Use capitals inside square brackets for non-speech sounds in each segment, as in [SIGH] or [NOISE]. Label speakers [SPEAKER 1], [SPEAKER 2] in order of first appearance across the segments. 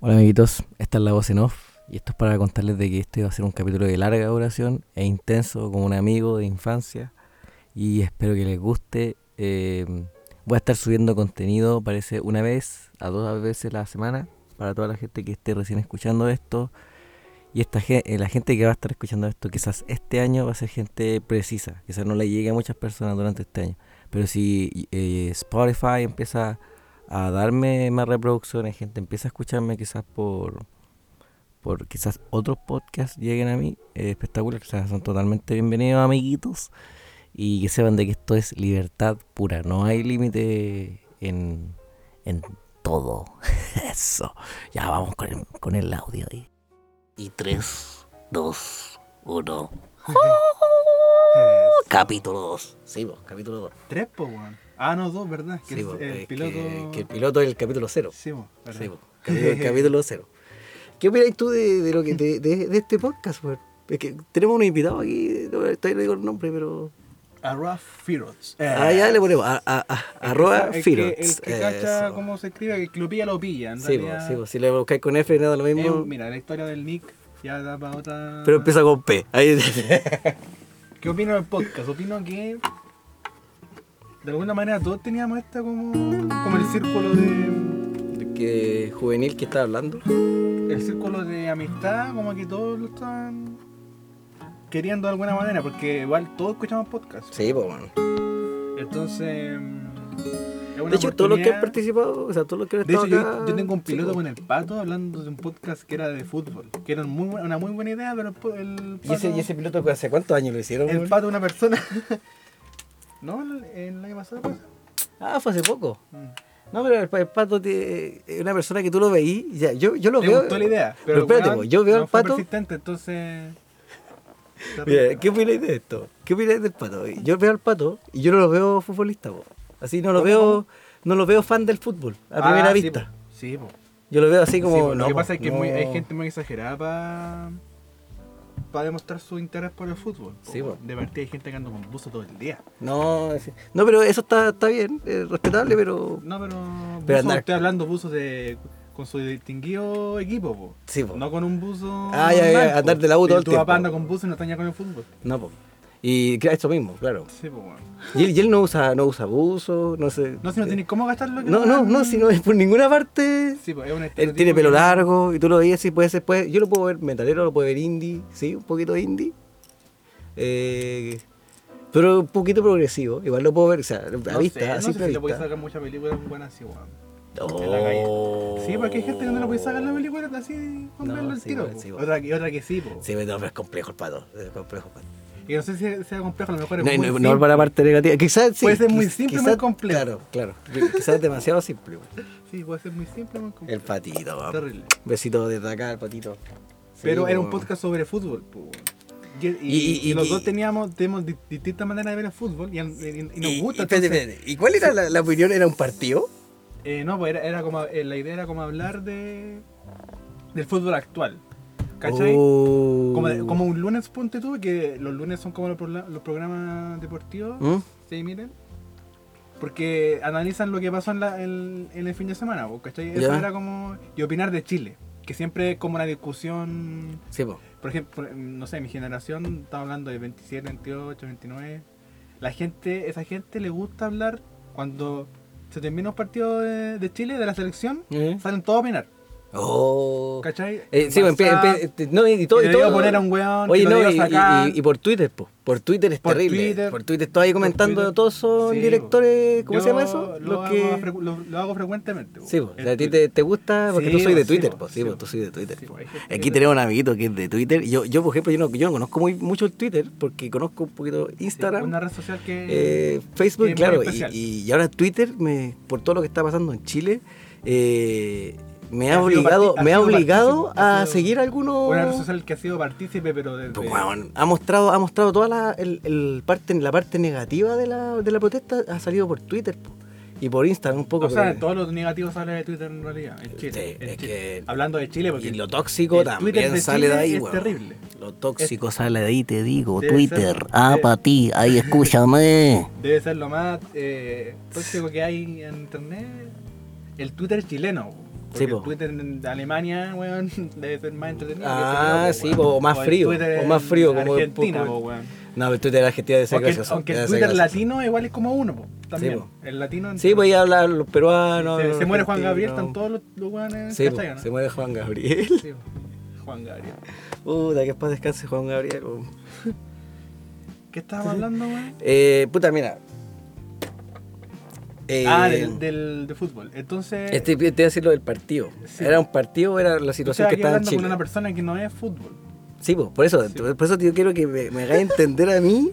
[SPEAKER 1] Hola amiguitos, esta es la voz en off y esto es para contarles de que este va a ser un capítulo de larga duración e intenso como un amigo de infancia y espero que les guste. Eh, voy a estar subiendo contenido, parece una vez a dos veces la semana para toda la gente que esté recién escuchando esto y esta ge- eh, la gente que va a estar escuchando esto quizás este año va a ser gente precisa, quizás no le llegue a muchas personas durante este año, pero si eh, Spotify empieza a darme más reproducciones, gente empieza a escucharme quizás por por quizás otros podcasts lleguen a mí, eh, espectacular, o sea, son totalmente bienvenidos amiguitos y que sepan de que esto es libertad pura, no hay límite en, en todo. [LAUGHS] Eso. Ya vamos con el, con el audio ahí. Y 3, 2, 1. Capítulo 2. Sí, po, capítulo 2.
[SPEAKER 2] Tres, po, weón. Ah, no, dos, ¿verdad? Que
[SPEAKER 1] Sí,
[SPEAKER 2] el,
[SPEAKER 1] po,
[SPEAKER 2] el
[SPEAKER 1] eh, que-
[SPEAKER 2] piloto.
[SPEAKER 1] Que, el piloto es el capítulo 0.
[SPEAKER 2] Sí, po, ¿verdad?
[SPEAKER 1] Sí, po. capítulo,
[SPEAKER 2] [LAUGHS]
[SPEAKER 1] capítulo cero. ¿Qué opinas tú de, de lo que de, de- de este podcast, weón? Es que tenemos un invitado aquí, no, todavía no digo el nombre, pero.
[SPEAKER 2] Arroba Firots. Eh,
[SPEAKER 1] Ah, ya le ponemos. A, a, a- arroba
[SPEAKER 2] el que-
[SPEAKER 1] Firots.
[SPEAKER 2] El que, cacha
[SPEAKER 1] Eso.
[SPEAKER 2] cómo se escribe, el que lo pilla, lo pilla. En
[SPEAKER 1] Sí, po,
[SPEAKER 2] realidad,
[SPEAKER 1] sí, po. si le buscáis con F, nada, lo
[SPEAKER 2] eh,
[SPEAKER 1] mismo.
[SPEAKER 2] mira, la historia del Nick ya da para otra.
[SPEAKER 1] Pero empieza con P. Ahí.
[SPEAKER 2] [LAUGHS] ¿Qué opino del podcast? Opino que. De alguna manera todos teníamos esta como. Como el círculo de.
[SPEAKER 1] que juvenil que está hablando.
[SPEAKER 2] El círculo de amistad, como que todos lo están. Queriendo de alguna manera, porque igual todos escuchamos podcast.
[SPEAKER 1] Sí, pues, bueno.
[SPEAKER 2] Entonces. mm,
[SPEAKER 1] De hecho, todos los que han participado, o sea, todos los que han
[SPEAKER 2] De hecho,
[SPEAKER 1] estado acá.
[SPEAKER 2] yo, yo tengo un piloto
[SPEAKER 1] sí, po.
[SPEAKER 2] con el pato hablando de un podcast que era de fútbol. Que era muy, buena- una muy buena idea, pero el, po- el
[SPEAKER 1] ¿Y ese, y ese piloto hace cuántos años lo hicieron?
[SPEAKER 2] el
[SPEAKER 1] weón?
[SPEAKER 2] pato una persona. [LAUGHS] no, el, el año pasado. pues.
[SPEAKER 1] Ah, fue hace poco.
[SPEAKER 2] Mm.
[SPEAKER 1] No, pero el, pa- el pato te- es una persona que tú lo veí. Ya, yo, yo lo
[SPEAKER 2] Te
[SPEAKER 1] veo.
[SPEAKER 2] gustó la idea.
[SPEAKER 1] Pero, espérate,
[SPEAKER 2] weón,
[SPEAKER 1] po, yo veo
[SPEAKER 2] no
[SPEAKER 1] al
[SPEAKER 2] fue
[SPEAKER 1] pato.
[SPEAKER 2] persistente, entonces.
[SPEAKER 1] Mira, ¿qué opináis de esto? ¿Qué opináis del pato? Yo veo al pato y yo no lo veo futbolista, po. Así no lo veo, no lo veo fan del fútbol, a
[SPEAKER 2] Ah,
[SPEAKER 1] primera
[SPEAKER 2] sí,
[SPEAKER 1] vista.
[SPEAKER 2] po. Sí, po.
[SPEAKER 1] Yo lo veo así como.
[SPEAKER 2] Sí, po,
[SPEAKER 1] no,
[SPEAKER 2] lo que
[SPEAKER 1] po,
[SPEAKER 2] pasa es que es muy-
[SPEAKER 1] no.
[SPEAKER 2] hay gente muy exagerada para demostrar su interés por el fútbol. po.
[SPEAKER 1] Sí, po.
[SPEAKER 2] De partida hay gente que anda con buzo todo el día.
[SPEAKER 1] No, es- no, pero eso está, está bien, es respetable, pero.
[SPEAKER 2] No, pero, buzo,
[SPEAKER 1] Pero andar-
[SPEAKER 2] estoy hablando buzos de con su distinguido equipo, po.
[SPEAKER 1] Sí, po.
[SPEAKER 2] No con un buzo.
[SPEAKER 1] Ah, ya, ya,
[SPEAKER 2] normal, po.
[SPEAKER 1] andar de lado todo
[SPEAKER 2] Y
[SPEAKER 1] el
[SPEAKER 2] tu
[SPEAKER 1] tiempo.
[SPEAKER 2] papá anda con buzo y no está ya con el fútbol.
[SPEAKER 1] No, po. Y claro, esto mismo, claro.
[SPEAKER 2] Sí, po, weón.
[SPEAKER 1] Y él, y él no usa, no usa buzo, no sé.
[SPEAKER 2] No, si no tienes cómo gastarlo. que
[SPEAKER 1] No, no, no, si no es por ninguna parte.
[SPEAKER 2] Sí, po, es un
[SPEAKER 1] Él
[SPEAKER 2] estereotipo
[SPEAKER 1] tiene pelo
[SPEAKER 2] que-
[SPEAKER 1] largo y tú lo veías y puede ser, puede- yo lo puedo ver metalero, lo puedo ver indie, sí, un poquito indie. Eh, pero un poquito progresivo, igual lo puedo ver, o sea, a
[SPEAKER 2] No
[SPEAKER 1] vista,
[SPEAKER 2] sé,
[SPEAKER 1] a
[SPEAKER 2] no sé
[SPEAKER 1] simple
[SPEAKER 2] si le podéis
[SPEAKER 1] vista.
[SPEAKER 2] sacar muchas películas buenas así, weón. en la calle.
[SPEAKER 1] Oh.
[SPEAKER 2] Sí, porque hay gente que no le puede sacar la película así con
[SPEAKER 1] No,
[SPEAKER 2] verlo al
[SPEAKER 1] sí,
[SPEAKER 2] tiro.
[SPEAKER 1] weón,
[SPEAKER 2] po.
[SPEAKER 1] sí, weón.
[SPEAKER 2] otra, que, otra que sí, po.
[SPEAKER 1] Sí, pero es complejo el pato, es complejo el pato.
[SPEAKER 2] Y no sé si sea complejo, a lo mejor es
[SPEAKER 1] No,
[SPEAKER 2] muy
[SPEAKER 1] no, no
[SPEAKER 2] simple.
[SPEAKER 1] para la parte negativa, quizás sí.
[SPEAKER 2] Puede ser muy
[SPEAKER 1] quiz-
[SPEAKER 2] simple,
[SPEAKER 1] quizás-
[SPEAKER 2] muy complejo.
[SPEAKER 1] Claro, claro, qui- quizás demasiado simple.
[SPEAKER 2] Sí, puede ser muy simple, muy complejo.
[SPEAKER 1] El patito, va.
[SPEAKER 2] Terrible.
[SPEAKER 1] besito desde acá al patito.
[SPEAKER 2] Pero
[SPEAKER 1] Sí,
[SPEAKER 2] era un
[SPEAKER 1] weón.
[SPEAKER 2] podcast sobre fútbol. po, weón. Y, y-
[SPEAKER 1] Y- y-
[SPEAKER 2] y los
[SPEAKER 1] y-
[SPEAKER 2] dos teníamos, tenemos di- distintas maneras de ver el fútbol y, an- y- y- y nos gusta.
[SPEAKER 1] y, espérate,
[SPEAKER 2] entonces,
[SPEAKER 1] espérate, ¿y cuál era la, la opinión? ¿Era un partido?
[SPEAKER 2] eh, no, pues era, era como, eh, la idea era como hablar de del fútbol actual. ¿Cachai?
[SPEAKER 1] Oh.
[SPEAKER 2] Como, de- como un lunes, ponte tú, que los lunes son como los, prola- los programas deportivos.
[SPEAKER 1] ¿Mm?
[SPEAKER 2] Sí, miren. Porque analizan lo que pasó en, la- en- en el fin de semana, po, ¿cachai? Eso
[SPEAKER 1] Ya.
[SPEAKER 2] era como... Y opinar de Chile, que siempre es como una discusión...
[SPEAKER 1] Sí, po.
[SPEAKER 2] Por ejemplo, no sé, mi generación, estaba hablando de 27, 28, 29. La gente, esa gente le gusta hablar cuando se termina un partido de, de Chile, de la selección, salen todos a opinar.
[SPEAKER 1] Oh.
[SPEAKER 2] ¿Eh? ¿Cachai?
[SPEAKER 1] Eh, sí, po,
[SPEAKER 2] WhatsApp,
[SPEAKER 1] empe- empe- este, no, y, y todo.
[SPEAKER 2] que
[SPEAKER 1] y
[SPEAKER 2] le iba a
[SPEAKER 1] todo-
[SPEAKER 2] poner a un weón,
[SPEAKER 1] Oye,
[SPEAKER 2] que lo
[SPEAKER 1] no,
[SPEAKER 2] iba a
[SPEAKER 1] y,
[SPEAKER 2] sacar.
[SPEAKER 1] y- y por Twitter, po. Por Twitter es
[SPEAKER 2] Por
[SPEAKER 1] terrible.
[SPEAKER 2] Twitter.
[SPEAKER 1] por Twitter, estoy ahí
[SPEAKER 2] Por
[SPEAKER 1] comentando,
[SPEAKER 2] Twitter.
[SPEAKER 1] todos son
[SPEAKER 2] Sí,
[SPEAKER 1] directores, ¿cómo
[SPEAKER 2] Yo
[SPEAKER 1] se llama eso?
[SPEAKER 2] Lo,
[SPEAKER 1] Los
[SPEAKER 2] hago,
[SPEAKER 1] que-
[SPEAKER 2] frecu- lo, lo hago frecuentemente. po,
[SPEAKER 1] Sí, po.
[SPEAKER 2] en
[SPEAKER 1] a ti
[SPEAKER 2] Twitter.
[SPEAKER 1] te, te gusta porque
[SPEAKER 2] Sí,
[SPEAKER 1] tú soy
[SPEAKER 2] po,
[SPEAKER 1] de
[SPEAKER 2] sí,
[SPEAKER 1] Twitter,
[SPEAKER 2] po,
[SPEAKER 1] po.
[SPEAKER 2] sí,
[SPEAKER 1] Sí, po,
[SPEAKER 2] po.
[SPEAKER 1] tú soy de Twitter.
[SPEAKER 2] Sí,
[SPEAKER 1] po.
[SPEAKER 2] po, hay gente
[SPEAKER 1] Aquí
[SPEAKER 2] que-
[SPEAKER 1] tenemos un amiguito que es de Twitter. Yo, yo por ejemplo, yo no, yo no conozco muy, mucho el Twitter porque conozco un poquito
[SPEAKER 2] Sí,
[SPEAKER 1] Instagram.
[SPEAKER 2] Una red social que.
[SPEAKER 1] Eh, Facebook,
[SPEAKER 2] Que es muy
[SPEAKER 1] claro, y,
[SPEAKER 2] especial.
[SPEAKER 1] y- y ahora Twitter, me, por todo lo que está pasando en Chile, eh, me ha
[SPEAKER 2] Ha sido
[SPEAKER 1] obligado,
[SPEAKER 2] parti- ha
[SPEAKER 1] me ha
[SPEAKER 2] sido
[SPEAKER 1] obligado
[SPEAKER 2] partícipe, ha
[SPEAKER 1] a
[SPEAKER 2] sido
[SPEAKER 1] seguir
[SPEAKER 2] una red
[SPEAKER 1] algunos.
[SPEAKER 2] social que ha sido partícipe, pero desde.
[SPEAKER 1] Pues, weón, ha mostrado, ha mostrado toda la, el- el parte, la parte negativa de la, de la protesta, ha salido por Twitter po, y por Instagram un poco.
[SPEAKER 2] O sea,
[SPEAKER 1] pero-
[SPEAKER 2] todos los negativos salen de Twitter en realidad, en Chile.
[SPEAKER 1] Sí,
[SPEAKER 2] en
[SPEAKER 1] es
[SPEAKER 2] Chile.
[SPEAKER 1] que-
[SPEAKER 2] Hablando de Chile, porque
[SPEAKER 1] y lo tóxico
[SPEAKER 2] el
[SPEAKER 1] también
[SPEAKER 2] Twitter de
[SPEAKER 1] sale de
[SPEAKER 2] Chile
[SPEAKER 1] ahí,
[SPEAKER 2] es
[SPEAKER 1] weón.
[SPEAKER 2] terrible.
[SPEAKER 1] Lo tóxico sale de ahí, te digo.
[SPEAKER 2] Debe
[SPEAKER 1] Twitter,
[SPEAKER 2] ser-
[SPEAKER 1] ah,
[SPEAKER 2] debe-
[SPEAKER 1] para ti,
[SPEAKER 2] [LAUGHS]
[SPEAKER 1] ahí escúchame.
[SPEAKER 2] debe ser lo más eh, tóxico que hay en internet. El Twitter chileno. Porque
[SPEAKER 1] Sí,
[SPEAKER 2] el
[SPEAKER 1] po.
[SPEAKER 2] Twitter en Alemania, weón, [LAUGHS] debe ser más entretenido. que
[SPEAKER 1] Ah,
[SPEAKER 2] ese
[SPEAKER 1] sí,
[SPEAKER 2] lado, po,
[SPEAKER 1] po, o más
[SPEAKER 2] el
[SPEAKER 1] frío,
[SPEAKER 2] Twitter
[SPEAKER 1] o más frío,
[SPEAKER 2] en
[SPEAKER 1] como el
[SPEAKER 2] Argentina,
[SPEAKER 1] poco-
[SPEAKER 2] po, weón.
[SPEAKER 1] No, pero el Twitter de Argentina debe ser
[SPEAKER 2] Aunque,
[SPEAKER 1] gracioso.
[SPEAKER 2] aunque el
[SPEAKER 1] debe ser
[SPEAKER 2] Twitter
[SPEAKER 1] gracioso.
[SPEAKER 2] latino igual es como uno, po, también.
[SPEAKER 1] po.
[SPEAKER 2] El latino.
[SPEAKER 1] Sí, pues ahí hablan los peruanos.
[SPEAKER 2] se,
[SPEAKER 1] los
[SPEAKER 2] se muere Juan Gabriel, están
[SPEAKER 1] argentinos.
[SPEAKER 2] todos los, los weones.
[SPEAKER 1] Sí, po,
[SPEAKER 2] ¿cachai, o no?
[SPEAKER 1] se muere Juan Gabriel. [LAUGHS]
[SPEAKER 2] Sí, po. Juan Gabriel.
[SPEAKER 1] Puta, que paz descanse Juan Gabriel. po.
[SPEAKER 2] ¿Qué estabas hablando, weón?
[SPEAKER 1] Eh, puta, mira. Eh,
[SPEAKER 2] ah, del, del de fútbol. Entonces,
[SPEAKER 1] Este, te iba a decir lo del partido.
[SPEAKER 2] Sí.
[SPEAKER 1] ¿Era un partido o era la
[SPEAKER 2] tú
[SPEAKER 1] situación
[SPEAKER 2] estás
[SPEAKER 1] que
[SPEAKER 2] aquí
[SPEAKER 1] estaba en
[SPEAKER 2] hablando
[SPEAKER 1] Chile?
[SPEAKER 2] con una persona que no es fútbol.
[SPEAKER 1] Sí, po, por eso,
[SPEAKER 2] Sí.
[SPEAKER 1] por eso yo quiero que me, me haga entender a mí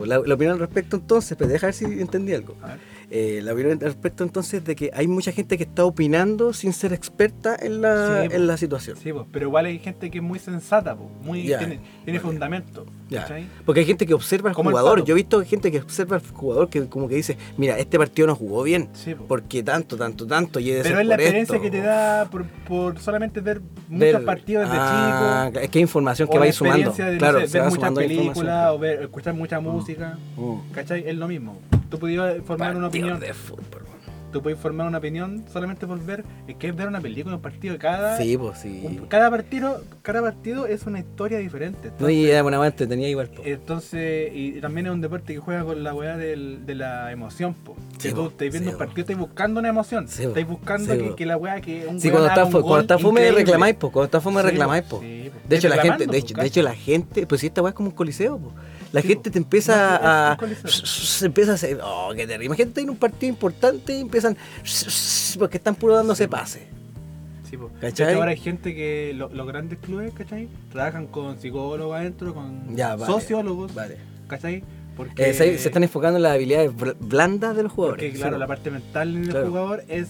[SPEAKER 1] la, la opinión al respecto entonces, pero deja ver si entendí algo.
[SPEAKER 2] A ver.
[SPEAKER 1] Eh, la opinión al respecto entonces de que hay mucha gente que está opinando sin ser experta en la,
[SPEAKER 2] Sí, po.
[SPEAKER 1] en la situación.
[SPEAKER 2] Sí, po, pero igual hay gente que es muy sensata, po, muy
[SPEAKER 1] Ya,
[SPEAKER 2] tiene, tiene fundamento.
[SPEAKER 1] Ya.
[SPEAKER 2] ¿cachai?
[SPEAKER 1] Porque hay gente que observa al
[SPEAKER 2] Como el
[SPEAKER 1] jugador.
[SPEAKER 2] Pato.
[SPEAKER 1] Yo he visto gente que observa al jugador que como que dice, mira, este partido no jugó bien.
[SPEAKER 2] Sí, po.
[SPEAKER 1] Porque tanto, tanto, tanto. Y
[SPEAKER 2] Pero es la experiencia que te da por, por solamente ver muchos partidos desde
[SPEAKER 1] ah,
[SPEAKER 2] chico.
[SPEAKER 1] Es que hay información que va
[SPEAKER 2] o la
[SPEAKER 1] a ir sumando.
[SPEAKER 2] experiencia de, no
[SPEAKER 1] claro,
[SPEAKER 2] sé,
[SPEAKER 1] se
[SPEAKER 2] ver
[SPEAKER 1] va
[SPEAKER 2] muchas
[SPEAKER 1] sumando la
[SPEAKER 2] películas
[SPEAKER 1] información.
[SPEAKER 2] o ver, escuchar mucha música.
[SPEAKER 1] Mm.
[SPEAKER 2] ¿Cachai? Es lo mismo. Tú podías formar una
[SPEAKER 1] Partido
[SPEAKER 2] opinión.
[SPEAKER 1] de fútbol.
[SPEAKER 2] Tú puedes formar una opinión solamente por ver. Es que es ver una película, un partido. Cada,
[SPEAKER 1] Sí, pues sí.
[SPEAKER 2] Ah, un- cada, partido, cada partido es una historia diferente.
[SPEAKER 1] No, y era buena antes, tenía igual. po.
[SPEAKER 2] Entonces, y también es un deporte que juega con la weá del- de la emoción, po.
[SPEAKER 1] Sí,
[SPEAKER 2] que
[SPEAKER 1] po,
[SPEAKER 2] tú estáis viendo
[SPEAKER 1] sí,
[SPEAKER 2] un
[SPEAKER 1] po.
[SPEAKER 2] partido, estáis buscando una emoción.
[SPEAKER 1] Sí, po,
[SPEAKER 2] estáis buscando
[SPEAKER 1] sí,
[SPEAKER 2] que,
[SPEAKER 1] po.
[SPEAKER 2] que la weá que un
[SPEAKER 1] Sí,
[SPEAKER 2] weón
[SPEAKER 1] cuando está,
[SPEAKER 2] haga un
[SPEAKER 1] fu- cuando
[SPEAKER 2] gol
[SPEAKER 1] está fume
[SPEAKER 2] increíble.
[SPEAKER 1] reclamáis, po. Cuando está fume
[SPEAKER 2] Sí, po,
[SPEAKER 1] reclamáis, po.
[SPEAKER 2] sí, po.
[SPEAKER 1] De hecho, la gente,
[SPEAKER 2] Reclamando,
[SPEAKER 1] de
[SPEAKER 2] po,
[SPEAKER 1] hecho, de
[SPEAKER 2] cacha.
[SPEAKER 1] hecho, la gente, pues si esta weá es como un coliseo, po. La
[SPEAKER 2] Sí,
[SPEAKER 1] gente
[SPEAKER 2] po.
[SPEAKER 1] te empieza
[SPEAKER 2] No, sí, es
[SPEAKER 1] a.
[SPEAKER 2] un coliseo.
[SPEAKER 1] se empieza a hacer. Oh, qué terrible. Imagínate está en un partido importante y empiezan. Porque están puro dándose pases.
[SPEAKER 2] Sí, po. De
[SPEAKER 1] ¿Cachai?
[SPEAKER 2] hecho, ahora hay gente que lo- los grandes clubes, ¿cachai? Trabajan con psicólogos adentro, con
[SPEAKER 1] Ya, vale.
[SPEAKER 2] sociólogos,
[SPEAKER 1] Vale.
[SPEAKER 2] ¿cachai? Porque,
[SPEAKER 1] Eh, se, se están enfocando en las habilidades bl- blandas de los jugadores.
[SPEAKER 2] porque, claro,
[SPEAKER 1] sí,
[SPEAKER 2] la parte mental en el
[SPEAKER 1] Claro.
[SPEAKER 2] jugador es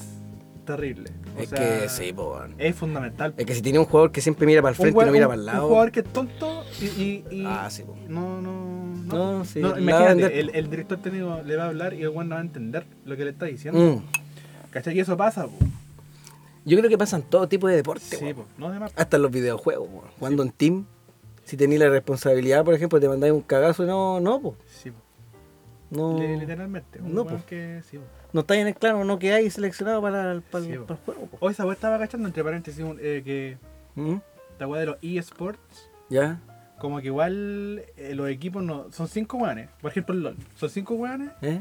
[SPEAKER 2] terrible. O
[SPEAKER 1] Es
[SPEAKER 2] sea,
[SPEAKER 1] que sí, po. weón.
[SPEAKER 2] Es fundamental.
[SPEAKER 1] Es que si tiene un jugador que siempre mira para el
[SPEAKER 2] Un
[SPEAKER 1] frente y
[SPEAKER 2] jugador-
[SPEAKER 1] no mira
[SPEAKER 2] un-
[SPEAKER 1] para el
[SPEAKER 2] Un
[SPEAKER 1] lado.
[SPEAKER 2] jugador que es tonto y. y- y-
[SPEAKER 1] Ah, sí, po.
[SPEAKER 2] No, no. No,
[SPEAKER 1] No, sí.
[SPEAKER 2] No,
[SPEAKER 1] la va a vender,
[SPEAKER 2] imagínate,
[SPEAKER 1] po.
[SPEAKER 2] el, el director técnico le va a hablar y el weón no va a entender lo que le está diciendo.
[SPEAKER 1] Mm.
[SPEAKER 2] ¿Cachai? Y eso pasa, po.
[SPEAKER 1] Yo creo que pasan todo tipo de deporte,
[SPEAKER 2] Sí,
[SPEAKER 1] weón.
[SPEAKER 2] po. No demás.
[SPEAKER 1] Hasta en los videojuegos, weón. Cuando en team, si tenéis la responsabilidad, por ejemplo, te mandáis un cagazo, no, no, po.
[SPEAKER 2] Sí, po.
[SPEAKER 1] No,
[SPEAKER 2] Le- Literalmente. Un
[SPEAKER 1] No,
[SPEAKER 2] weón
[SPEAKER 1] po.
[SPEAKER 2] que. Sí, po.
[SPEAKER 1] no estáis en el claro, no quedáis seleccionado para, el- para el-
[SPEAKER 2] Sí, po.
[SPEAKER 1] para el juego, po.
[SPEAKER 2] O esa weá estaba cachando, entre paréntesis, un- eh, que
[SPEAKER 1] ¿Mm?
[SPEAKER 2] la weá de los eSports,
[SPEAKER 1] ¿Ya?
[SPEAKER 2] como que igual eh, los equipos no. Son cinco weones. Por ejemplo, el LOL. Son cinco weones
[SPEAKER 1] ¿Eh?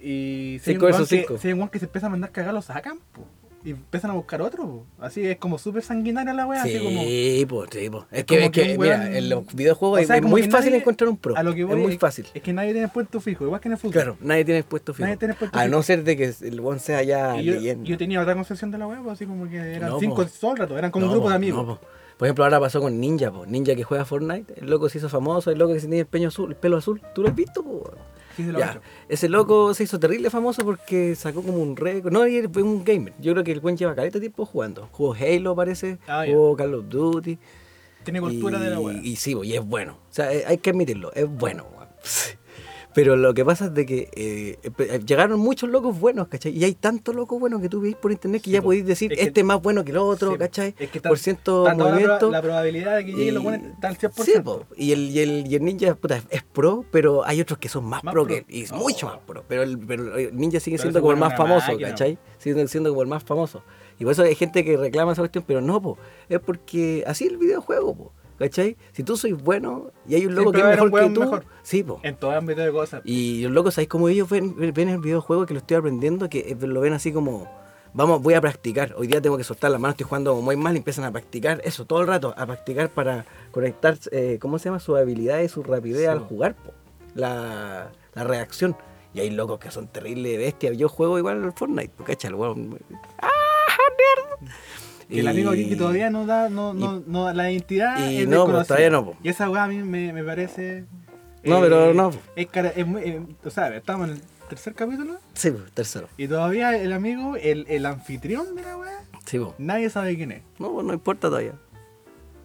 [SPEAKER 2] y si hay
[SPEAKER 1] Cinco
[SPEAKER 2] un weón
[SPEAKER 1] versus
[SPEAKER 2] que-
[SPEAKER 1] cinco.
[SPEAKER 2] si hay un weón que se empieza a mandar cagar, lo sacan, po. Y empiezan a buscar otro, po. Así es como súper sanguinaria la weá, así como.
[SPEAKER 1] Sí, po, sí, po. Es que,
[SPEAKER 2] como
[SPEAKER 1] es que,
[SPEAKER 2] que un
[SPEAKER 1] mira,
[SPEAKER 2] weón-
[SPEAKER 1] en los
[SPEAKER 2] O
[SPEAKER 1] videojuegos
[SPEAKER 2] sea,
[SPEAKER 1] es
[SPEAKER 2] como
[SPEAKER 1] muy
[SPEAKER 2] que
[SPEAKER 1] fácil
[SPEAKER 2] nadie-
[SPEAKER 1] encontrar un pro.
[SPEAKER 2] a lo que voy
[SPEAKER 1] es muy
[SPEAKER 2] es-
[SPEAKER 1] fácil.
[SPEAKER 2] Es que nadie tiene puesto fijo, igual que en el fútbol.
[SPEAKER 1] Claro, nadie tiene puesto fijo.
[SPEAKER 2] Nadie tiene puesto
[SPEAKER 1] a
[SPEAKER 2] fijo.
[SPEAKER 1] no ser de que el one sea ya
[SPEAKER 2] Y yo,
[SPEAKER 1] leyenda.
[SPEAKER 2] yo tenía otra concepción de la weá, pues, así como que eran
[SPEAKER 1] No,
[SPEAKER 2] cinco
[SPEAKER 1] po.
[SPEAKER 2] todo el rato, eran como
[SPEAKER 1] No,
[SPEAKER 2] un grupo
[SPEAKER 1] po,
[SPEAKER 2] de amigos.
[SPEAKER 1] no, po. Por ejemplo, ahora pasó con Ninja, po. Ninja que juega Fortnite, el loco se hizo famoso, el loco que se tenía el, peño azul, el pelo azul, ¿tú lo has visto? po?
[SPEAKER 2] Sí, se lo
[SPEAKER 1] Ya.
[SPEAKER 2] cacho.
[SPEAKER 1] Ese loco se hizo terrible famoso porque sacó como un récord. No, y él fue un gamer. Yo creo que el buen lleva caleta tiempo jugando. Jugó Halo, parece.
[SPEAKER 2] Ah, ya.
[SPEAKER 1] jugó Call of Duty.
[SPEAKER 2] Tiene cultura
[SPEAKER 1] y,
[SPEAKER 2] de la weá.
[SPEAKER 1] Y sí, po, y es bueno. O sea, eh, hay que admitirlo, es bueno. weón. [LAUGHS] Pero lo que pasa es de que eh, pe- llegaron muchos locos buenos, ¿cachai? Y hay tantos locos buenos que tú veis por internet que
[SPEAKER 2] Sí,
[SPEAKER 1] ya
[SPEAKER 2] po.
[SPEAKER 1] podéis decir,
[SPEAKER 2] Es que-
[SPEAKER 1] este es más bueno que el otro,
[SPEAKER 2] Sí, po.
[SPEAKER 1] ¿cachai?
[SPEAKER 2] Es que está-
[SPEAKER 1] por ciento
[SPEAKER 2] está toda la proba-
[SPEAKER 1] movimiento.
[SPEAKER 2] La, probabilidad de que lleguen los buenos está al 100%.
[SPEAKER 1] Sí, po. y, el, y, el, y el ninja puta, es- es pro, pero hay otros que son más,
[SPEAKER 2] Más
[SPEAKER 1] pro,
[SPEAKER 2] pro.
[SPEAKER 1] que él. Y es
[SPEAKER 2] Oh.
[SPEAKER 1] mucho más pro. Pero el, pero el ninja sigue
[SPEAKER 2] Pero
[SPEAKER 1] siendo
[SPEAKER 2] ese
[SPEAKER 1] como el
[SPEAKER 2] bueno
[SPEAKER 1] más
[SPEAKER 2] es una
[SPEAKER 1] famoso,
[SPEAKER 2] máquina.
[SPEAKER 1] ¿cachai? Sigue siendo como el más famoso. Y por eso hay gente que reclama esa cuestión, pero no, po. es porque así es el videojuego, po, ¿cachai? Si tú sois bueno y hay un loco
[SPEAKER 2] Siempre
[SPEAKER 1] que
[SPEAKER 2] va a
[SPEAKER 1] es
[SPEAKER 2] haber un
[SPEAKER 1] mejor que
[SPEAKER 2] weón
[SPEAKER 1] tú,
[SPEAKER 2] mejor.
[SPEAKER 1] sí, po.
[SPEAKER 2] En todo ámbito de cosas.
[SPEAKER 1] Y los locos, ¿sabéis cómo ellos ven, ven- ven el videojuego que lo estoy aprendiendo? Que eh, lo ven así como, vamos, voy a practicar. Hoy día tengo que soltar la mano, estoy jugando muy mal y empiezan a practicar eso todo el rato, a practicar para conectar, eh, ¿cómo se llama? Su habilidad y su rapidez
[SPEAKER 2] Sí,
[SPEAKER 1] al
[SPEAKER 2] po.
[SPEAKER 1] jugar, po. La, la reacción. Y hay locos que son terribles bestias. Yo juego igual al Fortnite, po, ¿cachai? El weón- ¡Ah, nerd!
[SPEAKER 2] Que el amigo
[SPEAKER 1] Y-
[SPEAKER 2] Kiki todavía no da, no, no, no da la identidad.
[SPEAKER 1] y
[SPEAKER 2] es
[SPEAKER 1] no, pues,
[SPEAKER 2] desconocida.
[SPEAKER 1] todavía no, pues.
[SPEAKER 2] Y esa weá a mí me, me parece. eh,
[SPEAKER 1] No, pero no, pues.
[SPEAKER 2] Es, cara- es muy- eh, o sea, estamos en el tercer capítulo
[SPEAKER 1] Sí, po, tercero.
[SPEAKER 2] y todavía el amigo, el, el anfitrión de la weá,
[SPEAKER 1] Sí, po.
[SPEAKER 2] nadie sabe quién es.
[SPEAKER 1] No, po, no importa todavía.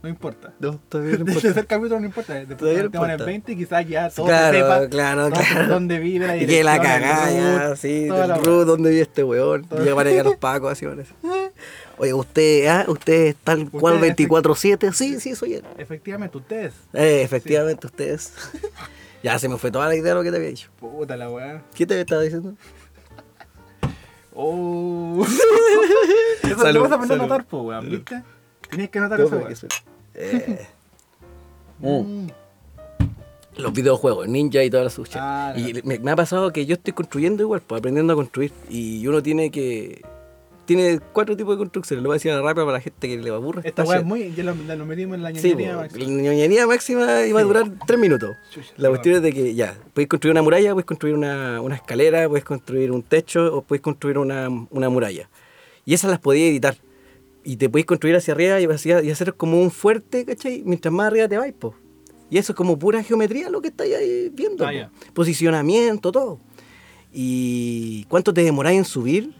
[SPEAKER 2] No importa.
[SPEAKER 1] No, todavía
[SPEAKER 2] [LAUGHS] El
[SPEAKER 1] [LAUGHS]
[SPEAKER 2] tercer capítulo no importa. Después
[SPEAKER 1] Todavía no
[SPEAKER 2] del tema en el
[SPEAKER 1] importa.
[SPEAKER 2] 20 quizás ya todo
[SPEAKER 1] Claro,
[SPEAKER 2] se sepa
[SPEAKER 1] claro,
[SPEAKER 2] dónde-
[SPEAKER 1] claro.
[SPEAKER 2] dónde vive la
[SPEAKER 1] Y que la
[SPEAKER 2] dirección, el
[SPEAKER 1] cagada, ya,
[SPEAKER 2] root,
[SPEAKER 1] sí,
[SPEAKER 2] toda
[SPEAKER 1] del
[SPEAKER 2] la
[SPEAKER 1] Ruth, ¿dónde vive este weón?
[SPEAKER 2] Toda-
[SPEAKER 1] Ya van a llegar los pacos, así van a decir. Oye, usted, ah, usted es tal cual
[SPEAKER 2] Usted es
[SPEAKER 1] 24-7, sí, sí, soy él.
[SPEAKER 2] Efectivamente, ustedes.
[SPEAKER 1] Eh, efectivamente, ustedes. [LAUGHS] ya se me fue toda la idea de lo que te había dicho.
[SPEAKER 2] Puta la weá. [LAUGHS]
[SPEAKER 1] ¿Qué te estaba diciendo?
[SPEAKER 2] Oh. [LAUGHS] Eso
[SPEAKER 1] Salud,
[SPEAKER 2] lo vas a poner
[SPEAKER 1] salud.
[SPEAKER 2] a notar, po, weón, ¿viste? Tenías que anotar eso,
[SPEAKER 3] Todo
[SPEAKER 2] weón.
[SPEAKER 3] eso. Eh.
[SPEAKER 2] [LAUGHS]
[SPEAKER 3] Mm.
[SPEAKER 2] Mm.
[SPEAKER 1] Los videojuegos, ninja y toda la sucia.
[SPEAKER 2] Ah,
[SPEAKER 1] y me, me ha pasado que yo estoy construyendo igual, pues aprendiendo a construir. Y uno tiene que. Tiene cuatro tipos de construcciones. Lo voy a decir rápido para la gente que le aburre.
[SPEAKER 2] Esta
[SPEAKER 1] weá
[SPEAKER 2] weá es muy. Ya lo, la- lo metimos en la
[SPEAKER 1] Sí,
[SPEAKER 2] ñoñería,
[SPEAKER 1] po,
[SPEAKER 2] Max.
[SPEAKER 1] la ñoñería máxima iba a durar tres minutos.
[SPEAKER 2] Chucha,
[SPEAKER 1] La
[SPEAKER 2] no.
[SPEAKER 1] cuestión es de que ya, puedes construir una muralla, puedes construir una, una escalera, puedes construir un techo o puedes construir una, una muralla. Y esas las podías editar. Y te puedes construir hacia arriba y, hacia- y hacer como un fuerte, ¿cachai? Mientras más arriba te vais, po. Y eso es como pura geometría lo que estáis ahí viendo.
[SPEAKER 2] Ah,
[SPEAKER 1] po.
[SPEAKER 2] ya.
[SPEAKER 1] Posicionamiento, todo. ¿Y cuánto te demoráis en subir?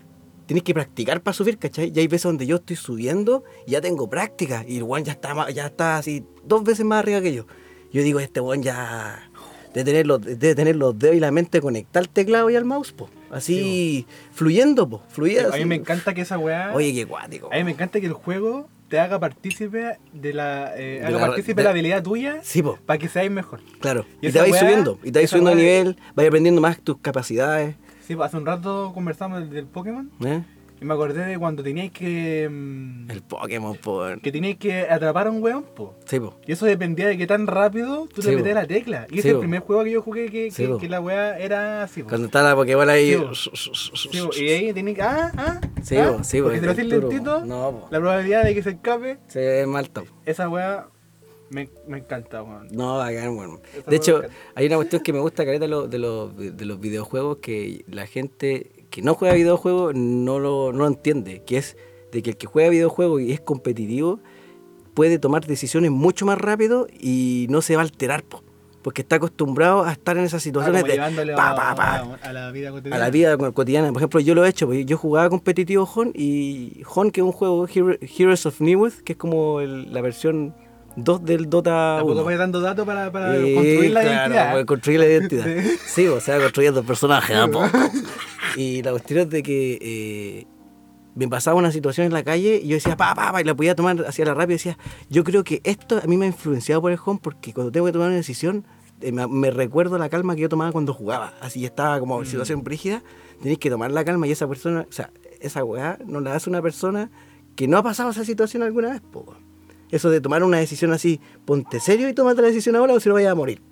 [SPEAKER 1] Tienes que practicar para subir, ¿cachai? Ya hay veces donde yo estoy subiendo y ya tengo práctica. Y el weón ya está, ma- ya está así dos veces más arriba que yo. Yo digo, este weón ya debe tener los, debe tener los dedos y la mente conectada al teclado y al mouse, po. Así fluyendo, po. Fluida.
[SPEAKER 2] A mí
[SPEAKER 1] así.
[SPEAKER 2] me encanta que esa weá.
[SPEAKER 1] Oye, qué guático.
[SPEAKER 2] A mí me encanta que el juego te haga partícipe de la. eh,
[SPEAKER 1] De
[SPEAKER 2] haga
[SPEAKER 1] la-
[SPEAKER 2] partícipe
[SPEAKER 1] de-
[SPEAKER 2] de la habilidad tuya
[SPEAKER 1] Sí, po.
[SPEAKER 2] para que seáis mejor.
[SPEAKER 1] Claro.
[SPEAKER 2] Y
[SPEAKER 1] Y, te
[SPEAKER 2] esa
[SPEAKER 1] vas
[SPEAKER 2] weá-
[SPEAKER 1] subiendo. Y te vas
[SPEAKER 2] esa
[SPEAKER 1] subiendo de
[SPEAKER 2] weá-
[SPEAKER 1] nivel, vas aprendiendo más tus capacidades.
[SPEAKER 2] Sí, pues, hace un rato conversamos del Pokémon
[SPEAKER 1] ¿eh?
[SPEAKER 2] y me acordé de cuando teníais que. mm,
[SPEAKER 1] El Pokémon, po.
[SPEAKER 2] que teníais que atrapar a un weón, po.
[SPEAKER 1] Sí, po.
[SPEAKER 2] Y eso dependía de qué tan rápido tú
[SPEAKER 1] Sí,
[SPEAKER 2] le
[SPEAKER 1] po.
[SPEAKER 2] metías la tecla. Y
[SPEAKER 1] Sí,
[SPEAKER 2] ese es el
[SPEAKER 1] po.
[SPEAKER 2] primer juego que yo jugué que, que-
[SPEAKER 1] Sí, po.
[SPEAKER 2] que la weá era así, po.
[SPEAKER 1] Cuando está la Pokébola ahí.
[SPEAKER 2] Sí, po. Sí, po, y ahí tenía que. Ah, ah.
[SPEAKER 1] Sí,
[SPEAKER 2] ah,
[SPEAKER 1] po, sí, po,
[SPEAKER 2] Porque si lo
[SPEAKER 1] el
[SPEAKER 2] hacís
[SPEAKER 1] turbo.
[SPEAKER 2] lentito,
[SPEAKER 1] No, po.
[SPEAKER 2] la probabilidad de que se escape,
[SPEAKER 1] Sí, es mal top.
[SPEAKER 2] esa weá me, me encanta, weón.
[SPEAKER 1] No, bacán, bueno.
[SPEAKER 2] Esa
[SPEAKER 1] De hecho,
[SPEAKER 2] weá bacán.
[SPEAKER 1] hay una cuestión que me gusta, careta, de los, de, los, de los videojuegos que la gente que no juega videojuegos no lo, no lo entiende, que es de que el que juega videojuegos y es competitivo puede tomar decisiones mucho más rápido y no se va a alterar, po, porque está acostumbrado a estar en esas
[SPEAKER 2] Ah,
[SPEAKER 1] situaciones
[SPEAKER 2] como
[SPEAKER 1] de
[SPEAKER 2] llevándolo
[SPEAKER 1] este pa, pa, pa,
[SPEAKER 2] a, a la vida cotidiana.
[SPEAKER 1] a la vida co- cotidiana. Por ejemplo, yo lo he hecho, porque yo jugaba competitivo Hon y Hon, que es un juego Hero- Heroes of New Earth, que es como el- la versión 2 del Dota
[SPEAKER 2] Tampoco
[SPEAKER 1] 1.
[SPEAKER 2] vaya dando datos para, para
[SPEAKER 1] Eh,
[SPEAKER 2] construir la
[SPEAKER 1] claro, pues, para
[SPEAKER 2] identidad.
[SPEAKER 1] construir la identidad. Sí, o sea, construyendo el personaje de a
[SPEAKER 2] [LAUGHS]
[SPEAKER 1] poco. [LAUGHS] Y la cuestión es de que eh, me pasaba una situación en la calle y yo decía, pa, pa, pa, y la podía tomar hacia la rápida. Y decía, yo creo que esto a mí me ha influenciado por el home porque cuando tengo que tomar una decisión, eh, me me recuerdo la calma que yo tomaba cuando jugaba. Así estaba como
[SPEAKER 2] Mm.
[SPEAKER 1] en situación brígida, tenés que tomar la calma y esa persona, o sea, esa weá no la hace una persona que no ha pasado esa situación alguna vez, po. weón. Eso de tomar una decisión así, ponte serio y tómate la decisión ahora o si no vayas a morir,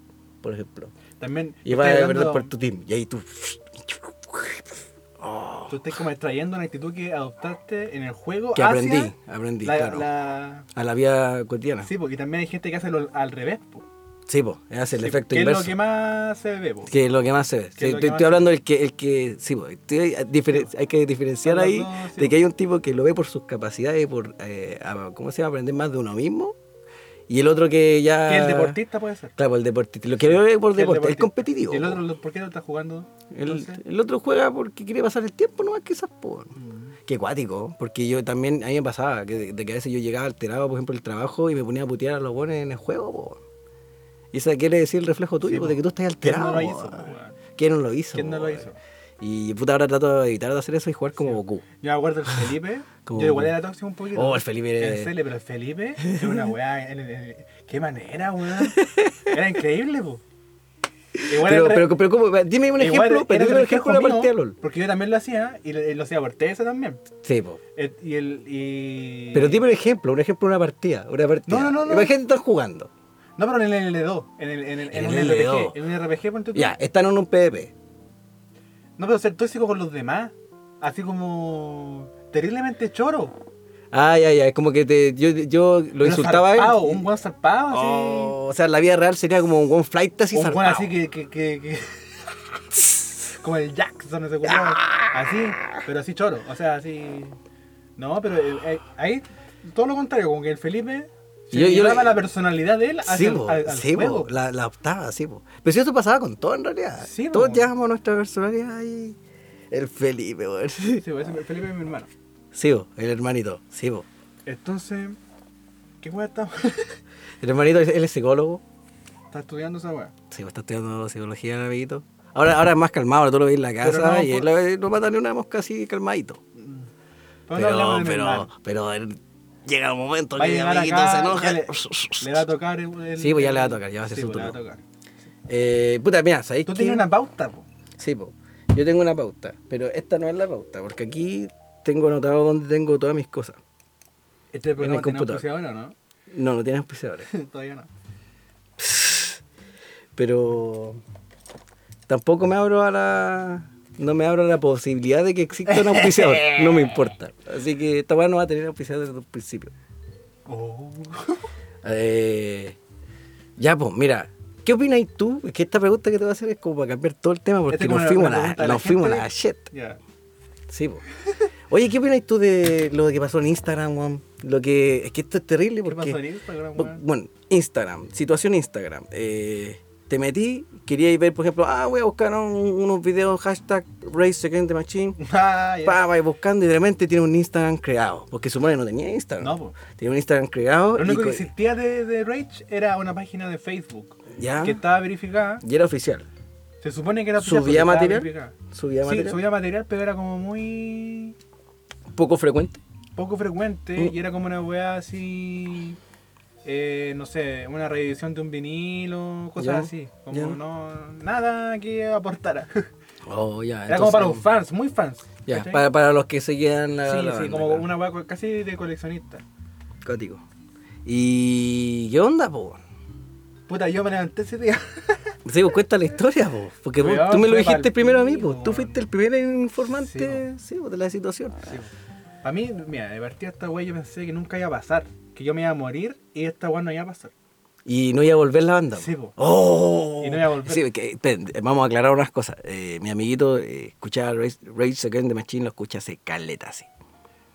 [SPEAKER 1] por ejemplo.
[SPEAKER 2] También.
[SPEAKER 1] Y vas
[SPEAKER 2] estás
[SPEAKER 1] a perder
[SPEAKER 2] hablando-
[SPEAKER 1] por tu team. Y ahí tú.
[SPEAKER 2] Tú estás como extrayendo una actitud que adoptaste en el juego.
[SPEAKER 1] Que
[SPEAKER 2] hacia
[SPEAKER 1] aprendí, aprendí,
[SPEAKER 2] la-
[SPEAKER 1] claro.
[SPEAKER 2] la-
[SPEAKER 1] A la vida cotidiana. Sí,
[SPEAKER 2] Sí, porque también hay gente que hace lo al revés. po.
[SPEAKER 1] po, hace el
[SPEAKER 2] Sí,
[SPEAKER 1] efecto
[SPEAKER 2] que
[SPEAKER 1] inverso.
[SPEAKER 2] es lo que más se ve. po.
[SPEAKER 1] Que es lo que más se ve.
[SPEAKER 2] Que es lo
[SPEAKER 1] estoy
[SPEAKER 2] que
[SPEAKER 1] estoy
[SPEAKER 2] más se
[SPEAKER 1] hablando del que, el que. Sí, po, estoy- ah, diferen- hay que diferenciar
[SPEAKER 2] Son Ah, los
[SPEAKER 1] ahí
[SPEAKER 2] dos, sí,
[SPEAKER 1] de
[SPEAKER 2] po.
[SPEAKER 1] que hay un tipo que lo ve por sus capacidades, por. eh, a- ¿Cómo se llama? Aprender más de uno mismo. Y el otro que ya.
[SPEAKER 2] Que el deportista puede ser.
[SPEAKER 1] Claro, el deportista. Lo que ve por
[SPEAKER 2] Que el
[SPEAKER 1] deporte. Es
[SPEAKER 2] deportista.
[SPEAKER 1] competitivo.
[SPEAKER 2] ¿Y el
[SPEAKER 1] po.
[SPEAKER 2] otro, lo- por qué lo está jugando?
[SPEAKER 1] El,
[SPEAKER 2] Entonces,
[SPEAKER 1] el otro juega porque quiere pasar el tiempo nomás quizás, por. mm. Qué cuático, porque yo también, a mí me pasaba, que, de, de que a veces yo llegaba alterado, por ejemplo, al trabajo y me ponía a putear a los buenos en el juego, po. Y eso quiere decir el reflejo tuyo,
[SPEAKER 2] Sí,
[SPEAKER 1] po,
[SPEAKER 2] po.
[SPEAKER 1] de que tú estás
[SPEAKER 2] ¿Quién no
[SPEAKER 1] alterado.
[SPEAKER 2] lo
[SPEAKER 1] po.
[SPEAKER 2] hizo? po, weón?
[SPEAKER 1] ¿Quién no lo hizo?
[SPEAKER 2] ¿Quién no
[SPEAKER 1] po,
[SPEAKER 2] lo
[SPEAKER 1] weón?
[SPEAKER 2] hizo?
[SPEAKER 1] Y puta, ahora trato de evitar de hacer eso y jugar como Goku.
[SPEAKER 2] Yo me acuerdo del Felipe.
[SPEAKER 1] [LAUGHS] Como-
[SPEAKER 2] yo igual era tóxico un poquito.
[SPEAKER 1] Oh, el Felipe era-
[SPEAKER 2] En serio, pero el Felipe es una weá. el- el- el- qué manera, weón. Era increíble, po. Igual
[SPEAKER 1] Pero,
[SPEAKER 2] era-
[SPEAKER 1] pero, pero ¿cómo? dime un
[SPEAKER 2] igual
[SPEAKER 1] ejemplo, pero
[SPEAKER 2] era
[SPEAKER 1] dime un
[SPEAKER 2] reflejo
[SPEAKER 1] ejemplo de la
[SPEAKER 2] mío,
[SPEAKER 1] partida LOL.
[SPEAKER 2] Porque yo también lo hacía y lo, y lo hacía por TS también.
[SPEAKER 1] Sí, po.
[SPEAKER 2] Et- Y el. Y...
[SPEAKER 1] Pero dime un ejemplo, un ejemplo de una partida. Una partida.
[SPEAKER 2] No, no, no, no.
[SPEAKER 1] Imagínate están jugando.
[SPEAKER 2] No, pero en el L2. En, el, en, el, en,
[SPEAKER 1] En
[SPEAKER 2] un
[SPEAKER 1] el
[SPEAKER 2] RPG.
[SPEAKER 1] L2.
[SPEAKER 2] En un RPG, ponte tú.
[SPEAKER 1] Ya, están en un PvP.
[SPEAKER 2] No, pero ser tóxico con los demás. Así como. Terriblemente choro.
[SPEAKER 1] Ay, ay, ay, es como que te, yo, yo lo
[SPEAKER 2] Pero
[SPEAKER 1] insultaba a él.
[SPEAKER 2] zarpado, Un buen zarpado, así.
[SPEAKER 1] Oh, o sea, en la vida real sería como un buen flight así
[SPEAKER 2] un weón
[SPEAKER 1] zarpado.
[SPEAKER 2] así que, que, que, que- como el Jackson ese culiao. así pero así choro o sea así no pero eh, eh, ahí todo lo contrario como que el Felipe se
[SPEAKER 1] Yo- yo
[SPEAKER 2] llevaba
[SPEAKER 1] le-
[SPEAKER 2] la personalidad de él hacia
[SPEAKER 1] Sí,
[SPEAKER 2] el-
[SPEAKER 1] po,
[SPEAKER 2] al, al
[SPEAKER 1] sí, po,
[SPEAKER 2] juego
[SPEAKER 1] la, la octava, sí, po. Pero si eso pasaba con todo en realidad.
[SPEAKER 2] Sí,
[SPEAKER 1] Todos
[SPEAKER 2] po.
[SPEAKER 1] llevamos nuestra personalidad y el Felipe, weón. Sí,
[SPEAKER 2] Sí, po, ese- el Felipe es mi hermano
[SPEAKER 1] po, el hermanito, sí, po.
[SPEAKER 2] entonces qué weá está [LAUGHS]
[SPEAKER 1] El hermanito, es- él es psicólogo.
[SPEAKER 2] está estudiando esa weá
[SPEAKER 1] Sí, po, está estudiando psicología, amiguito. Ahora, ahora es más calmado, ahora tú lo ves en la casa
[SPEAKER 2] no,
[SPEAKER 1] y
[SPEAKER 2] po-
[SPEAKER 1] él eh, no mata ni una mosca así calmadito.
[SPEAKER 2] Pero no hablamos
[SPEAKER 1] Pero,
[SPEAKER 2] de mi
[SPEAKER 1] pero,
[SPEAKER 2] hermano.
[SPEAKER 1] pero él- llega un momento
[SPEAKER 2] Va a
[SPEAKER 1] que el
[SPEAKER 2] llegar
[SPEAKER 1] amiguito
[SPEAKER 2] acá,
[SPEAKER 1] se enoja.
[SPEAKER 2] ya le- le va a tocar el, el-
[SPEAKER 1] Sí, pues ya le va a tocar, ya va a ser
[SPEAKER 2] sí,
[SPEAKER 1] su
[SPEAKER 2] pues, le
[SPEAKER 1] turno.
[SPEAKER 2] va a tocar.
[SPEAKER 1] Eh, puta, mira, ¿sabéis
[SPEAKER 2] tú
[SPEAKER 1] qué?
[SPEAKER 2] tienes una pauta po.
[SPEAKER 1] Sí, po. yo tengo una pauta, pero esta no es la pauta, porque aquí tengo anotado dónde tengo todas mis cosas.
[SPEAKER 2] Este
[SPEAKER 1] En
[SPEAKER 2] programa
[SPEAKER 1] el
[SPEAKER 2] tiene
[SPEAKER 1] computador.
[SPEAKER 2] auspiciador o no?
[SPEAKER 1] No, no tiene auspiciadores.
[SPEAKER 2] [LAUGHS] Todavía no.
[SPEAKER 1] Pero tampoco me abro a la. No me abro a la posibilidad de que exista un
[SPEAKER 2] [LAUGHS]
[SPEAKER 1] auspiciador. No me importa. Así que esta weá no va a tener auspiciador desde el principio.
[SPEAKER 2] Oh.
[SPEAKER 1] Eh, ya, pues, mira. ¿Qué opinas tú? Es que esta pregunta que te voy a hacer es como para cambiar todo el tema porque
[SPEAKER 2] Esta Este es como
[SPEAKER 1] nos
[SPEAKER 2] la-
[SPEAKER 1] fuimos,
[SPEAKER 2] la
[SPEAKER 1] a la,
[SPEAKER 2] pregunta de la
[SPEAKER 1] nos fuimos a
[SPEAKER 2] gente.
[SPEAKER 1] la shit.
[SPEAKER 2] [LAUGHS] Ya.
[SPEAKER 1] Sí, po. Oye, ¿qué opinas tú de lo que pasó en Instagram, weón? Lo que. Es que esto es terrible
[SPEAKER 2] ¿Qué
[SPEAKER 1] porque.
[SPEAKER 2] pasó en Instagram,
[SPEAKER 1] Bu-
[SPEAKER 2] weón?
[SPEAKER 1] Bueno, Instagram, situación Instagram. Eh, te metí, quería ir ver, por ejemplo, ah, voy a buscar un- unos videos hashtag Race Against the Machine.
[SPEAKER 2] Ah, ya.
[SPEAKER 1] Pa, va buscando y de repente tiene un Instagram creado. Porque su madre no tenía Instagram.
[SPEAKER 2] No, po.
[SPEAKER 1] Tenía un Instagram creado.
[SPEAKER 2] Lo único
[SPEAKER 1] y,
[SPEAKER 2] que
[SPEAKER 1] co-
[SPEAKER 2] existía de, de Rage era una página de Facebook
[SPEAKER 1] Ya.
[SPEAKER 2] que estaba verificada.
[SPEAKER 1] y era oficial.
[SPEAKER 2] Se supone que era
[SPEAKER 1] Ah. ¿Subía
[SPEAKER 2] oficial, pero estaba
[SPEAKER 1] material?
[SPEAKER 2] verificada.
[SPEAKER 1] Subía
[SPEAKER 2] sí,
[SPEAKER 1] material.
[SPEAKER 2] subía material, pero era como muy
[SPEAKER 1] Poco frecuente.
[SPEAKER 2] poco frecuente
[SPEAKER 1] Mm.
[SPEAKER 2] y era como una weá así. eh, no sé, una reedición de un vinilo, cosas
[SPEAKER 1] Ya,
[SPEAKER 2] así. Como
[SPEAKER 1] ya.
[SPEAKER 2] no, nada que aportara. [LAUGHS]
[SPEAKER 1] Oh, ya.
[SPEAKER 2] era como
[SPEAKER 1] entonces-
[SPEAKER 2] para los fans, muy fans.
[SPEAKER 1] Ya,
[SPEAKER 2] ¿cachai?
[SPEAKER 1] para, para los que seguían la.
[SPEAKER 2] sí,
[SPEAKER 1] la
[SPEAKER 2] sí,
[SPEAKER 1] banda,
[SPEAKER 2] como
[SPEAKER 1] claro.
[SPEAKER 2] una weá co- casi de coleccionista.
[SPEAKER 1] Cuático. ¿Y qué onda, po?
[SPEAKER 2] Puta, yo me levanté ese día.
[SPEAKER 1] Sí, pues cuenta la historia, po. Porque vos-
[SPEAKER 2] Cuidado,
[SPEAKER 1] tú me lo
[SPEAKER 2] fue
[SPEAKER 1] dijiste
[SPEAKER 2] pa'l
[SPEAKER 1] primero a mí,
[SPEAKER 2] pico,
[SPEAKER 1] po. Tú
[SPEAKER 2] weón.
[SPEAKER 1] fuiste el primer informante,
[SPEAKER 2] Sí,
[SPEAKER 1] [LAUGHS]
[SPEAKER 2] Ah,
[SPEAKER 1] sí, po, de la situación.
[SPEAKER 2] Para mí, mira, de partida esta weá yo pensé que nunca iba a pasar. Que yo me iba a morir y esta weá no iba a pasar.
[SPEAKER 1] Y no iba a volver la banda.
[SPEAKER 2] Sí, po.
[SPEAKER 1] ¡Oh!
[SPEAKER 2] Y no iba a volver.
[SPEAKER 1] Sí, que, esperen, vamos a aclarar unas cosas. Eh, mi amiguito eh, escuchaba Rage, Rage Against the Machine, lo escucha hace caleta, así.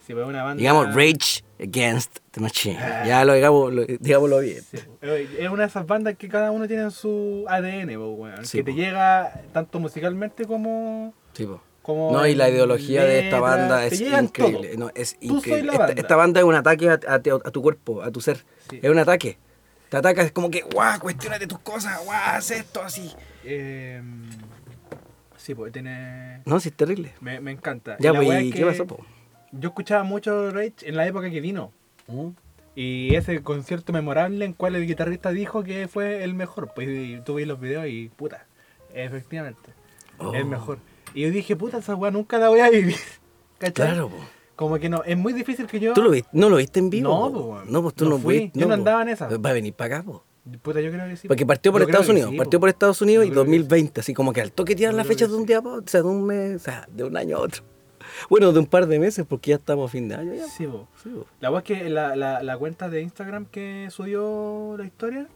[SPEAKER 2] Sí, pues, una banda.
[SPEAKER 1] Digamos Rage Against the Machine. Ya lo digamos, lo- digámoslo bien.
[SPEAKER 2] Sí, pues. Eh, Es una de esas bandas que cada uno tiene en su ADN, pues, weón,
[SPEAKER 1] Sí,
[SPEAKER 2] que
[SPEAKER 1] pues.
[SPEAKER 2] te llega tanto musicalmente como.
[SPEAKER 1] Sí, po.
[SPEAKER 2] como
[SPEAKER 1] No, y la
[SPEAKER 2] en
[SPEAKER 1] ideología de esta
[SPEAKER 2] letras.
[SPEAKER 1] banda
[SPEAKER 2] Te
[SPEAKER 1] es
[SPEAKER 2] llegan
[SPEAKER 1] increíble.
[SPEAKER 2] todo.
[SPEAKER 1] No, es
[SPEAKER 2] Tú soy
[SPEAKER 1] increíble.
[SPEAKER 2] la
[SPEAKER 1] Esta,
[SPEAKER 2] banda.
[SPEAKER 1] esta banda es un ataque a, a te- a tu cuerpo, a tu ser.
[SPEAKER 2] Sí.
[SPEAKER 1] Es un ataque. Te atacas es como que, guau, cuestionate tus cosas, guau, haz esto así.
[SPEAKER 2] Eh, sí, pues tiene.
[SPEAKER 1] No, sí, es terrible.
[SPEAKER 2] Me, me encanta.
[SPEAKER 1] Ya,
[SPEAKER 2] la
[SPEAKER 1] pues,
[SPEAKER 2] weá
[SPEAKER 1] ¿y
[SPEAKER 2] es
[SPEAKER 1] qué
[SPEAKER 2] que
[SPEAKER 1] pasó, po?
[SPEAKER 2] Yo escuchaba mucho Rage en la época que vino.
[SPEAKER 1] ¿Mm?
[SPEAKER 2] Y ese concierto memorable en cual el guitarrista dijo que fue el mejor. Pues y tú veis los videos y puta, efectivamente,
[SPEAKER 1] Oh.
[SPEAKER 2] el mejor. Y yo dije, puta, esa weá nunca la voy a vivir. [LAUGHS] ¿Cachai?
[SPEAKER 1] Claro, po.
[SPEAKER 2] Como que no, es muy difícil que yo.
[SPEAKER 1] ¿Tú lo viste? ¿No lo viste en vivo?
[SPEAKER 2] No,
[SPEAKER 1] po?
[SPEAKER 2] po, weón.
[SPEAKER 1] No, pues tú no,
[SPEAKER 2] No fui.
[SPEAKER 1] fuiste,
[SPEAKER 2] Yo no
[SPEAKER 1] po.
[SPEAKER 2] andaba en esa.
[SPEAKER 1] Va a venir para acá, po.
[SPEAKER 2] Puta, yo creo que sí.
[SPEAKER 1] Porque partió por
[SPEAKER 2] Yo creo
[SPEAKER 1] Estados
[SPEAKER 2] que
[SPEAKER 1] Unidos,
[SPEAKER 2] sí,
[SPEAKER 1] partió
[SPEAKER 2] po.
[SPEAKER 1] por Estados Unidos y
[SPEAKER 2] Yo creo que
[SPEAKER 1] 2020, así como que al toque tiran
[SPEAKER 2] Yo
[SPEAKER 1] las
[SPEAKER 2] creo
[SPEAKER 1] fechas
[SPEAKER 2] que
[SPEAKER 1] de un
[SPEAKER 2] sí.
[SPEAKER 1] día para otro, o sea, de un mes, o sea, de un año a otro. Bueno, de un par de meses, porque ya estamos a fin de año ya.
[SPEAKER 2] Sí, po.
[SPEAKER 1] Sí, po.
[SPEAKER 2] La weá es que la, la, la cuenta de Instagram que subió la historia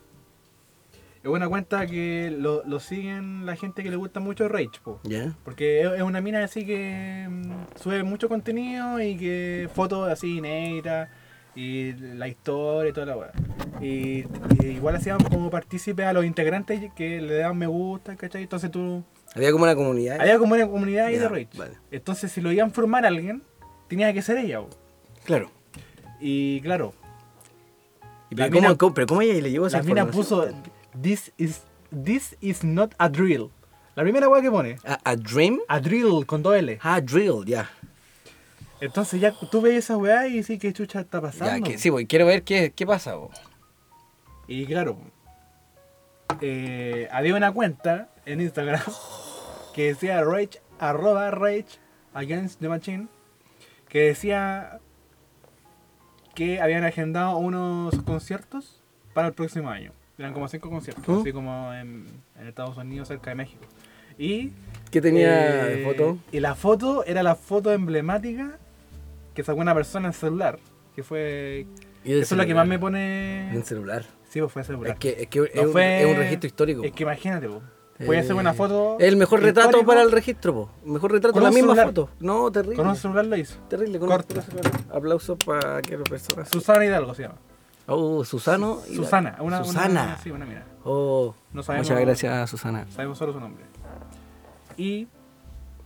[SPEAKER 2] es una cuenta que lo, lo siguen la gente que le gusta mucho Rage, po.
[SPEAKER 1] Ya.
[SPEAKER 2] Porque es es una mina así que mm, sube mucho contenido y que fotos así inéditas y la historia y toda la weá. Y, y igual hacían como partícipes a los integrantes que le daban me gusta, ¿cachai? Entonces tú...
[SPEAKER 1] Había como una comunidad.
[SPEAKER 2] Había como una comunidad ahí
[SPEAKER 1] Ya,
[SPEAKER 2] de Rage.
[SPEAKER 1] vale.
[SPEAKER 2] Entonces si lo iban a formar a alguien, tenía que ser ella. po.
[SPEAKER 1] Claro.
[SPEAKER 2] Y claro,
[SPEAKER 1] Y
[SPEAKER 2] La
[SPEAKER 1] pero, ¿cómo,
[SPEAKER 2] mina-
[SPEAKER 1] cómo- pero cómo ella le llegó esa
[SPEAKER 2] la mina Pues puso...
[SPEAKER 1] información?
[SPEAKER 2] This is, this is not a drill. La primera weá que pone.
[SPEAKER 1] ¿A, a Dream?
[SPEAKER 2] A drill con dos L.
[SPEAKER 1] Ah, Drill, ya.
[SPEAKER 2] Entonces ya tú ves esa weá y sí que chucha está
[SPEAKER 1] Ya,
[SPEAKER 2] pasando.
[SPEAKER 1] que, sí, voy, quiero ver qué, qué pasa, po.
[SPEAKER 2] Y claro, eh, había una cuenta en Instagram [LAUGHS] que decía Rage, arroba Rage Against the Machine, que decía que habían agendado unos conciertos para el próximo año. Eran como cinco conciertos,
[SPEAKER 1] ¿Mm?
[SPEAKER 2] así como en, en Estados Unidos, cerca de México. Y
[SPEAKER 1] ¿Qué tenía de
[SPEAKER 2] eh,
[SPEAKER 1] foto?
[SPEAKER 2] Y la foto era la foto emblemática que sacó una persona en celular. Que fue.
[SPEAKER 1] Y de
[SPEAKER 2] Eso es lo que
[SPEAKER 1] celular.
[SPEAKER 2] más me pone.
[SPEAKER 1] En celular.
[SPEAKER 2] Sí, pues fue celular.
[SPEAKER 1] Es que, es, que es,
[SPEAKER 2] No
[SPEAKER 1] un,
[SPEAKER 2] fue-
[SPEAKER 1] es un registro histórico.
[SPEAKER 2] Es
[SPEAKER 1] po.
[SPEAKER 2] que imagínate, po. Voy a hacer
[SPEAKER 1] Eh,
[SPEAKER 2] una foto.
[SPEAKER 1] Es el mejor retrato
[SPEAKER 2] histórico,
[SPEAKER 1] para el registro, po. Mejor retrato,
[SPEAKER 2] Con
[SPEAKER 1] la
[SPEAKER 2] un
[SPEAKER 1] misma
[SPEAKER 2] celular.
[SPEAKER 1] foto. No, terrible.
[SPEAKER 2] Con un celular lo hizo.
[SPEAKER 1] Terrible, con
[SPEAKER 2] Corta.
[SPEAKER 1] un Aplausos para aquella persona.
[SPEAKER 2] Susana Hidalgo se llama.
[SPEAKER 1] Oh, Susano. y la-
[SPEAKER 2] Susana. Una, una-
[SPEAKER 1] Susana.
[SPEAKER 2] sí, una mira.
[SPEAKER 1] Oh,
[SPEAKER 2] No sabemos-
[SPEAKER 1] muchas gracias, Susana.
[SPEAKER 2] Sabemos solo su nombre. Y.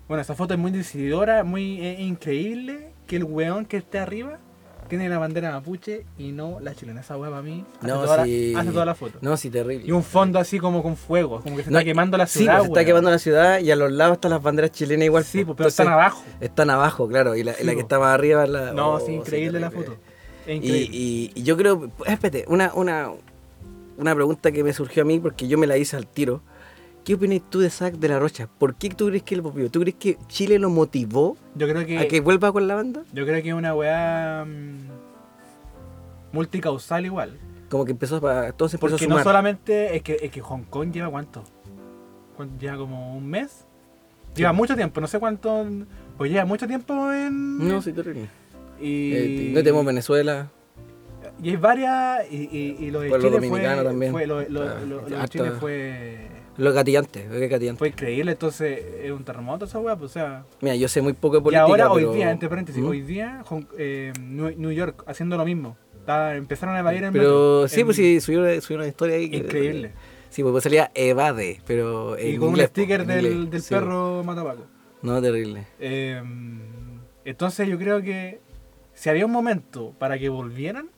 [SPEAKER 2] Bueno, esa foto es muy decididora, muy eh, increíble. Que el weón que esté arriba tiene la bandera mapuche y no la chilena. Esa weá para mí hace, toda,
[SPEAKER 1] No,
[SPEAKER 2] la-
[SPEAKER 1] sí.
[SPEAKER 2] hace toda la foto.
[SPEAKER 1] No, sí, terrible.
[SPEAKER 2] Y un fondo así como con fuego, como que se
[SPEAKER 1] No,
[SPEAKER 2] está quemando la ciudad.
[SPEAKER 1] Sí, pues, se está
[SPEAKER 2] weón.
[SPEAKER 1] quemando la ciudad y a los lados están las banderas chilenas igual.
[SPEAKER 2] Sí,
[SPEAKER 1] pues,
[SPEAKER 2] pues, pero están
[SPEAKER 1] entonces,
[SPEAKER 2] abajo.
[SPEAKER 1] Están abajo, claro. Y la,
[SPEAKER 2] Sí,
[SPEAKER 1] la que
[SPEAKER 2] pues.
[SPEAKER 1] está más arriba es la.
[SPEAKER 2] No,
[SPEAKER 1] oh,
[SPEAKER 2] sí, increíble la
[SPEAKER 1] terrible.
[SPEAKER 2] foto. Es
[SPEAKER 1] Y,
[SPEAKER 2] increíble.
[SPEAKER 1] y- y yo creo, pues, espérate, una, una, una pregunta que me surgió a mí porque yo me la hice al tiro. ¿Qué opinas tú de Zac de la Rocha? ¿Por qué tú crees que lo movió? ¿Tú crees que Chile lo motivó
[SPEAKER 2] Yo creo
[SPEAKER 1] a
[SPEAKER 2] que,
[SPEAKER 1] que vuelva con la banda?
[SPEAKER 2] yo creo que es una weá mm, multicausal igual.
[SPEAKER 1] Como que empezó a, todo se empezó a
[SPEAKER 2] Porque
[SPEAKER 1] sumar.
[SPEAKER 2] no solamente es que, es que Hong Kong lleva cuánto? ¿Cuán- Lleva como un mes. Lleva mucho tiempo, no sé cuánto. Pues lleva mucho tiempo en.
[SPEAKER 1] No, sí, terrible.
[SPEAKER 2] y,
[SPEAKER 1] Eh, no tenemos Venezuela.
[SPEAKER 2] y hay varias. Y, y, y lo de
[SPEAKER 1] Pueblo
[SPEAKER 2] Chile
[SPEAKER 1] Dominicano
[SPEAKER 2] fue,
[SPEAKER 1] también.
[SPEAKER 2] fue- lo, lo-
[SPEAKER 1] Ah,
[SPEAKER 2] lo- lo de
[SPEAKER 1] harta-
[SPEAKER 2] Chile fue.
[SPEAKER 1] Los gatillantes, los gatillantes.
[SPEAKER 2] Fue increíble, entonces era un terremoto esa weá, pues, o sea.
[SPEAKER 1] Mira, yo sé muy poco de política,
[SPEAKER 2] y ahora,
[SPEAKER 1] pero-
[SPEAKER 2] hoy día, entre paréntesis,
[SPEAKER 1] ¿Mm?
[SPEAKER 2] hoy día, Hong- eh, New New York haciendo lo mismo. Está- empezaron a evadir el
[SPEAKER 1] Pero
[SPEAKER 2] metro.
[SPEAKER 1] sí,
[SPEAKER 2] En-
[SPEAKER 1] pues sí, subió, una- subió una historia ahí. que-
[SPEAKER 2] Increíble.
[SPEAKER 1] Sí, pues salía Evade, pero.
[SPEAKER 2] Y
[SPEAKER 1] en
[SPEAKER 2] con
[SPEAKER 1] inglés, pues,
[SPEAKER 2] un sticker
[SPEAKER 1] en
[SPEAKER 2] del,
[SPEAKER 1] inglés,
[SPEAKER 2] del
[SPEAKER 1] sí.
[SPEAKER 2] perro Matapaco.
[SPEAKER 1] No, terrible.
[SPEAKER 2] Eh, entonces yo creo que si había un momento para que volvieran,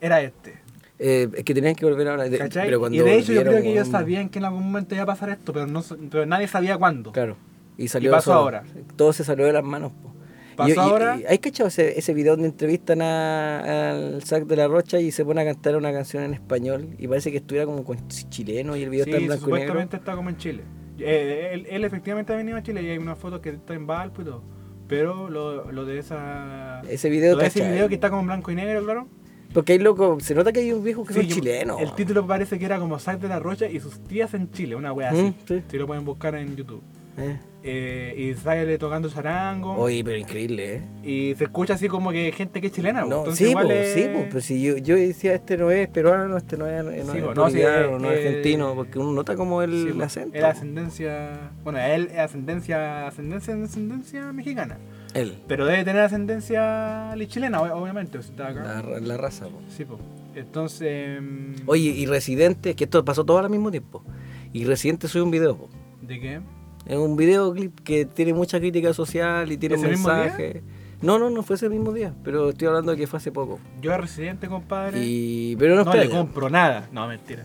[SPEAKER 2] era este.
[SPEAKER 1] Eh, es que tenían que volver ahora. de-
[SPEAKER 2] ¿Cachai?
[SPEAKER 1] pero cuando
[SPEAKER 2] y de hecho yo creo
[SPEAKER 1] volvieron,
[SPEAKER 2] que ellos
[SPEAKER 1] um,
[SPEAKER 2] sabían que en algún momento iba a pasar esto, pero, no, sa- pero nadie sabía cuándo.
[SPEAKER 1] Claro. Y salió.
[SPEAKER 2] pasó
[SPEAKER 1] solo.
[SPEAKER 2] ahora.
[SPEAKER 1] Todo se salió de las manos. po. Y-
[SPEAKER 2] Pasó
[SPEAKER 1] y-
[SPEAKER 2] ahora.
[SPEAKER 1] y- ¿Hay cachado ese, ese video donde entrevistan a- al Zac de la Rocha y se pone a cantar una canción en español? Y parece que estuviera como con chileno y el video está en
[SPEAKER 2] sí,
[SPEAKER 1] blanco y negro.
[SPEAKER 2] supuestamente está como en Chile. Eh, él, él efectivamente ha venido a Chile y hay unas fotos que está en Valpo y todo. Pero lo, lo de esa...
[SPEAKER 1] Ese video, eh.
[SPEAKER 2] lo de ese
[SPEAKER 1] cachai.
[SPEAKER 2] video que está como en blanco y negro, claro.
[SPEAKER 1] Porque hay loco, se nota que hay un viejo que
[SPEAKER 2] Sí,
[SPEAKER 1] son
[SPEAKER 2] yo-
[SPEAKER 1] chilenos.
[SPEAKER 2] El título parece que era como Zac de la Rocha y sus tías en Chile, una wea
[SPEAKER 1] Mm,
[SPEAKER 2] así.
[SPEAKER 1] sí.
[SPEAKER 2] Si lo pueden buscar en YouTube.
[SPEAKER 1] Eh.
[SPEAKER 2] Eh, y sale tocando charango.
[SPEAKER 1] Oye, pero increíble, ¿eh?
[SPEAKER 2] Y se escucha así como que gente que es chilena. pues.
[SPEAKER 1] No,
[SPEAKER 2] entonces
[SPEAKER 1] sí,
[SPEAKER 2] igual
[SPEAKER 1] po,
[SPEAKER 2] es-
[SPEAKER 1] sí, po, pero si yo, yo decía, este no es peruano, este no es, no
[SPEAKER 2] Sí,
[SPEAKER 1] es
[SPEAKER 2] po, no, sí,
[SPEAKER 1] boliviano,
[SPEAKER 2] eh,
[SPEAKER 1] no es
[SPEAKER 2] eh,
[SPEAKER 1] argentino, porque uno nota como el,
[SPEAKER 2] sí, pues,
[SPEAKER 1] acento.
[SPEAKER 2] Era ascendencia. Bueno, él es ascendencia, ascendencia, ascendencia mexicana.
[SPEAKER 1] Él,
[SPEAKER 2] Pero debe tener ascendencia li- chilena, ob- obviamente. si está acá.
[SPEAKER 1] la, la raza. po.
[SPEAKER 2] Sí, pues. Entonces. mm,
[SPEAKER 1] Oye, y Residente, que esto pasó todo al mismo tiempo. Y Residente subió un video. po.
[SPEAKER 2] ¿De qué?
[SPEAKER 1] Es un videoclip que tiene mucha crítica social y tiene un
[SPEAKER 2] ¿Ese mismo día?
[SPEAKER 1] mensaje. No, no, no fue ese mismo día, pero estoy hablando de que fue hace poco.
[SPEAKER 2] Yo a residente, compadre.
[SPEAKER 1] Y, pero no,
[SPEAKER 2] no le
[SPEAKER 1] espérate.
[SPEAKER 2] compro nada. No, mentira.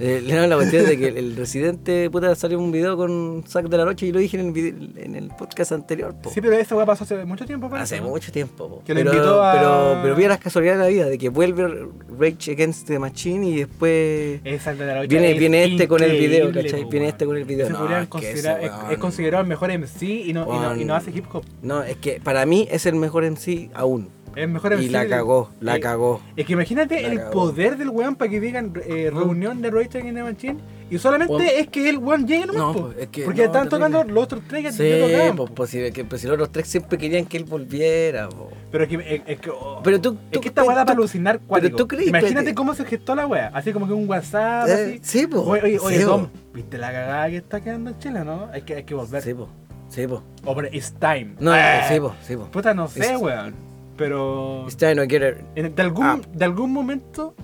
[SPEAKER 1] Eh, le dan la cuestión de que el, el residente puta salió un video con Zac de la Rocha y lo dije en el, vide- en el podcast anterior. po.
[SPEAKER 2] Sí, pero esa weá pasó hace mucho tiempo, parece.
[SPEAKER 1] Hace
[SPEAKER 2] ¿no?
[SPEAKER 1] mucho tiempo. po.
[SPEAKER 2] Que lo
[SPEAKER 1] pero,
[SPEAKER 2] invitó a-
[SPEAKER 1] pero, pero mira las casualidades de la vida, de que vuelve Rage Against the Machine y después
[SPEAKER 2] Esa es de la noche.
[SPEAKER 1] viene,
[SPEAKER 2] Es
[SPEAKER 1] viene este con el video,
[SPEAKER 2] increíble,
[SPEAKER 1] ¿cachai?
[SPEAKER 2] po,
[SPEAKER 1] Viene
[SPEAKER 2] weón.
[SPEAKER 1] este con el video.
[SPEAKER 2] Ese
[SPEAKER 1] No,
[SPEAKER 2] culiao
[SPEAKER 1] es,
[SPEAKER 2] es,
[SPEAKER 1] que ese
[SPEAKER 2] considera- es-
[SPEAKER 1] weón-
[SPEAKER 2] es considerado el mejor MC y no, y no- y no
[SPEAKER 1] Weón.
[SPEAKER 2] hace hip hop.
[SPEAKER 1] No, es que para mí es el mejor MC aún.
[SPEAKER 2] Es el mejor MC.
[SPEAKER 1] Y la
[SPEAKER 2] del-
[SPEAKER 1] cagó, la
[SPEAKER 2] eh,
[SPEAKER 1] cagó.
[SPEAKER 2] Es que imagínate
[SPEAKER 1] La
[SPEAKER 2] el
[SPEAKER 1] cagó.
[SPEAKER 2] poder del weón para que digan eh,
[SPEAKER 1] Mm.
[SPEAKER 2] reunión de Royster y Machine. Y solamente
[SPEAKER 1] Weón.
[SPEAKER 2] es que el weón llegue nomás,
[SPEAKER 1] No, pues,
[SPEAKER 2] po.
[SPEAKER 1] es que-
[SPEAKER 2] Porque
[SPEAKER 1] no,
[SPEAKER 2] están
[SPEAKER 1] terrible.
[SPEAKER 2] tocando los otros tres que
[SPEAKER 1] Sí,
[SPEAKER 2] que tocaban,
[SPEAKER 1] pues,
[SPEAKER 2] po.
[SPEAKER 1] pues, si- que, pues si los otros tres siempre querían que él volviera. po.
[SPEAKER 2] Pero es que. Es, es que, oh,
[SPEAKER 1] Pero tú-
[SPEAKER 2] es
[SPEAKER 1] tú-
[SPEAKER 2] que esta weá da
[SPEAKER 1] tú-
[SPEAKER 2] para alucinar cuático.
[SPEAKER 1] tú crees,
[SPEAKER 2] Imagínate
[SPEAKER 1] espérate.
[SPEAKER 2] cómo se gestó la weá. Así como que un WhatsApp.
[SPEAKER 1] Eh,
[SPEAKER 2] así.
[SPEAKER 1] sí, po,
[SPEAKER 2] Oye, oye, oye,
[SPEAKER 1] sí, po.
[SPEAKER 2] Tom, ¿viste la cagada que está quedando en Chile, no? Hay que, hay que volver.
[SPEAKER 1] Sí, po. Sí, po.
[SPEAKER 2] O pero it's time.
[SPEAKER 1] No,
[SPEAKER 2] Ah.
[SPEAKER 1] sí, po. Sí, po. Este
[SPEAKER 2] Puta, no sé,
[SPEAKER 1] It's-
[SPEAKER 2] weón. Pero.
[SPEAKER 1] It's time to get it.
[SPEAKER 2] en- de,
[SPEAKER 1] Ah.
[SPEAKER 2] algún, de algún momento.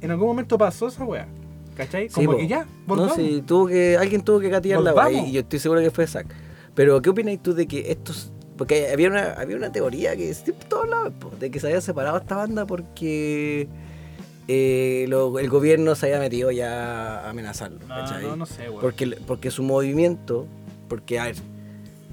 [SPEAKER 2] En algún momento pasó esa weá. ¿Cachai?
[SPEAKER 1] Sí,
[SPEAKER 2] Como
[SPEAKER 1] po.
[SPEAKER 2] que ya,
[SPEAKER 1] No,
[SPEAKER 2] volvamos.
[SPEAKER 1] sí, tuvo que, alguien tuvo que gatillar la
[SPEAKER 2] Volvamos.
[SPEAKER 1] weá, y yo estoy seguro que fue Zack. Pero, ¿qué opinas tú de que estos.? Porque había una, había una teoría que siempre todos lados, po, de que se había separado esta banda porque eh, lo- el gobierno se había metido ya a amenazarlo.
[SPEAKER 2] No,
[SPEAKER 1] ¿cachai?
[SPEAKER 2] no, no sé, weón.
[SPEAKER 1] porque, porque su movimiento, porque a ver,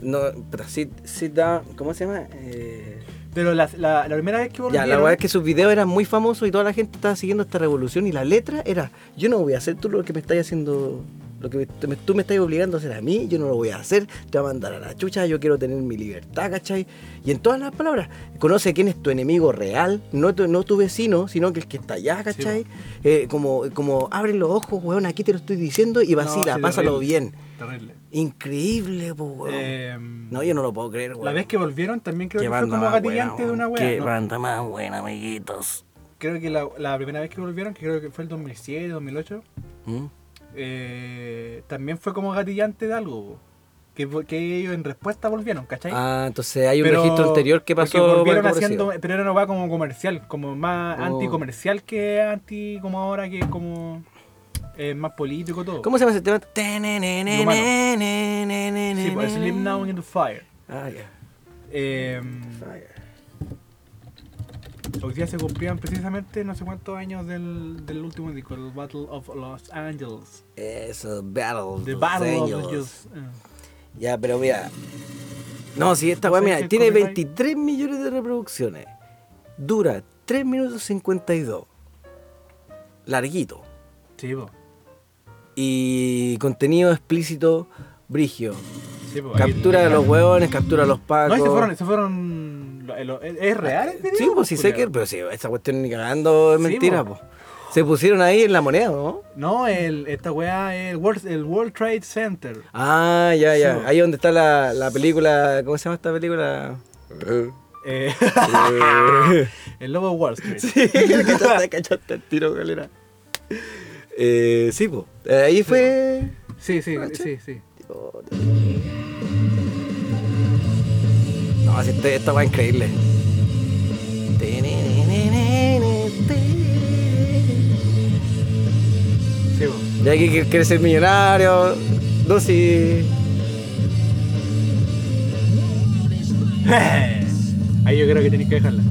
[SPEAKER 1] no, pero sit, sit down, ¿cómo se llama? Eh,
[SPEAKER 2] Pero la, la, la primera vez que
[SPEAKER 1] ya,
[SPEAKER 2] volvieron.
[SPEAKER 1] la verdad es que sus videos eran muy famosos y toda la gente estaba siguiendo esta revolución y la letra era, yo no voy a hacer tú lo que me estás haciendo, lo que me- tú me estás obligando a hacer a mí, yo no lo voy a hacer, te voy a mandar a la chucha, yo quiero tener mi libertad, ¿cachai? Y en todas las palabras, conoce quién es tu enemigo real, no tu, no tu vecino, sino que el que está allá, ¿cachai? Eh, como, como abre los ojos, weón, aquí te lo estoy diciendo y vacila,
[SPEAKER 2] sí,
[SPEAKER 1] pásalo
[SPEAKER 2] terrible.
[SPEAKER 1] bien.
[SPEAKER 2] Terrible.
[SPEAKER 1] Increíble, po, weón.
[SPEAKER 2] Eh,
[SPEAKER 1] no, yo no lo puedo creer, weón.
[SPEAKER 2] La vez que volvieron también creo
[SPEAKER 1] Qué
[SPEAKER 2] que fue
[SPEAKER 1] banda
[SPEAKER 2] como
[SPEAKER 1] más
[SPEAKER 2] gatillante
[SPEAKER 1] buena,
[SPEAKER 2] de una
[SPEAKER 1] weón.
[SPEAKER 2] weá.
[SPEAKER 1] Qué
[SPEAKER 2] ¿no?
[SPEAKER 1] banda más buena, amiguitos.
[SPEAKER 2] Creo que la, la primera vez que volvieron, que creo que fue el 2007, 2008,
[SPEAKER 1] ¿Mm?
[SPEAKER 2] eh, también fue como gatillante de algo. po. Que, vo- que ellos en respuesta volvieron, ¿cachai?
[SPEAKER 1] Ah, entonces hay un
[SPEAKER 2] Pero-
[SPEAKER 1] registro anterior que
[SPEAKER 2] porque
[SPEAKER 1] pasó.
[SPEAKER 2] volvieron
[SPEAKER 1] algo
[SPEAKER 2] haciendo,
[SPEAKER 1] parecido.
[SPEAKER 2] pero era una weá como comercial, como más
[SPEAKER 1] Oh.
[SPEAKER 2] anticomercial que anti, como ahora que es como eh, más político todo.
[SPEAKER 1] ¿Cómo se llama ese tema? Tenenenenenenenenenen.
[SPEAKER 2] Sí, pues, Slim Down in the Fire.
[SPEAKER 1] Ah, ya.
[SPEAKER 2] Eh,
[SPEAKER 1] Fire.
[SPEAKER 2] hoy día se cumplían precisamente no sé cuántos años del, del último disco, el Battle of Los Angeles.
[SPEAKER 1] Eso, Battle.
[SPEAKER 2] The
[SPEAKER 1] of
[SPEAKER 2] Battle
[SPEAKER 1] Los
[SPEAKER 2] of the
[SPEAKER 1] Angels.
[SPEAKER 2] Youth. Eh,
[SPEAKER 1] Ya, pero mira. No, si esta weá,
[SPEAKER 2] Entonces,
[SPEAKER 1] mira,
[SPEAKER 2] ¿el
[SPEAKER 1] tiene
[SPEAKER 2] copyright?
[SPEAKER 1] 23 millones de reproducciones. Dura 3 minutos 52. Larguito.
[SPEAKER 2] Sí, po.
[SPEAKER 1] y contenido explícito brigio.
[SPEAKER 2] Sí, pues, ahí-
[SPEAKER 1] Captura a los huevones, captura a los
[SPEAKER 2] No,
[SPEAKER 1] pacos.
[SPEAKER 2] y se fueron, se fueron. lo- eh, lo- ¿Es es real el video?
[SPEAKER 1] Sí, pues sí sé que,
[SPEAKER 2] culiao?
[SPEAKER 1] pero sí, esa cuestión ni cagando es
[SPEAKER 2] Sí,
[SPEAKER 1] mentira,
[SPEAKER 2] po.
[SPEAKER 1] pues. Se pusieron ahí en la moneda, ¿no?
[SPEAKER 2] No, el, esta weá es el World, el World Trade Center.
[SPEAKER 1] Ah, ya, ya.
[SPEAKER 2] Sí, po.
[SPEAKER 1] ahí donde está la, la película, ¿cómo se llama esta
[SPEAKER 2] [LAUGHS]
[SPEAKER 1] película?
[SPEAKER 2] Eh, [LAUGHS] el lobo de Wall Street.
[SPEAKER 1] [LAUGHS] cachaste, cachaste el tiro, galera. Eh, sí, pues. Ahí fue.
[SPEAKER 2] Sí, sí,
[SPEAKER 1] Ah,
[SPEAKER 2] sí, sí.
[SPEAKER 1] No, si este- esta va increíble.
[SPEAKER 2] Sí, pues.
[SPEAKER 1] Ya que que quiere ser millonario. No, sí.
[SPEAKER 2] [LAUGHS] Ahí yo creo que tenéis que dejarla.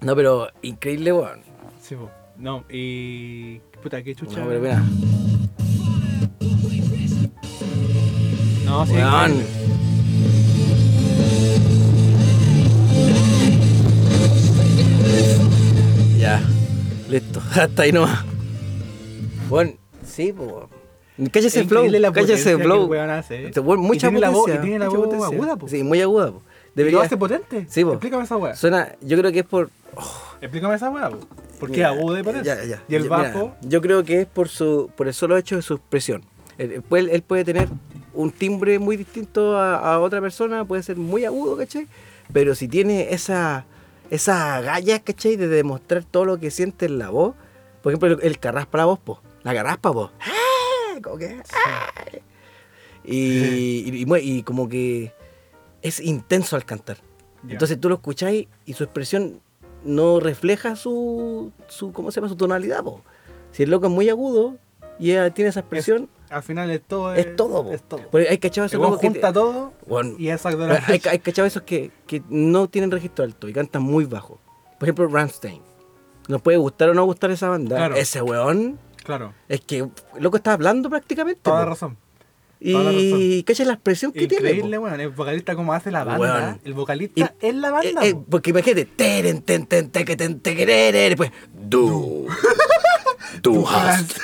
[SPEAKER 1] No, pero increíble, weón.
[SPEAKER 2] Sí, pues. No, y. Puta, qué chucha.
[SPEAKER 1] No, pero mira.
[SPEAKER 2] No, sí.
[SPEAKER 1] Weón.
[SPEAKER 2] increíble.
[SPEAKER 1] Ya. Listo. [LAUGHS] Hasta ahí nomás. Weón. Sí, pues. weón. Cállese el flow.
[SPEAKER 2] Increíble la
[SPEAKER 1] Cállese el
[SPEAKER 2] potencia que
[SPEAKER 1] flow.
[SPEAKER 2] el weón hace, eh.
[SPEAKER 1] Este weón,
[SPEAKER 2] Y
[SPEAKER 1] mucha
[SPEAKER 2] tiene la voz-
[SPEAKER 1] potencia.
[SPEAKER 2] y tiene la
[SPEAKER 1] mucha
[SPEAKER 2] voz
[SPEAKER 1] potencia.
[SPEAKER 2] aguda, po.
[SPEAKER 1] Sí, muy aguda, po.
[SPEAKER 2] ¿Lo
[SPEAKER 1] Debería.
[SPEAKER 2] hace potente?
[SPEAKER 1] Sí, po.
[SPEAKER 2] Explícame esa weá.
[SPEAKER 1] Suena, yo creo que es por.
[SPEAKER 2] Explícame esa weá, po. ¿Por qué
[SPEAKER 1] Mira,
[SPEAKER 2] agudo y potente?
[SPEAKER 1] ya, ya,
[SPEAKER 2] Y el
[SPEAKER 1] ya,
[SPEAKER 2] bajo.
[SPEAKER 1] mira, yo creo que es por su por el solo hecho de su expresión. Él, él puede, él puede tener un timbre muy distinto a, a otra persona, puede ser muy agudo, ¿cachai? Pero si tiene esa, esa gallas, ¿cachai? De demostrar todo lo que siente en la voz. Por ejemplo, el, el carraspa la voz, po. La carraspa, po. ¡Ah! Como que, ¡ah! Y, y- y mue- y como que es intenso al cantar.
[SPEAKER 2] Ya.
[SPEAKER 1] Entonces tú lo escucháis y su expresión no refleja su, su ¿cómo se llama? Su tonalidad, po. Si el loco es muy agudo y ella tiene esa expresión,
[SPEAKER 2] Al final es todo.
[SPEAKER 1] es, todo, po.
[SPEAKER 2] Es todo.
[SPEAKER 1] Porque hay cachados esos
[SPEAKER 2] El weón
[SPEAKER 1] locos que
[SPEAKER 2] junta
[SPEAKER 1] te-
[SPEAKER 2] todo
[SPEAKER 1] Weón,
[SPEAKER 2] y es
[SPEAKER 1] [LAUGHS] hay,
[SPEAKER 2] actor.
[SPEAKER 1] hay cachados esos que, que no tienen registro alto y cantan muy bajo. Por ejemplo, Rammstein. Nos puede gustar o no gustar esa banda.
[SPEAKER 2] Claro.
[SPEAKER 1] Ese weón
[SPEAKER 2] Claro,
[SPEAKER 1] es que el loco está hablando prácticamente.
[SPEAKER 2] toda
[SPEAKER 1] po.
[SPEAKER 2] razón. toda la
[SPEAKER 1] Y cacha la expresión que tiene. po.
[SPEAKER 2] Increíble, weón. El vocalista, como hace la banda.
[SPEAKER 1] Weón.
[SPEAKER 2] El vocalista es la banda.
[SPEAKER 1] Eh, eh,
[SPEAKER 2] po.
[SPEAKER 1] porque imagínate, teren, ten, ten, teque, ten, tequerere, después, du, [LAUGHS] du hast,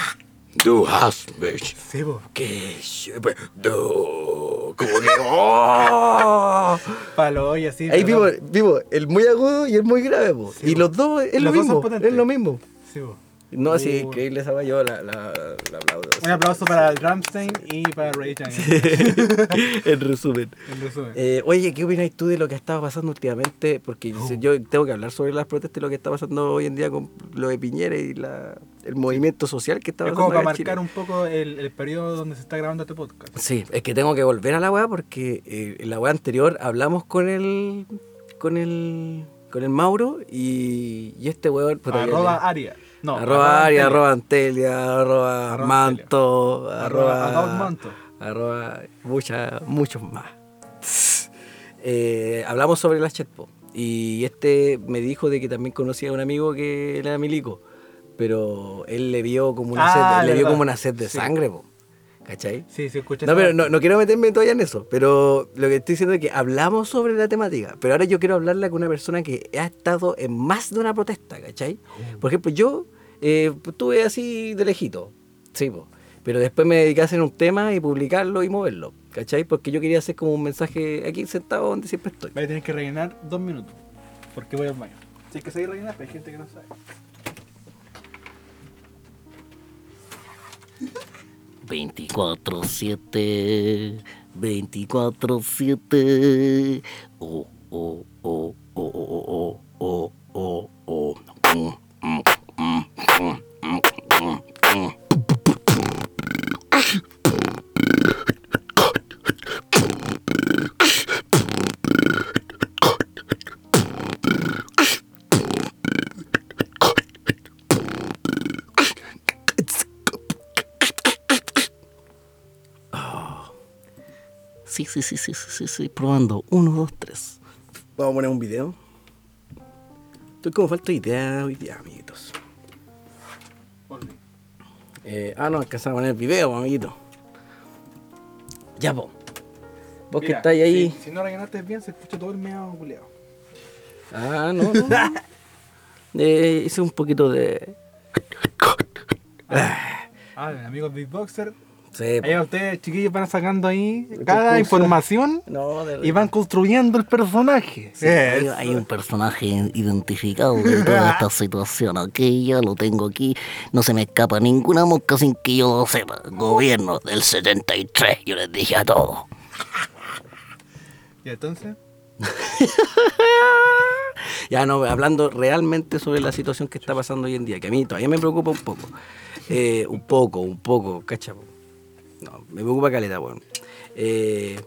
[SPEAKER 1] [LAUGHS] du hast mich,
[SPEAKER 2] Sí, po.
[SPEAKER 1] que, yo- después, du, como que,
[SPEAKER 2] [LAUGHS]
[SPEAKER 1] oh.
[SPEAKER 2] Palo y así.
[SPEAKER 1] Ahí
[SPEAKER 2] pero
[SPEAKER 1] vivo,
[SPEAKER 2] no.
[SPEAKER 1] vivo el muy agudo y el muy grave, po.
[SPEAKER 2] Sí,
[SPEAKER 1] y
[SPEAKER 2] po.
[SPEAKER 1] los dos es
[SPEAKER 2] Los
[SPEAKER 1] lo
[SPEAKER 2] dos son
[SPEAKER 1] mismo,
[SPEAKER 2] potentes.
[SPEAKER 1] es lo mismo.
[SPEAKER 2] Sí, po.
[SPEAKER 1] No, así,
[SPEAKER 2] Uh.
[SPEAKER 1] increíble esa va, yo la, la, la aplaudo.
[SPEAKER 2] Un aplauso para Rammstein y para Ray Chan.
[SPEAKER 1] [LAUGHS] en resumen.
[SPEAKER 2] En resumen.
[SPEAKER 1] Eh, oye, ¿qué opináis tú de lo que estaba pasando últimamente? Porque
[SPEAKER 2] Oh.
[SPEAKER 1] yo- yo tengo que hablar sobre las protestas y lo que está pasando hoy en día con lo de Piñera y la, el movimiento social que está
[SPEAKER 2] es
[SPEAKER 1] pasando.
[SPEAKER 2] como para
[SPEAKER 1] acá en Chile.
[SPEAKER 2] marcar un poco el, el periodo donde se está grabando este podcast.
[SPEAKER 1] Sí, es que tengo que volver a la weá porque eh, en la weá anterior hablamos con el. con el. con el Mauro y, y este weón. puta, yo
[SPEAKER 2] arroba
[SPEAKER 1] le-
[SPEAKER 2] Aria. No.
[SPEAKER 1] arroba Ari,
[SPEAKER 2] Antelia.
[SPEAKER 1] arroba Antelia, arroba,
[SPEAKER 2] Arroba
[SPEAKER 1] Manto,
[SPEAKER 2] Arroba
[SPEAKER 1] arroba.
[SPEAKER 2] Adult Manto.
[SPEAKER 1] arroba mucha- muchos más. Eh, hablamos sobre las chatbot y este me dijo de que también conocía a un amigo que era milico, pero él le vio como una sed,
[SPEAKER 2] Ah,
[SPEAKER 1] él le vio
[SPEAKER 2] verdad.
[SPEAKER 1] como una sed de
[SPEAKER 2] Sí.
[SPEAKER 1] sangre, po. ¿cachai?
[SPEAKER 2] Sí, sí, escuché.
[SPEAKER 1] No,
[SPEAKER 2] esa-
[SPEAKER 1] pero no, no quiero meterme todavía en eso, pero lo que estoy diciendo es que hablamos sobre la temática, pero ahora yo quiero hablarla con una persona que ha estado en más de una protesta, ¿cachai? Por ejemplo, yo eh, estuve así de lejito, sí, po, pero después me dediqué a hacer un tema y publicarlo y moverlo, ¿cachai? Porque yo quería hacer como un mensaje aquí sentado donde siempre estoy.
[SPEAKER 2] Voy a tener que rellenar dos minutos. Porque voy al baño. Si es que seguir rellenando, hay gente que no sabe.
[SPEAKER 1] Sí, sí, sí, sí, sí, sí, sí, probando. Uno, dos, tres. Vamos a poner un video. Estoy como falta de idea hoy día, amiguitos.
[SPEAKER 2] Por mí.
[SPEAKER 1] Eh, ah, no, alcanzamos a poner el video, amiguito. Ya, po. Vos que
[SPEAKER 2] Mira,
[SPEAKER 1] estáis ahí.
[SPEAKER 2] Si, si no rellenaste bien, se escucha todo el meado culeado.
[SPEAKER 1] Ah, no, no.
[SPEAKER 2] [LAUGHS]
[SPEAKER 1] Eh, hice un poquito de. Ah,
[SPEAKER 2] Ah, el amigo Beatboxer.
[SPEAKER 1] Sí,
[SPEAKER 2] Ahí ustedes, chiquillos, van sacando ahí
[SPEAKER 1] Este
[SPEAKER 3] Te
[SPEAKER 2] cada
[SPEAKER 3] pulsa.
[SPEAKER 2] información
[SPEAKER 3] No, de
[SPEAKER 2] y van construyendo el personaje. Eh,
[SPEAKER 1] sí,
[SPEAKER 2] Es-
[SPEAKER 1] hay, hay un
[SPEAKER 4] personaje identificado de toda esta situación. Aquí ya lo tengo aquí. No se me escapa ninguna mosca sin que yo lo sepa. Gobierno del 73, yo les dije a todos.
[SPEAKER 2] Y entonces,
[SPEAKER 1] Ya no, hablando realmente sobre la situación que está pasando hoy en día, que a mí todavía me preocupa un poco. Eh, un poco, un poco, cachapo. No, me preocupa caleta, weón. Eh,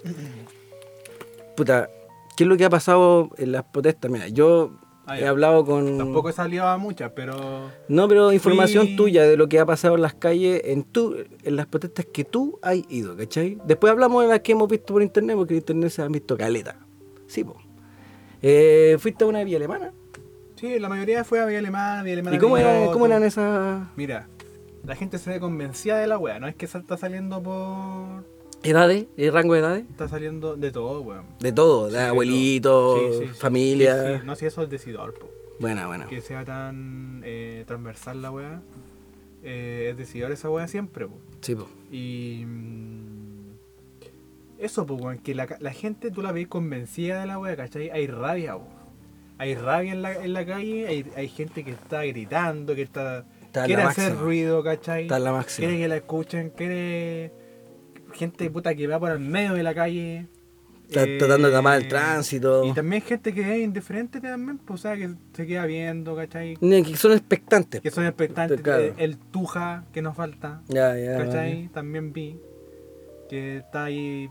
[SPEAKER 1] puta, ¿qué es lo que ha pasado en las protestas? Mira, yo
[SPEAKER 2] Ah,
[SPEAKER 1] he
[SPEAKER 2] ya.
[SPEAKER 1] hablado con.
[SPEAKER 2] tampoco he salido a muchas, pero.
[SPEAKER 1] No, pero información
[SPEAKER 2] Fui-
[SPEAKER 1] tuya de lo que ha pasado en las calles, en tu, en las protestas que tú has ido, ¿cachai? Después hablamos de las que hemos visto por internet, porque en internet se han visto caleta. Sí, po. Eh, ¿Fuiste a una vía alemana?
[SPEAKER 2] Sí, la mayoría fue a Vía Alemana, Vía Alemana.
[SPEAKER 1] ¿Y cómo,
[SPEAKER 2] Villa
[SPEAKER 1] era-
[SPEAKER 2] Otto.
[SPEAKER 1] cómo eran esas
[SPEAKER 2] Mira, la gente se ve convencida de la wea, no es que está saliendo por.
[SPEAKER 1] edades, el rango de edades?
[SPEAKER 2] Está saliendo de todo, weón.
[SPEAKER 1] De todo,
[SPEAKER 2] Sí,
[SPEAKER 1] de abuelitos,
[SPEAKER 2] todo. Sí, sí, sí. Sí,
[SPEAKER 1] familia. Ah.
[SPEAKER 2] sí, No sé, si eso es decidor, po.
[SPEAKER 1] Buena, buena.
[SPEAKER 2] que sea tan eh, transversal la wea. Eh, es decidor esa wea siempre, po.
[SPEAKER 1] Sí, po.
[SPEAKER 2] Y. mm, Eso, pues, weón, que la, ca- la gente tú la ves convencida de la wea, ¿cachai? Hay rabia, weón. Hay rabia en la, en la calle, hay, hay gente que está gritando, que está.
[SPEAKER 1] Está en
[SPEAKER 2] quiere
[SPEAKER 1] la
[SPEAKER 2] hacer
[SPEAKER 1] máxima.
[SPEAKER 2] ruido, ¿cachai?
[SPEAKER 1] Está en la
[SPEAKER 2] Quiere
[SPEAKER 1] máxima.
[SPEAKER 2] que la escuchen, quiere. Gente puta que va por el medio de la calle. Eh,
[SPEAKER 1] Está tratando de tapar el tránsito.
[SPEAKER 2] Y también gente que es indiferente también, pues, o sea, que se queda viendo, ¿cachai?
[SPEAKER 1] Ni- que Son expectantes.
[SPEAKER 2] Que son expectantes.
[SPEAKER 1] Claro.
[SPEAKER 2] El, el tuja que nos falta.
[SPEAKER 1] Ya, ya.
[SPEAKER 2] ¿Cachai?
[SPEAKER 1] vale.
[SPEAKER 2] También vi que está ahí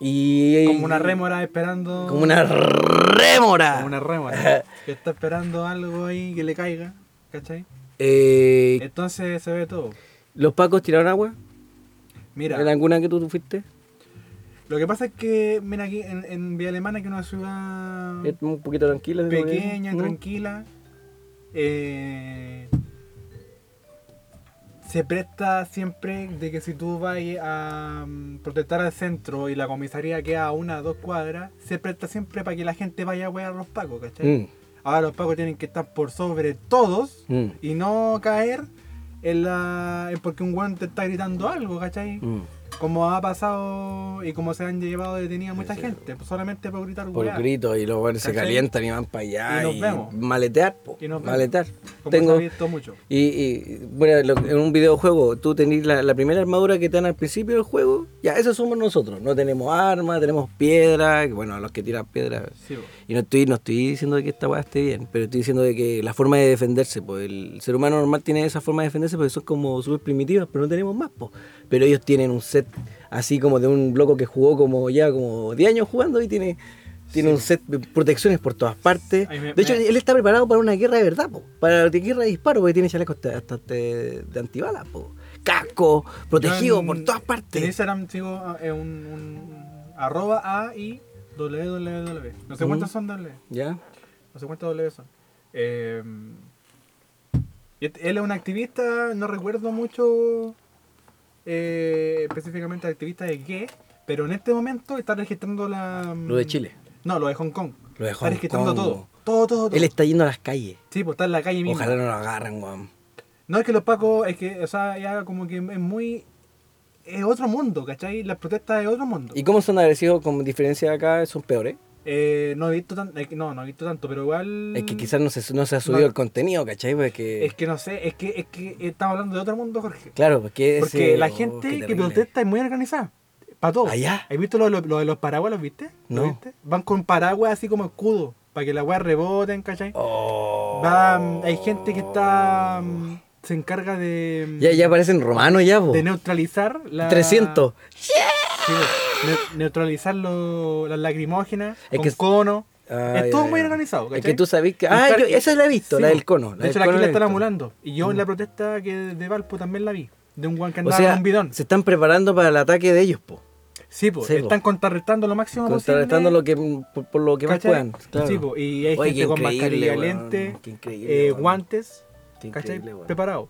[SPEAKER 1] Y,
[SPEAKER 2] como una rémora esperando.
[SPEAKER 1] Como una rémora.
[SPEAKER 2] como
[SPEAKER 1] [LAUGHS]
[SPEAKER 2] una rémora. que está esperando algo ahí que le caiga. ¿Cachai?
[SPEAKER 1] Eh,
[SPEAKER 2] Entonces se ve todo.
[SPEAKER 1] ¿Los pacos tiraron agua?
[SPEAKER 2] Mira,
[SPEAKER 1] ¿En alguna que tú, tú fuiste?
[SPEAKER 2] lo que pasa es que, mira, aquí en, en Vía Alemana, que es una ciudad
[SPEAKER 1] Es Un poquito tranquila. ¿no?
[SPEAKER 2] pequeña,
[SPEAKER 1] ¿Mm?
[SPEAKER 2] tranquila, eh, se presta siempre de que si tú vas a mm, protestar al centro y la comisaría queda a una o dos cuadras, se presta siempre para que la gente vaya a huear a los pacos, ¿cachai? Ahora los pacos tienen que estar por sobre todos
[SPEAKER 1] Mm, mm,
[SPEAKER 2] y no caer en la... en porque un weón te está gritando algo, ¿cachai?
[SPEAKER 1] mm.
[SPEAKER 2] Como ha pasado y como se han llevado detenida mucha gente, solamente por gritar
[SPEAKER 1] Por
[SPEAKER 2] weá.
[SPEAKER 1] grito y los buenos se
[SPEAKER 2] ¿Cachai?
[SPEAKER 1] calientan y van para allá.
[SPEAKER 2] Y nos vemos.
[SPEAKER 1] Maletear, po.
[SPEAKER 2] Y nos vemos.
[SPEAKER 1] maletear.
[SPEAKER 2] Como se ha
[SPEAKER 1] Tengo.
[SPEAKER 2] visto mucho.
[SPEAKER 1] Y, y, bueno, lo- en un videojuego, tú tenés la, la primera armadura que te dan al principio del juego, ya, eso somos nosotros. No tenemos armas, tenemos piedra, que, bueno, a los que tiran piedra.
[SPEAKER 2] Sí, po.
[SPEAKER 1] Y no estoy, no estoy diciendo de que esta weá esté bien, pero estoy diciendo de que la forma de defenderse, pues el ser humano normal tiene esa forma de defenderse porque son como súper primitivas, pero no tenemos más, pues. Pero ellos tienen un set así como de un loco que jugó como ya como 10 años jugando y tiene, tiene un set de protecciones por todas partes.
[SPEAKER 2] Ay, me-
[SPEAKER 1] de hecho,
[SPEAKER 2] me-
[SPEAKER 1] él está preparado para una guerra de verdad, po. Para la guerra de disparo, porque tiene chalecos hasta, hasta de, de antibalas, po. Casco, protegido
[SPEAKER 2] Yo en-
[SPEAKER 1] por todas partes.
[SPEAKER 2] En Instagram sigo a- eh, un, un- arroba A y www. No sé
[SPEAKER 1] Ujú.
[SPEAKER 2] cuántas son W.
[SPEAKER 1] ¿Ya?
[SPEAKER 2] No sé cuántas W son. Eh, y este- él es un activista, no recuerdo mucho eh, específicamente activista de qué, pero en este momento está registrando la...
[SPEAKER 1] Lo de Chile.
[SPEAKER 2] No, lo de Hong Kong.
[SPEAKER 1] Lo de
[SPEAKER 2] está
[SPEAKER 1] Hong
[SPEAKER 2] registrando
[SPEAKER 1] Kong.
[SPEAKER 2] todo. Todo, todo, todo.
[SPEAKER 1] Él está yendo a las calles.
[SPEAKER 2] Sí, pues está en la calle mismo.
[SPEAKER 1] Ojalá no lo agarren, weón.
[SPEAKER 2] No, es que los pacos, es que, o sea, ya como que es muy... Es otro mundo, ¿cachai? Las protestas es otro mundo.
[SPEAKER 1] ¿Y cómo son agresivos con diferencia de acá? ¿Son peores?
[SPEAKER 2] Eh, no he visto tanto, no, no he visto tanto, pero igual...
[SPEAKER 1] Es que quizás no se, no se ha subido
[SPEAKER 2] Mm. No.
[SPEAKER 1] el contenido, ¿cachai? Porque,
[SPEAKER 2] Es que no sé, es que, es que estamos hablando de otro mundo, Jorge.
[SPEAKER 1] claro, porque... ese-
[SPEAKER 2] Porque la
[SPEAKER 1] oh, qué
[SPEAKER 2] gente que
[SPEAKER 1] terrible.
[SPEAKER 2] protesta es muy organizada. Para todo.
[SPEAKER 1] Allá.
[SPEAKER 2] ¿Has visto lo, lo- lo de los paraguas, los viste? ¿Lo
[SPEAKER 1] No.
[SPEAKER 2] viste? Van con paraguas así como escudo, para que las weas reboten, ¿cachai?
[SPEAKER 1] Oh.
[SPEAKER 2] Van- hay gente que está... mm, se encarga de...
[SPEAKER 1] Ya, ya parecen romanos ya, po.
[SPEAKER 2] de neutralizar la...
[SPEAKER 1] 300.
[SPEAKER 2] Sí, pues, ne- neutralizar lo- las lacrimógenas
[SPEAKER 1] Es
[SPEAKER 2] con
[SPEAKER 1] que-
[SPEAKER 2] cono.
[SPEAKER 1] Ah,
[SPEAKER 2] es
[SPEAKER 1] ya,
[SPEAKER 2] todo
[SPEAKER 1] ya.
[SPEAKER 2] muy organizado. ¿cachai?
[SPEAKER 1] Es que tú sabés que... Ah, yo- esa la he visto,
[SPEAKER 2] Sí,
[SPEAKER 1] la
[SPEAKER 2] bo.
[SPEAKER 1] del cono.
[SPEAKER 2] de
[SPEAKER 1] del
[SPEAKER 2] hecho, la aquí
[SPEAKER 1] cono he
[SPEAKER 2] la están
[SPEAKER 1] visto. Mm.
[SPEAKER 2] amulando. Y yo en la protesta que de Valpo también la vi. De un guan que
[SPEAKER 1] O
[SPEAKER 2] andaba
[SPEAKER 1] sea,
[SPEAKER 2] con un bidón.
[SPEAKER 1] se están preparando para el ataque de ellos, po.
[SPEAKER 2] Sí, pues.
[SPEAKER 1] Sí, po.
[SPEAKER 2] están contrarrestando lo máximo
[SPEAKER 1] Contrarrestando
[SPEAKER 2] posible.
[SPEAKER 1] lo que, por, por lo que más
[SPEAKER 2] ¿cachai?
[SPEAKER 1] puedan. Claro.
[SPEAKER 2] Sí, po, Y hay
[SPEAKER 1] Oye, qué
[SPEAKER 2] gente con
[SPEAKER 1] increíble,
[SPEAKER 2] mascarilla,
[SPEAKER 1] weón,
[SPEAKER 2] lente,
[SPEAKER 1] qué increíble,
[SPEAKER 2] eh,
[SPEAKER 1] weón.
[SPEAKER 2] guantes,
[SPEAKER 1] Qué
[SPEAKER 2] ¿cachai?
[SPEAKER 1] increíble, weón.
[SPEAKER 2] Preparado.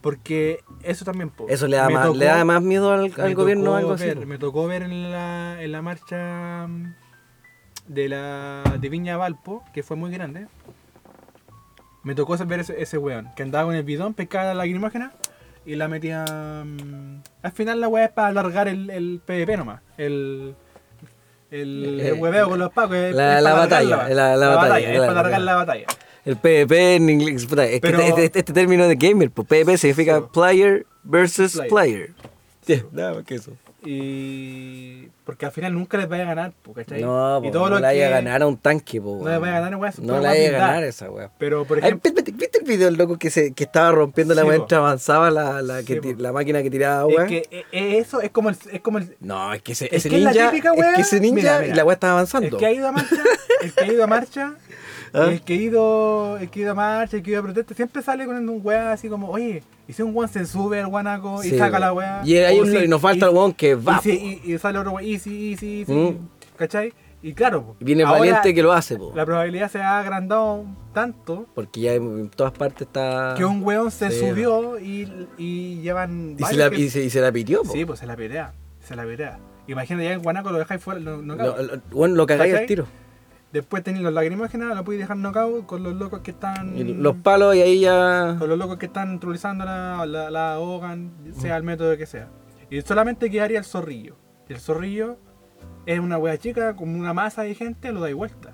[SPEAKER 2] Porque eso también, po.
[SPEAKER 1] Eso le da,
[SPEAKER 2] Me
[SPEAKER 1] más,
[SPEAKER 2] tocó-
[SPEAKER 1] le da más miedo al,
[SPEAKER 2] me
[SPEAKER 1] al gobierno
[SPEAKER 2] tocó
[SPEAKER 1] algo así.
[SPEAKER 2] ver-
[SPEAKER 1] po.
[SPEAKER 2] Me tocó ver en la, en la marcha mm, de la de Viña Valpo, que fue muy grande. Me tocó ver ese, ese weón que andaba con el bidón, pescaba la lacrimógena y la metían. Al final la weá es para alargar el, el PvP nomás. El. El,
[SPEAKER 1] Eh,
[SPEAKER 2] el hueveo con los pacos. es-
[SPEAKER 1] la-
[SPEAKER 2] es para
[SPEAKER 1] la
[SPEAKER 2] alargar
[SPEAKER 1] batalla, la- la batalla,
[SPEAKER 2] Es para
[SPEAKER 1] claro,
[SPEAKER 2] alargar
[SPEAKER 1] claro.
[SPEAKER 2] la batalla.
[SPEAKER 1] El PvP en inglés. puta, es que
[SPEAKER 2] Pero-
[SPEAKER 1] este, este- este término de gamer, pues, PvP significa
[SPEAKER 2] Sí.
[SPEAKER 1] player versus player.
[SPEAKER 2] Player.
[SPEAKER 1] Ya, nada más que eso.
[SPEAKER 2] Y. Porque al final nunca les vaya a ganar, po, ¿cachai?
[SPEAKER 1] No,
[SPEAKER 2] y
[SPEAKER 1] po, no
[SPEAKER 2] lo
[SPEAKER 1] le vaya a
[SPEAKER 2] que-
[SPEAKER 1] ganar a un tanque, po,
[SPEAKER 2] No
[SPEAKER 1] weón.
[SPEAKER 2] le vaya a ganar, weón, eso
[SPEAKER 1] No
[SPEAKER 2] fue
[SPEAKER 1] le
[SPEAKER 2] más
[SPEAKER 1] vaya a
[SPEAKER 2] maldad.
[SPEAKER 1] ganar esa weá.
[SPEAKER 2] Pero, por
[SPEAKER 1] Ay,
[SPEAKER 2] ejemplo.
[SPEAKER 1] espérate, ¿Viste el video, loco, que, se, que estaba rompiendo la
[SPEAKER 2] Sí,
[SPEAKER 1] weá
[SPEAKER 2] po.
[SPEAKER 1] mientras avanzaba la, la, que
[SPEAKER 2] Sí,
[SPEAKER 1] ti-
[SPEAKER 2] po.
[SPEAKER 1] la máquina que tiraba agua?
[SPEAKER 2] Es que eh, eh, eso es como el. Es como el
[SPEAKER 1] No, es que ese,
[SPEAKER 2] Es
[SPEAKER 1] ese
[SPEAKER 2] que es la
[SPEAKER 1] ninja.
[SPEAKER 2] típica
[SPEAKER 1] es
[SPEAKER 2] weá.
[SPEAKER 1] que ese ninja
[SPEAKER 2] Mira, mira.
[SPEAKER 1] y la weá estaba avanzando.
[SPEAKER 2] El que ha ido a marcha, el que ha ido a marcha,
[SPEAKER 1] [LAUGHS] ¿Ah?
[SPEAKER 2] el que ha ido, el que ha ido a marcha, el que ha ido a protesta, siempre sale con un weá así como, oye, y si un weón se sube al guanaco y
[SPEAKER 1] Sí,
[SPEAKER 2] saca
[SPEAKER 1] weón.
[SPEAKER 2] la weá.
[SPEAKER 1] Y ahí
[SPEAKER 2] o
[SPEAKER 1] uno-
[SPEAKER 2] si-
[SPEAKER 1] y nos falta
[SPEAKER 2] y-
[SPEAKER 1] el weón que
[SPEAKER 2] y
[SPEAKER 1] va.
[SPEAKER 2] si-
[SPEAKER 1] po.
[SPEAKER 2] y, y sale otro weón, easy, easy, easy.
[SPEAKER 1] Mm.
[SPEAKER 2] ¿Cachai? Y claro, po,
[SPEAKER 1] Y viene el
[SPEAKER 2] ahora
[SPEAKER 1] valiente que lo hace, po.
[SPEAKER 2] La probabilidad se ha agrandado tanto
[SPEAKER 1] Porque ya en todas partes está.
[SPEAKER 2] que un weón se
[SPEAKER 1] Ah, Sí.
[SPEAKER 2] subió y, y llevan.
[SPEAKER 1] y, se
[SPEAKER 2] varios
[SPEAKER 1] la,
[SPEAKER 2] que-
[SPEAKER 1] y, se, y se la pitió, po.
[SPEAKER 2] Sí, pues se la pelea, se la pelea. Imagínate, ya el guanaco lo dejáis fuera, no, no,
[SPEAKER 1] Lo- lo- bueno, lo cagáis al
[SPEAKER 2] ¿Cachai?
[SPEAKER 1] tiro.
[SPEAKER 2] Después tenéis los lagrimógenas, lo podéis dejar knockout con los locos que están.
[SPEAKER 1] Y los palos y ahí ya.
[SPEAKER 2] Mm. con los locos que están trulizando la, la, la ahogan, sea el método que sea. Y solamente quedaría el zorrillo. Y el zorrillo es una wea chica, con una masa de gente, lo dais vuelta.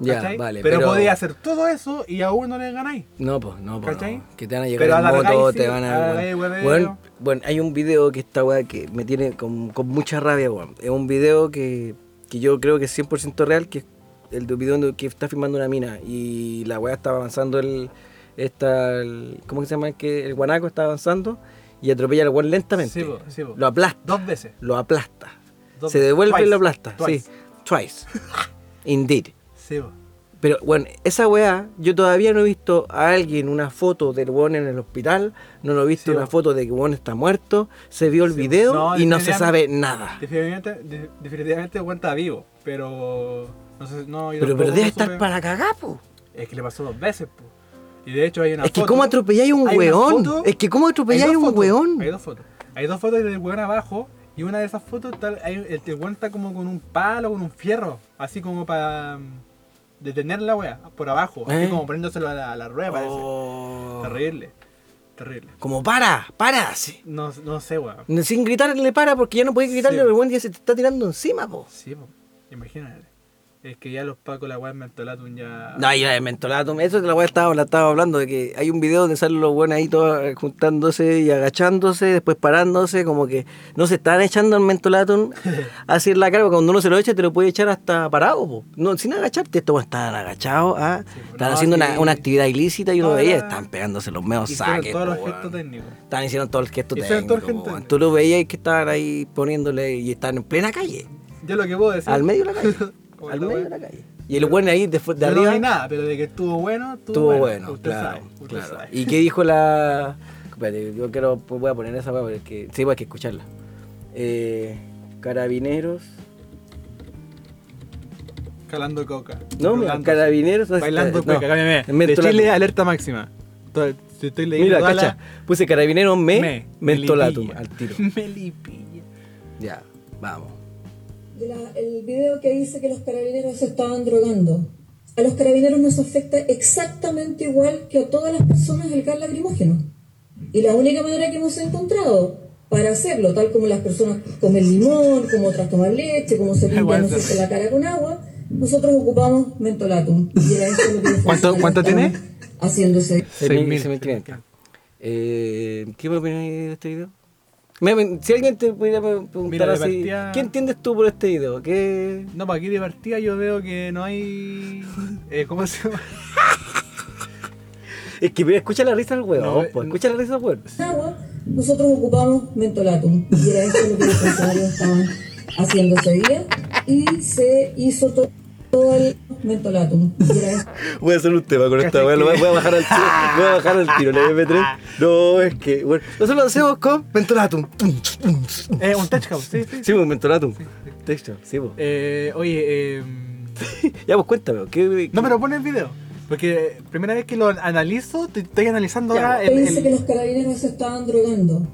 [SPEAKER 1] Ya,
[SPEAKER 2] ¿cachai?
[SPEAKER 1] vale.
[SPEAKER 2] pero, podía hacer todo eso y aún no le ganáis.
[SPEAKER 1] No, pues, no, pues.
[SPEAKER 2] ¿Cachai?
[SPEAKER 1] no. Que te van a
[SPEAKER 2] Pero
[SPEAKER 1] llegar en
[SPEAKER 2] alargáis,
[SPEAKER 1] moto,
[SPEAKER 2] sí,
[SPEAKER 1] te van a.
[SPEAKER 2] alargáis,
[SPEAKER 1] bueno,
[SPEAKER 2] hueveo.
[SPEAKER 1] bueno, bueno, hay un video que esta weá que me tiene con, con mucha rabia, weón. Es un video que, que yo creo que es 100% real, que es el de un video donde que está filmando una mina y la weá estaba avanzando el. Esta, el- ¿Cómo que se llama? Que el guanaco está avanzando y atropella al weón lentamente.
[SPEAKER 2] Sí, po, sí, po.
[SPEAKER 1] Lo aplasta,
[SPEAKER 2] Dos veces.
[SPEAKER 1] lo aplasta.
[SPEAKER 2] dos
[SPEAKER 1] se
[SPEAKER 2] veces.
[SPEAKER 1] devuelve y
[SPEAKER 2] Twice,
[SPEAKER 1] lo aplasta.
[SPEAKER 2] twice.
[SPEAKER 1] Sí, twice. [LAUGHS] Indeed.
[SPEAKER 2] Sí, po.
[SPEAKER 1] Pero, bueno, esa weá, yo todavía no he visto a alguien una foto del weón en el hospital, no lo he visto
[SPEAKER 2] Sí,
[SPEAKER 1] una
[SPEAKER 2] weón.
[SPEAKER 1] foto de que weón está muerto, se vio el
[SPEAKER 2] Sí, weón.
[SPEAKER 1] video
[SPEAKER 2] No,
[SPEAKER 1] y no se
[SPEAKER 2] definitivamente-
[SPEAKER 1] sabe nada.
[SPEAKER 2] Definitivamente, de- definitivamente el weón está vivo, pero. No sé, no, yo
[SPEAKER 1] Pero,
[SPEAKER 2] tampoco
[SPEAKER 1] pero debe estar
[SPEAKER 2] supe-
[SPEAKER 1] para cagar, po.
[SPEAKER 2] Es que le pasó dos veces, po. Y de hecho hay una
[SPEAKER 1] Es que
[SPEAKER 2] foto-
[SPEAKER 1] cómo atropelláis a un
[SPEAKER 2] hay una
[SPEAKER 1] weón.
[SPEAKER 2] foto-
[SPEAKER 1] Es que cómo atropelláis
[SPEAKER 2] dos
[SPEAKER 1] a un
[SPEAKER 2] fotos,
[SPEAKER 1] weón.
[SPEAKER 2] Hay dos fotos. Hay dos fotos del weón abajo. Y una de esas fotos, está- hay- el, el weón está como con un palo, con un fierro. Así como para mm, detener la wea. Por abajo.
[SPEAKER 1] ¿Eh?
[SPEAKER 2] Así como poniéndoselo a la, a la rueda,
[SPEAKER 1] Oh.
[SPEAKER 2] parece. Terrible. Terrible.
[SPEAKER 1] Como para, para, sí.
[SPEAKER 2] No, no sé, weón.
[SPEAKER 1] Sin gritarle para porque ya no podéis gritarle,
[SPEAKER 2] Sí.
[SPEAKER 1] el weón ya se te está tirando encima, po.
[SPEAKER 2] Sí, po. imagínate. Es que ya los pacos, la wea mentolatum ya.
[SPEAKER 1] No, yo de mentolato, eso te la weá estaba, la estaba hablando, de que hay un video donde salen los buenos ahí todos eh, juntándose y agachándose, después parándose, como que no se están echando el
[SPEAKER 2] [LAUGHS]
[SPEAKER 1] mentolato así en la cara, porque cuando uno se lo echa te lo puede echar hasta parado, po. No, sin agacharte, estos weones estaban agachados, ah,
[SPEAKER 2] po,
[SPEAKER 1] estaban
[SPEAKER 2] pues, no,
[SPEAKER 1] haciendo una,
[SPEAKER 2] sí.
[SPEAKER 1] una actividad ilícita y uno
[SPEAKER 2] Toda
[SPEAKER 1] veía,
[SPEAKER 2] la-
[SPEAKER 1] estaban pegándose los meos
[SPEAKER 2] Hicieron
[SPEAKER 1] saques.
[SPEAKER 2] todos
[SPEAKER 1] po,
[SPEAKER 2] los
[SPEAKER 1] weón.
[SPEAKER 2] gestos técnicos.
[SPEAKER 1] Estaban haciendo todo el gesto
[SPEAKER 2] Hicieron todo
[SPEAKER 1] técnico,
[SPEAKER 2] el gesto
[SPEAKER 1] po, weón.
[SPEAKER 2] técnico.
[SPEAKER 1] Tú lo veías y que estaban ahí poniéndole y estaban en plena calle,
[SPEAKER 2] Yo lo que puedo decir.
[SPEAKER 1] al medio de la calle.
[SPEAKER 2] [LAUGHS] Como
[SPEAKER 1] al
[SPEAKER 2] esta
[SPEAKER 1] medio
[SPEAKER 2] wea.
[SPEAKER 1] de la calle. Y el buen ahí de, fu- de
[SPEAKER 2] Yo
[SPEAKER 1] arriba.
[SPEAKER 2] no vi nada, pero de que estuvo bueno, estuvo,
[SPEAKER 1] Estuvo bueno,
[SPEAKER 2] Usted
[SPEAKER 1] claro,
[SPEAKER 2] sabe, usted
[SPEAKER 1] claro.
[SPEAKER 2] sabe.
[SPEAKER 1] ¿Y qué dijo la...? Espérate, yo quiero, pues voy a poner esa hueá porque sí, pues, hay que escucharla. Eh, carabineros...
[SPEAKER 2] Calando coca.
[SPEAKER 1] No, mira,
[SPEAKER 2] Rolando.
[SPEAKER 1] carabineros... no,
[SPEAKER 2] Bailando
[SPEAKER 1] no,
[SPEAKER 2] cueca, cámbiame.
[SPEAKER 1] me
[SPEAKER 2] De
[SPEAKER 1] mentolato.
[SPEAKER 2] Chile, alerta máxima. To- Si estoy leyendo
[SPEAKER 1] Mira,
[SPEAKER 2] toda
[SPEAKER 1] cacha, puse carabineros me,
[SPEAKER 2] la...
[SPEAKER 1] mentolatum
[SPEAKER 2] Melipilla.
[SPEAKER 1] al
[SPEAKER 2] [LAUGHS]
[SPEAKER 1] [LAUGHS] tiro.
[SPEAKER 2] Melipilla.
[SPEAKER 1] Ya, vamos.
[SPEAKER 5] de la- el video que dice que los carabineros se estaban drogando. A los carabineros nos afecta exactamente igual que a todas las personas el gas lacrimógeno. Y la única manera que hemos encontrado para hacerlo, tal como las personas comen limón, como otras toman leche,
[SPEAKER 2] [LAUGHS]
[SPEAKER 5] como se limpian no sé, con la cara con agua, nosotros ocupamos mentolatum. Y era eso
[SPEAKER 2] [LAUGHS]
[SPEAKER 5] lo que
[SPEAKER 2] ¿Cuánto- cuánto tiene?
[SPEAKER 5] Haciéndose.
[SPEAKER 1] 6.000,
[SPEAKER 2] 6.000.
[SPEAKER 1] 6.500. Eh, ¿Qué me opinas de este video? Me- me- si alguien te pudiera pre- preguntar
[SPEAKER 2] Mira, de
[SPEAKER 1] así,
[SPEAKER 2] partida-
[SPEAKER 1] ¿qué entiendes tú por este video? ¿Qué...?
[SPEAKER 2] No, para aquí de partida yo veo que no hay... Eh, ¿Cómo se llama? [LAUGHS]
[SPEAKER 1] Es que mira, escucha la risa del
[SPEAKER 2] No,
[SPEAKER 1] huevo,
[SPEAKER 2] eh,
[SPEAKER 1] escucha la risa del huevo.
[SPEAKER 5] agua, nosotros ocupamos mentolatum. Y era esto lo que los funcionarios estaban haciendo ese día. Y se hizo to- todo el mentolatum. Y
[SPEAKER 1] [LAUGHS]
[SPEAKER 5] era esto.
[SPEAKER 1] Voy a hacer un tema con esta weá, lo voy, voy a bajar al tiro, voy a bajar al tiro, la MP3. No, es que, bueno, nosotros lo hacemos con mentolatum.
[SPEAKER 2] Eh, un touch house, sí, sí.
[SPEAKER 1] Sí, pues, mentolatum. Texto, sí, pues.
[SPEAKER 2] Eh, oye, eh...
[SPEAKER 1] Ya, pues cuéntame, ¿qué,
[SPEAKER 2] No, pero pon el video. Porque primera vez que lo analizo, te- estoy analizando ahora
[SPEAKER 5] Él
[SPEAKER 2] el...
[SPEAKER 5] dice que
[SPEAKER 2] el...
[SPEAKER 5] los carabineros se estaban drogando.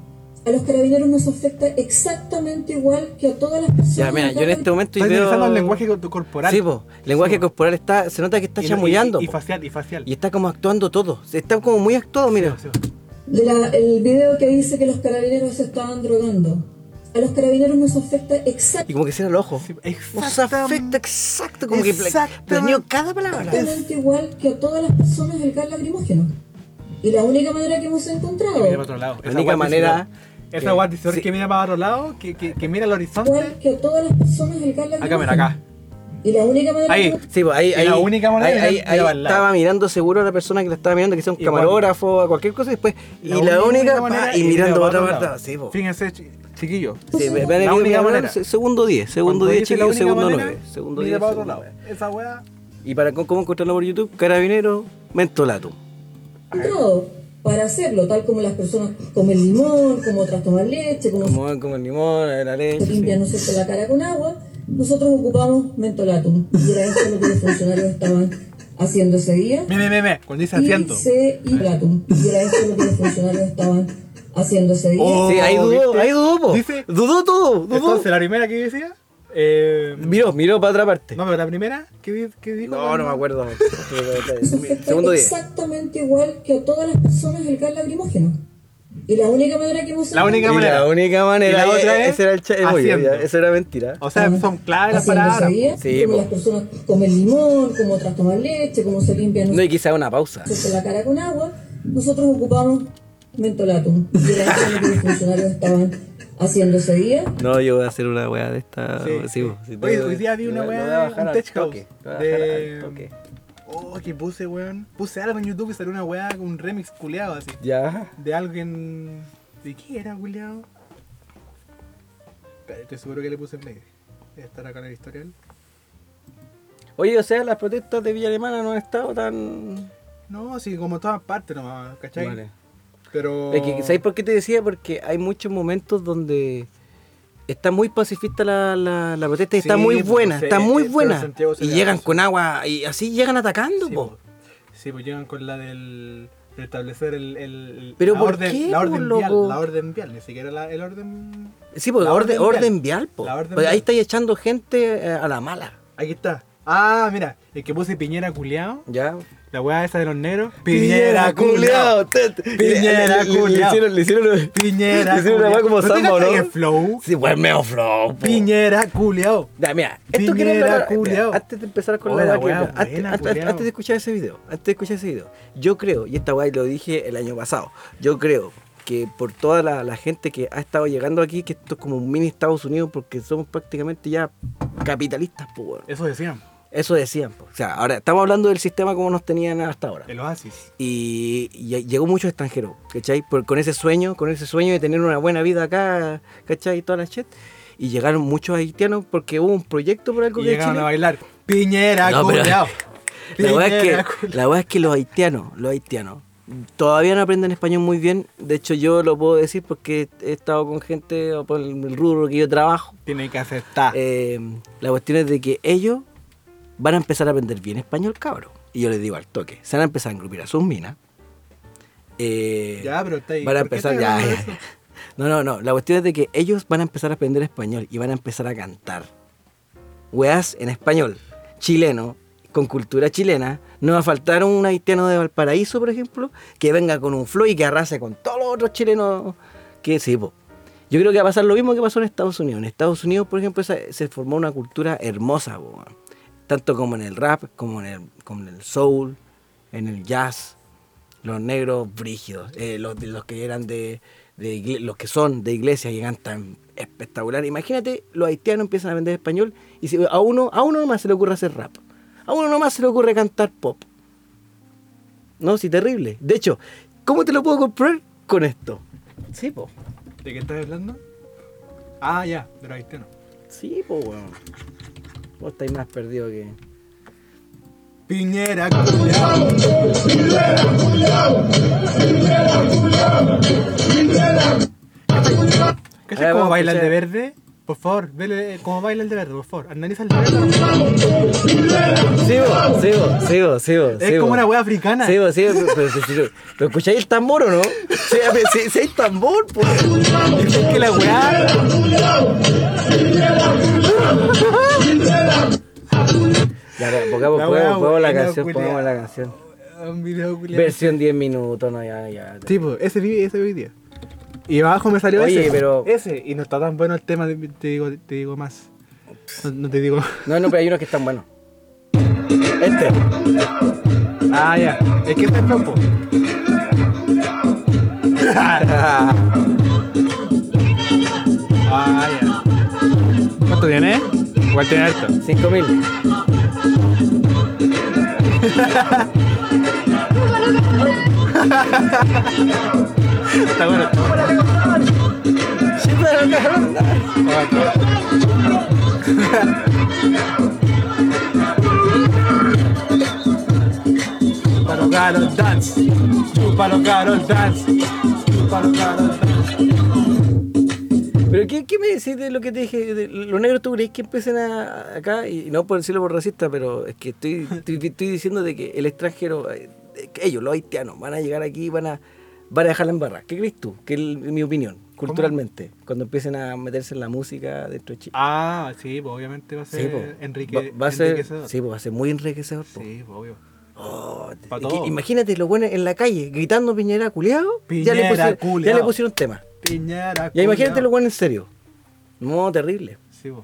[SPEAKER 5] A los carabineros nos afecta exactamente igual que a todas las personas.
[SPEAKER 1] Ya, mira, yo en este momento
[SPEAKER 2] Estoy
[SPEAKER 1] yo veo...
[SPEAKER 2] analizando el lenguaje co- corporal.
[SPEAKER 1] Sí, pues, lenguaje corporal está, se nota que está
[SPEAKER 2] Y- y-
[SPEAKER 1] chamullando,
[SPEAKER 2] Y,
[SPEAKER 1] po.
[SPEAKER 2] facial, y facial.
[SPEAKER 1] y, está como actuando todo, está como muy actuado, mira.
[SPEAKER 2] Sí, sí.
[SPEAKER 5] de la- el video que dice que los carabineros se estaban drogando. A los carabineros nos afecta
[SPEAKER 3] Y
[SPEAKER 5] exactamente
[SPEAKER 3] como que cierra el ojo.
[SPEAKER 2] Sí,
[SPEAKER 3] Nos
[SPEAKER 2] exactam-
[SPEAKER 3] afecta exacto, como que pla-
[SPEAKER 2] Exactamente.
[SPEAKER 3] planeó cada palabra.
[SPEAKER 5] igual que a todas las personas el gas lacrimógeno. Y la única manera que hemos encontrado,
[SPEAKER 2] Mira para otro lado.
[SPEAKER 3] única manera
[SPEAKER 2] Esa
[SPEAKER 3] que-
[SPEAKER 2] guardia dice
[SPEAKER 3] sí.
[SPEAKER 2] que mira para otro lado, que, que, que mira al
[SPEAKER 5] igual
[SPEAKER 2] horizonte.
[SPEAKER 5] que a todas las personas el gas
[SPEAKER 2] Acá,
[SPEAKER 5] lacrimógeno.
[SPEAKER 2] mira, acá.
[SPEAKER 5] Y la única manera
[SPEAKER 2] Ahí.
[SPEAKER 5] que hemos-
[SPEAKER 3] Sí, pues ahí,
[SPEAKER 2] Y
[SPEAKER 3] ahí,
[SPEAKER 2] la única manera
[SPEAKER 3] ahí,
[SPEAKER 2] era
[SPEAKER 3] ahí-
[SPEAKER 2] mirar
[SPEAKER 3] ahí
[SPEAKER 2] para el lado.
[SPEAKER 3] estaba mirando seguro a la persona que la estaba mirando, que sea un
[SPEAKER 2] Y
[SPEAKER 3] camarógrafo o cualquier cosa, y después, y la, única, pa, y
[SPEAKER 2] es
[SPEAKER 3] mirando
[SPEAKER 2] mirar
[SPEAKER 3] para otra
[SPEAKER 2] otro lado.
[SPEAKER 3] parte. Sí, pues.
[SPEAKER 2] Fíjense, chi- chiquillos.
[SPEAKER 3] Sí, ve- vean el
[SPEAKER 2] La
[SPEAKER 3] video,
[SPEAKER 2] única
[SPEAKER 3] vean,
[SPEAKER 2] manera.
[SPEAKER 3] se- segundo 10, segundo
[SPEAKER 2] Cuando
[SPEAKER 3] 10,
[SPEAKER 2] dice la
[SPEAKER 3] chiquillos,
[SPEAKER 2] única
[SPEAKER 3] segundo
[SPEAKER 2] manera,
[SPEAKER 3] 9. Segundo
[SPEAKER 2] mira
[SPEAKER 3] 10.
[SPEAKER 2] para otro
[SPEAKER 3] segundo
[SPEAKER 2] lado. Esa weá.
[SPEAKER 3] Y para cómo encontrarlo por YouTube, carabinero, mentolatum.
[SPEAKER 5] encontrado para hacerlo, tal como las personas comen limón, como otras toman leche, como
[SPEAKER 3] Como, como el limón, la leche.
[SPEAKER 5] se limpian
[SPEAKER 3] sí.
[SPEAKER 5] no es cierto, la cara con agua, nosotros ocupamos mentolatum. Y era esto lo que los funcionarios estaban haciendo ese día.
[SPEAKER 2] Mime, mime, cuando dice
[SPEAKER 5] Y
[SPEAKER 2] asiento.
[SPEAKER 5] se y mentolatum. Y era esto lo que los funcionarios estaban haciendo ese día.
[SPEAKER 2] Oh,
[SPEAKER 3] Sí, ahí dudó,
[SPEAKER 2] ¿viste?
[SPEAKER 3] ahí dudó, po.
[SPEAKER 2] Dice-
[SPEAKER 3] Dudó todo, dudó.
[SPEAKER 2] Entonces, la primera que decía. Eh,
[SPEAKER 3] miró, miró para otra parte.
[SPEAKER 2] no, pero la primera que, di- que dijo.
[SPEAKER 3] No, no me
[SPEAKER 1] [LAUGHS]
[SPEAKER 3] acuerdo.
[SPEAKER 5] Nos afecta
[SPEAKER 3] segundo 10.
[SPEAKER 5] exactamente igual que a todas las personas el gas lacrimógeno. Y la única manera que hemos
[SPEAKER 2] La única
[SPEAKER 3] Y
[SPEAKER 2] manera.
[SPEAKER 3] la única manera.
[SPEAKER 2] Y la otra es
[SPEAKER 3] eh, ese era el cha- eh, muy bien,
[SPEAKER 2] haciendo.
[SPEAKER 3] ya, Esa era mentira.
[SPEAKER 2] O sea, son claves las
[SPEAKER 5] haciendo ese
[SPEAKER 2] palabras.
[SPEAKER 5] día,
[SPEAKER 3] Sí,
[SPEAKER 5] como
[SPEAKER 3] po.
[SPEAKER 5] las personas comen limón, como otras toman leche, como se limpian no
[SPEAKER 3] No, y quizá una pausa.
[SPEAKER 5] Se la cara con agua, nosotros ocupamos mentolatum. Y era eso lo que los funcionarios estaban haciendo ese día.
[SPEAKER 3] No, yo voy a hacer una weá de esta.
[SPEAKER 2] Sí.
[SPEAKER 3] sí, po, sí,
[SPEAKER 2] Oye,
[SPEAKER 3] tengo-
[SPEAKER 2] hoy día vi una
[SPEAKER 3] lo- lo
[SPEAKER 2] weá,
[SPEAKER 3] voy a bajar
[SPEAKER 2] un
[SPEAKER 3] al
[SPEAKER 2] tech house
[SPEAKER 3] toque, lo voy a bajar
[SPEAKER 2] de-
[SPEAKER 3] al toque.
[SPEAKER 2] Oh, que puse, weón. Puse algo en YouTube y salió una weá con un remix culeado así.
[SPEAKER 3] Ya.
[SPEAKER 2] De alguien. ¿De qué era, culeado? Espera, estoy seguro que le puse play. Debe estar acá en el historial.
[SPEAKER 3] Oye, o sea, las protestas de Villa Alemana no han estado tan.
[SPEAKER 2] No, sí, como en todas partes nomás, ¿cachai?
[SPEAKER 3] Vale.
[SPEAKER 2] Pero.
[SPEAKER 3] Es que, ¿Sabéis por qué te decía? Porque hay muchos momentos donde está muy pacifista la, la, la protesta y
[SPEAKER 2] Sí,
[SPEAKER 3] está muy
[SPEAKER 2] pues,
[SPEAKER 3] buena,
[SPEAKER 2] sí,
[SPEAKER 3] está
[SPEAKER 2] eh,
[SPEAKER 3] muy
[SPEAKER 2] eh, pero
[SPEAKER 3] buena.
[SPEAKER 2] Santiago se
[SPEAKER 3] Y
[SPEAKER 2] le
[SPEAKER 3] llegan
[SPEAKER 2] hace.
[SPEAKER 3] con agua y así llegan atacando,
[SPEAKER 2] Sí,
[SPEAKER 3] po.
[SPEAKER 2] po. Sí, pues llegan con la del. de establecer el. el
[SPEAKER 3] Pero
[SPEAKER 2] la
[SPEAKER 3] ¿por
[SPEAKER 2] orden,
[SPEAKER 3] qué,
[SPEAKER 2] La
[SPEAKER 3] po,
[SPEAKER 2] orden
[SPEAKER 3] loco?
[SPEAKER 2] vial, la orden vial, ni siquiera la, el orden.
[SPEAKER 3] Sí, porque
[SPEAKER 2] La
[SPEAKER 3] orden,
[SPEAKER 2] orden vial.
[SPEAKER 3] orden vial, po.
[SPEAKER 2] La orden
[SPEAKER 3] Pues ahí
[SPEAKER 2] vial.
[SPEAKER 3] estáis echando gente eh, a la mala.
[SPEAKER 2] Aquí está. Ah, mira, el que puse Piñera culeado.
[SPEAKER 3] Ya.
[SPEAKER 2] La weá esa de los negros.
[SPEAKER 3] culiao, tet.
[SPEAKER 2] Piñera
[SPEAKER 3] Le- le- le- Le
[SPEAKER 2] culiao.
[SPEAKER 3] hicieron, le hicieron,
[SPEAKER 2] Piñera
[SPEAKER 3] [LAUGHS] le hicieron una weá
[SPEAKER 2] culiao.
[SPEAKER 3] como
[SPEAKER 2] ¿Pero tú
[SPEAKER 3] samba,
[SPEAKER 2] cachai
[SPEAKER 3] ¿no?
[SPEAKER 2] el flow?
[SPEAKER 3] Sí, pues medio flow, po.
[SPEAKER 2] Piñera culeado.
[SPEAKER 3] Ya, mira, esto quiero
[SPEAKER 2] Piñera
[SPEAKER 3] aclarar,
[SPEAKER 2] culiao.
[SPEAKER 3] mira, antes de empezar con
[SPEAKER 2] Oh,
[SPEAKER 3] la
[SPEAKER 2] la
[SPEAKER 3] edad que-
[SPEAKER 2] weá
[SPEAKER 3] antes,
[SPEAKER 2] buena,
[SPEAKER 3] antes-
[SPEAKER 2] culiao.
[SPEAKER 3] antes de escuchar ese video, antes de escuchar ese video, yo creo, y esta weá lo dije el año pasado, yo creo que por toda la, la gente que ha estado llegando aquí, que esto es como un mini Estados Unidos, porque somos prácticamente ya capitalistas, pues, weón.
[SPEAKER 2] Eso decían.
[SPEAKER 3] Eso decían, pues. O sea, ahora estamos hablando del sistema como nos tenían hasta ahora
[SPEAKER 2] El oasis.
[SPEAKER 3] y, y llegó mucho extranjero, ¿cachai? Por- con ese sueño, con ese sueño de tener una buena vida acá, ¿cachai? Y toda la shit. Y llegaron muchos haitianos porque hubo un proyecto por algo
[SPEAKER 2] Y
[SPEAKER 3] que
[SPEAKER 2] llegaron a
[SPEAKER 3] Chile...
[SPEAKER 2] bailar. Piñera
[SPEAKER 3] No, pero-
[SPEAKER 2] culeado.
[SPEAKER 3] [LAUGHS] La verdad, es
[SPEAKER 2] Piñera [LAUGHS]
[SPEAKER 3] que, la verdad es que los haitianos, los haitianos, todavía no aprenden español muy bien. De hecho, yo lo puedo decir porque he estado con gente o por el rubro que yo trabajo.
[SPEAKER 2] Tienen que aceptar.
[SPEAKER 3] Eh, la cuestión es de que ellos van a empezar a aprender bien español, cabrón. Y yo les digo al toque, se van a empezar a engrupir a sus minas. Eh,
[SPEAKER 2] Ya, pero está ahí.
[SPEAKER 3] Van a
[SPEAKER 2] ¿Por qué
[SPEAKER 3] empezar,
[SPEAKER 2] estoy
[SPEAKER 3] ya,
[SPEAKER 2] hablando de
[SPEAKER 3] ya,
[SPEAKER 2] eso?
[SPEAKER 3] ya. No, no, no. La cuestión es de que ellos van a empezar a aprender español y van a empezar a cantar. Weas en español, chileno, con cultura chilena. No va a faltar un haitiano de Valparaíso, por ejemplo, que venga con un flow y que arrase con todos los otros chilenos que sí, po. Yo creo que va a pasar lo mismo que pasó en Estados Unidos. En Estados Unidos, por ejemplo, esa- se formó una cultura hermosa, po, weón. tanto como en el rap, como en el, como en el soul, en el jazz, los negros brígidos, eh, los, de- los que eran de, de igle- los que son de iglesia y cantan espectacular. Imagínate, los haitianos empiezan a vender español y si- a uno a uno nomás se le ocurre hacer rap, a uno nomás se le ocurre cantar pop. No, sí, terrible. De hecho, ¿cómo te lo puedo comprar con esto? Sí, po.
[SPEAKER 2] ¿De qué estás hablando? Ah, ya, de los haitianos.
[SPEAKER 3] Sí, po, weón. Vos estáis más perdido que.
[SPEAKER 2] Piñera culeado. ¿Cachai
[SPEAKER 3] Ahora
[SPEAKER 2] cómo
[SPEAKER 3] vamos a
[SPEAKER 2] baila el de
[SPEAKER 3] escuchar.
[SPEAKER 2] verde? Por favor, vele cómo baila el de verde, por favor. Analiza el de verde.
[SPEAKER 3] Sigo, sigo, sigo, sigo.
[SPEAKER 2] Es como una wea africana.
[SPEAKER 3] Sí, sí, pero, pero, pero- pero- ¿pero escucháis el tambor o no? Sí, a ver, sí, sí, el tambor, po.
[SPEAKER 2] [LAUGHS] Es que la weá.
[SPEAKER 3] Ya, ya, pongamos,
[SPEAKER 2] La
[SPEAKER 3] pongamos,
[SPEAKER 2] weá,
[SPEAKER 3] pongamos la
[SPEAKER 2] weá,
[SPEAKER 3] canción,
[SPEAKER 2] culiao.
[SPEAKER 3] pongamos la canción.
[SPEAKER 2] un video culiado.
[SPEAKER 3] Versión 10 minutos, no, ya, ya.
[SPEAKER 2] Sí, pues, ese vi, ese hoy día. Y abajo me salió
[SPEAKER 3] Oye,
[SPEAKER 2] ese.
[SPEAKER 3] pero-
[SPEAKER 2] Ese. Y no está tan bueno el tema, de- te digo, te digo más. No, no te digo.
[SPEAKER 3] No, no, pero hay unos que están buenos. Este.
[SPEAKER 2] [LAUGHS] Ah, ya. Es que este es flojo. Ah, ya. ¿Cuánto tiene? Igual tiene alto.
[SPEAKER 3] 5000.
[SPEAKER 2] Está bueno. Chúpalo, Carol Dance. Chúpalo, Carol Dance. Chúpalo, Carol Dance.
[SPEAKER 3] Pero ¿qué, qué me decís de lo que te dije? De- ¿Los negros tú crees que empiecen a, acá? Y no por decirlo por racista, pero es que estoy, estoy, estoy diciendo de que el extranjero, eh, que ellos, los haitianos, van a llegar aquí y van a, van a dejarla en barra. ¿Qué crees tú? Que es mi opinión, culturalmente, cuando empiecen a meterse en la música dentro de Chile.
[SPEAKER 2] Ah, sí, pues obviamente va a
[SPEAKER 3] Sí,
[SPEAKER 2] ser
[SPEAKER 3] po.
[SPEAKER 2] enrique,
[SPEAKER 3] Va- va a ser,
[SPEAKER 2] enriquecedor.
[SPEAKER 3] sí, po, va a ser muy enriquecedor. po.
[SPEAKER 2] Sí, po, obvio.
[SPEAKER 3] Oh, te-
[SPEAKER 2] Pa'
[SPEAKER 3] es que
[SPEAKER 2] todo.
[SPEAKER 3] imagínate los buenos en la calle gritando Piñera culeado. Ya le
[SPEAKER 2] Piñera
[SPEAKER 3] pusieron, ya
[SPEAKER 2] culiao.
[SPEAKER 3] le pusieron tema.
[SPEAKER 2] Piñera.
[SPEAKER 3] Ya imagínate
[SPEAKER 2] culiao.
[SPEAKER 3] los buenos en serio. No, terrible.
[SPEAKER 2] Sí, po.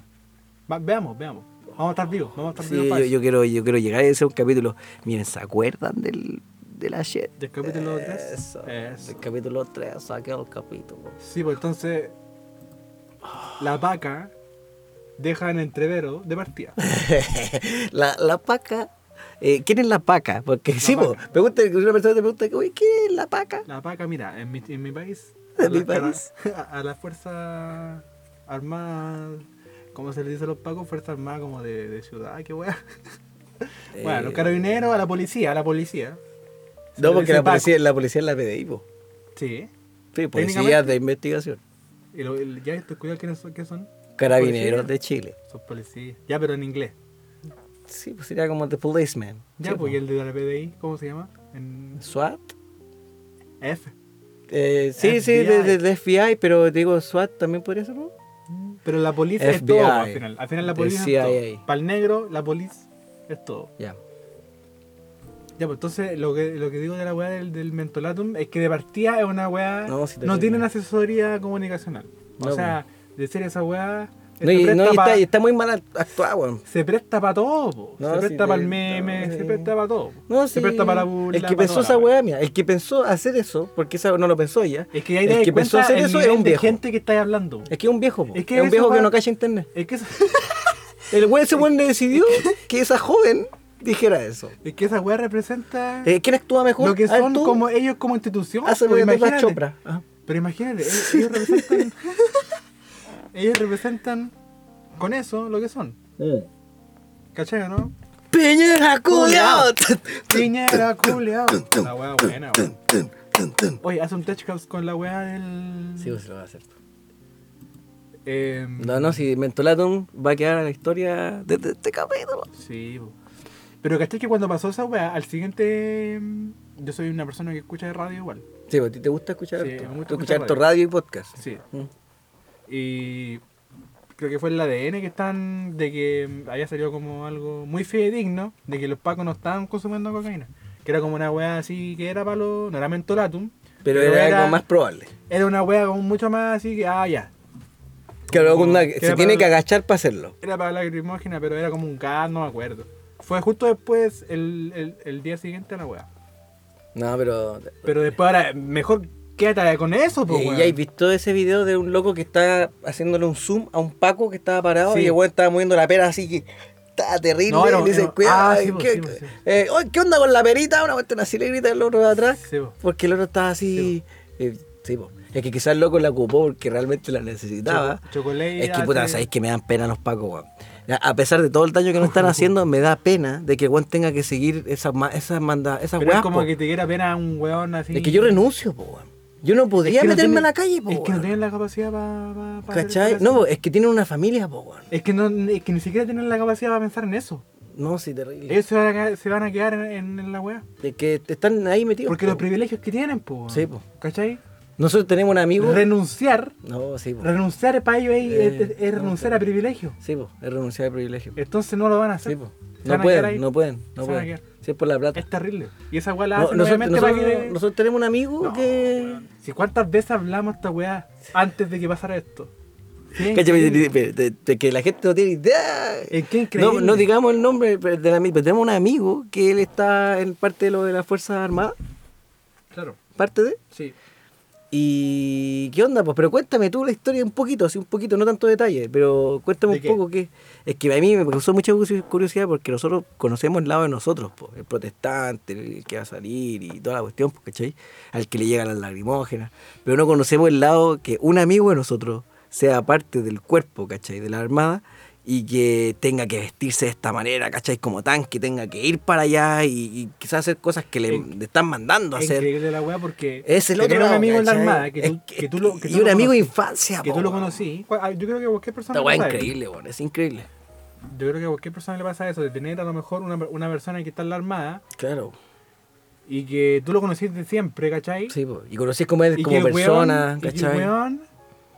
[SPEAKER 2] Va- veamos, veamos. Vamos a estar vivos, vamos a estar
[SPEAKER 3] Sí,
[SPEAKER 2] vivos
[SPEAKER 3] yo,
[SPEAKER 2] para
[SPEAKER 3] yo quiero, yo quiero llegar a ese capítulo. Miren, ¿se acuerdan del, del ayer?
[SPEAKER 2] ¿Del capítulo tres?
[SPEAKER 3] Eso,
[SPEAKER 2] Eso.
[SPEAKER 3] Del capítulo 3, saqué el capítulo.
[SPEAKER 2] Sí, pues entonces la vaca deja en entrevero de partida.
[SPEAKER 3] [LAUGHS] la, la paca. eh, ¿Quién es la paca? Porque sí, po,
[SPEAKER 2] paca.
[SPEAKER 3] pregunta, una persona te pregunta, oye, ¿quién es la paca?
[SPEAKER 2] La vaca, mira, en mi, en mi país,
[SPEAKER 3] [LAUGHS] En mi
[SPEAKER 2] a la-
[SPEAKER 3] país.
[SPEAKER 2] [LAUGHS] a, a la fuerza armada, como se le dice a los pacos, fuerza armada como de, de ciudad, qué wea. [LAUGHS] Bueno, los carabineros, a la policía, a la policía. Se
[SPEAKER 3] Eh, No,
[SPEAKER 2] le
[SPEAKER 3] porque
[SPEAKER 2] dice
[SPEAKER 3] la
[SPEAKER 2] paco.
[SPEAKER 3] policía, la policía es la PDI, po.
[SPEAKER 2] Sí.
[SPEAKER 3] Sí, policía
[SPEAKER 2] Técnicamente.
[SPEAKER 3] de investigación.
[SPEAKER 2] Y lo- el- ya te cuidado quiénes son, qué son.
[SPEAKER 3] Carabineros
[SPEAKER 2] Policía.
[SPEAKER 3] de Chile.
[SPEAKER 2] Son policías. Ya, pero en inglés.
[SPEAKER 3] Sí, pues sería como The Policeman.
[SPEAKER 2] Ya, pues,
[SPEAKER 3] Sí, po.
[SPEAKER 2] y el de la PDI, ¿cómo se llama? En
[SPEAKER 3] SWAT.
[SPEAKER 2] F.
[SPEAKER 3] Eh, sí, sí,
[SPEAKER 2] FBI.
[SPEAKER 3] de, de- de FBI, pero te digo, SWAT también podría ser, ¿no?
[SPEAKER 2] Pero la policía es
[SPEAKER 3] FBI,
[SPEAKER 2] todo al final. Al final la
[SPEAKER 3] del
[SPEAKER 2] policía es
[SPEAKER 3] CIA.
[SPEAKER 2] todo. Para el negro, la policía es todo.
[SPEAKER 3] Ya.
[SPEAKER 2] Ya, pues entonces lo que, lo que digo de la weá del, del mentolatum es que de partida es una weá.
[SPEAKER 3] No,
[SPEAKER 2] No,
[SPEAKER 3] sí te creo.
[SPEAKER 2] tienen asesoría comunicacional. o
[SPEAKER 3] No,
[SPEAKER 2] sea, de ser esa weá.
[SPEAKER 3] No,
[SPEAKER 2] se,
[SPEAKER 3] y,
[SPEAKER 2] Este presta
[SPEAKER 3] no, y
[SPEAKER 2] pa-
[SPEAKER 3] está, y está muy mal actuado, weón.
[SPEAKER 2] se presta para todo, po.
[SPEAKER 3] No,
[SPEAKER 2] se
[SPEAKER 3] sí,
[SPEAKER 2] presta para el
[SPEAKER 3] te-
[SPEAKER 2] meme,
[SPEAKER 3] no, sí.
[SPEAKER 2] se presta para todo.
[SPEAKER 3] No,
[SPEAKER 2] se
[SPEAKER 3] sí,
[SPEAKER 2] presta para la burla.
[SPEAKER 3] El que
[SPEAKER 2] pa'
[SPEAKER 3] pensó
[SPEAKER 2] toda
[SPEAKER 3] esa
[SPEAKER 2] la
[SPEAKER 3] weá, mira, el que pensó hacer eso, porque esa no lo pensó ya.
[SPEAKER 2] Es que ahí
[SPEAKER 3] El
[SPEAKER 2] te das
[SPEAKER 3] que pensó
[SPEAKER 2] cuenta
[SPEAKER 3] hacer
[SPEAKER 2] el
[SPEAKER 3] eso es
[SPEAKER 2] nivel
[SPEAKER 3] un
[SPEAKER 2] de
[SPEAKER 3] viejo.
[SPEAKER 2] gente que está hablando. po.
[SPEAKER 3] Es que es un viejo, po.
[SPEAKER 2] Es
[SPEAKER 3] Es,
[SPEAKER 2] que
[SPEAKER 3] un
[SPEAKER 2] eso
[SPEAKER 3] viejo
[SPEAKER 2] va-
[SPEAKER 3] que no calla internet.
[SPEAKER 2] Es que eso-
[SPEAKER 3] El weón, ese weón le decidió que esa joven dijera eso.
[SPEAKER 2] [LAUGHS] es que esa weá representa
[SPEAKER 3] Eh, ¿Quién actúa mejor?
[SPEAKER 2] lo que
[SPEAKER 3] A ver,
[SPEAKER 2] son
[SPEAKER 3] tú, Ah,
[SPEAKER 2] como ellos como institución.
[SPEAKER 3] Hazlo
[SPEAKER 2] pues,
[SPEAKER 3] de la
[SPEAKER 2] imagínate.
[SPEAKER 3] Chopra. Ah.
[SPEAKER 2] Pero imagínate, ellos, ellos
[SPEAKER 3] [LAUGHS]
[SPEAKER 2] representan. ellos representan con eso lo que son.
[SPEAKER 3] Eh.
[SPEAKER 2] ¿Cachai o no?
[SPEAKER 3] Piñera [LAUGHS] culiao.
[SPEAKER 2] Piñera, culeado. La wea buena, weón. Oye, hace un touch caps con la wea del.
[SPEAKER 3] Sí, pues se lo va a hacer.
[SPEAKER 2] Em,
[SPEAKER 3] No, no, si Mentolatum va a quedar en la historia de, de este capítulo.
[SPEAKER 2] Sí, po. pero ¿cachai que cuando pasó esa wea, al siguiente. em, Yo soy una persona que escucha de radio igual.
[SPEAKER 3] Sí, pues a ti te gusta escuchar,
[SPEAKER 2] Sí,
[SPEAKER 3] harto.
[SPEAKER 2] me gusta
[SPEAKER 3] Tú
[SPEAKER 2] escuchar
[SPEAKER 3] escuchar harto
[SPEAKER 2] radio.
[SPEAKER 3] radio y podcast.
[SPEAKER 2] Sí.
[SPEAKER 3] Mm.
[SPEAKER 2] Y creo que fue el ADN que están de que mm, había salido como algo muy fidedigno de que los pacos no estaban consumiendo cocaína. Que era como una wea así que era para los. No era mentolatum.
[SPEAKER 3] Pero era algo más probable.
[SPEAKER 2] Era una wea como mucho más así que. Ah, ya.
[SPEAKER 3] Claro,
[SPEAKER 2] Como-
[SPEAKER 3] una-
[SPEAKER 2] que
[SPEAKER 3] se
[SPEAKER 2] era
[SPEAKER 3] tiene
[SPEAKER 2] para-
[SPEAKER 3] que agachar para hacerlo.
[SPEAKER 2] Era para lacrimógena, pero era como un gas, no me acuerdo. Fue justo después, el, el, el día siguiente a la wea.
[SPEAKER 3] No, pero.
[SPEAKER 2] Pero después ahora, mejor quédate con eso, pues,
[SPEAKER 3] Eh, ¿Y
[SPEAKER 2] weón.
[SPEAKER 3] ya has visto ese video de un loco que está haciéndole un zoom a un Paco que estaba parado
[SPEAKER 2] Sí.
[SPEAKER 3] y el weón estaba moviendo la pera así que. Estaba terrible.
[SPEAKER 2] No, era-
[SPEAKER 3] y le dice,
[SPEAKER 2] era-
[SPEAKER 3] cuidado.
[SPEAKER 2] ah, sí,
[SPEAKER 3] ¿qué,
[SPEAKER 2] pues, sí, pues, sí.
[SPEAKER 3] eh, oye, ¿qué onda con la perita? Una cuestión así le grita el otro de atrás.
[SPEAKER 2] Sí, pues.
[SPEAKER 3] Porque el otro estaba así. eh, sí, pues. Es que quizás el loco la ocupó porque realmente la necesitaba.
[SPEAKER 2] Choco- chocolate,
[SPEAKER 3] Es que puta,
[SPEAKER 2] hace-
[SPEAKER 3] sabéis que me dan pena los pacos, weón. Ya, A pesar de todo el daño
[SPEAKER 2] [LAUGHS]
[SPEAKER 3] que nos están haciendo, me da pena de que el weón tenga que seguir esas ma- esas manda, esas
[SPEAKER 2] Pero es
[SPEAKER 3] weas,
[SPEAKER 2] como
[SPEAKER 3] po.
[SPEAKER 2] que te quiera pena un weón así.
[SPEAKER 3] Es que yo renuncio, po, weón. Yo no podría
[SPEAKER 2] Es que no
[SPEAKER 3] meterme
[SPEAKER 2] tienen-
[SPEAKER 3] a la calle, po,
[SPEAKER 2] Es que no
[SPEAKER 3] weón.
[SPEAKER 2] tienen la capacidad para.
[SPEAKER 3] ¿Cachai? No, po, es que tiene una familia, po, weón.
[SPEAKER 2] Es que, no, es que ni siquiera tienen la capacidad para pensar en eso.
[SPEAKER 3] No, sí, terrible.
[SPEAKER 2] Ellos se van a, quedar- se van a quedar en, en- en la wea.
[SPEAKER 3] Es que están ahí metidos.
[SPEAKER 2] Porque
[SPEAKER 3] po.
[SPEAKER 2] los privilegios que tienen, pues.
[SPEAKER 3] Sí, po.
[SPEAKER 2] ¿Cachai?
[SPEAKER 3] Nosotros tenemos un amigo.
[SPEAKER 2] Renunciar.
[SPEAKER 3] No, sí, po.
[SPEAKER 2] Renunciar para ellos es,
[SPEAKER 3] Eh,
[SPEAKER 2] es- es
[SPEAKER 3] no,
[SPEAKER 2] renunciar a privilegios.
[SPEAKER 3] Sí, po, es renunciar al privilegio.
[SPEAKER 2] Entonces no lo van a hacer.
[SPEAKER 3] Sí, po.
[SPEAKER 2] Se van a
[SPEAKER 3] No
[SPEAKER 2] quedar
[SPEAKER 3] pueden,
[SPEAKER 2] ahí.
[SPEAKER 3] no pueden, no
[SPEAKER 2] Se van a
[SPEAKER 3] pueden.
[SPEAKER 2] quedar. Este
[SPEAKER 3] Si es por la plata.
[SPEAKER 2] Es terrible. Y esa weá la
[SPEAKER 3] No,
[SPEAKER 2] hacen
[SPEAKER 3] nosotros,
[SPEAKER 2] obviamente para
[SPEAKER 3] nosotros-
[SPEAKER 2] que-
[SPEAKER 3] nosotros tenemos un amigo
[SPEAKER 2] No,
[SPEAKER 3] que.
[SPEAKER 2] Si cuántas veces hablamos esta weá antes de que pasara esto. ¿Qué
[SPEAKER 3] Cáchame,
[SPEAKER 2] increíble.
[SPEAKER 3] de- de- de- de que la gente no tiene idea.
[SPEAKER 2] Eh, qué increíble.
[SPEAKER 3] No, no digamos el nombre pero del amigo, pero tenemos un amigo que él está en parte de lo de las Fuerzas Armadas,
[SPEAKER 2] Claro,
[SPEAKER 3] parte de.
[SPEAKER 2] sí.
[SPEAKER 3] ¿Y qué onda? Pues, pero cuéntame tú la historia un poquito, así un poquito, no tanto detalle, pero cuéntame
[SPEAKER 2] ¿De
[SPEAKER 3] un
[SPEAKER 2] qué?
[SPEAKER 3] poco qué. Es que a mí me causó mucha curiosidad porque nosotros conocemos el lado de nosotros, po, el protestante, el que va a salir y toda la cuestión, po, ¿cachai? Al que le llegan las lagrimógenas, pero no conocemos el lado que un amigo de nosotros sea parte del cuerpo, ¿cachai? De la armada y que tenga que vestirse de esta manera, ¿cachai? Como tanque, tenga que ir para allá y, y quizás hacer cosas que le,
[SPEAKER 2] Inc-
[SPEAKER 3] le están mandando a
[SPEAKER 2] Es
[SPEAKER 3] hacer.
[SPEAKER 2] increíble la weá porque
[SPEAKER 3] Es el
[SPEAKER 2] tener
[SPEAKER 3] otro
[SPEAKER 2] un
[SPEAKER 3] lado,
[SPEAKER 2] amigo en la
[SPEAKER 3] ¿cachai?
[SPEAKER 2] armada que
[SPEAKER 3] Es
[SPEAKER 2] tú, que tú lo que
[SPEAKER 3] y
[SPEAKER 2] tú
[SPEAKER 3] un
[SPEAKER 2] lo
[SPEAKER 3] amigo de
[SPEAKER 2] conocí-
[SPEAKER 3] infancia,
[SPEAKER 2] que
[SPEAKER 3] po,
[SPEAKER 2] tú lo
[SPEAKER 3] weón.
[SPEAKER 2] conocí. Cu- ah, Yo creo que a cualquier persona
[SPEAKER 3] Esta
[SPEAKER 2] le
[SPEAKER 3] weá es
[SPEAKER 2] pasa eso.
[SPEAKER 3] increíble, weón, es increíble.
[SPEAKER 2] Yo creo que a cualquier persona le pasa eso, de tener a lo mejor una, una persona que está en la armada
[SPEAKER 3] Claro.
[SPEAKER 2] y que tú lo conociste siempre, ¿cachai?
[SPEAKER 3] Sí, po. y conocí cómo es
[SPEAKER 2] Y que
[SPEAKER 3] como
[SPEAKER 2] el
[SPEAKER 3] persona,
[SPEAKER 2] weón- y que el
[SPEAKER 3] ¿cachai?
[SPEAKER 2] weón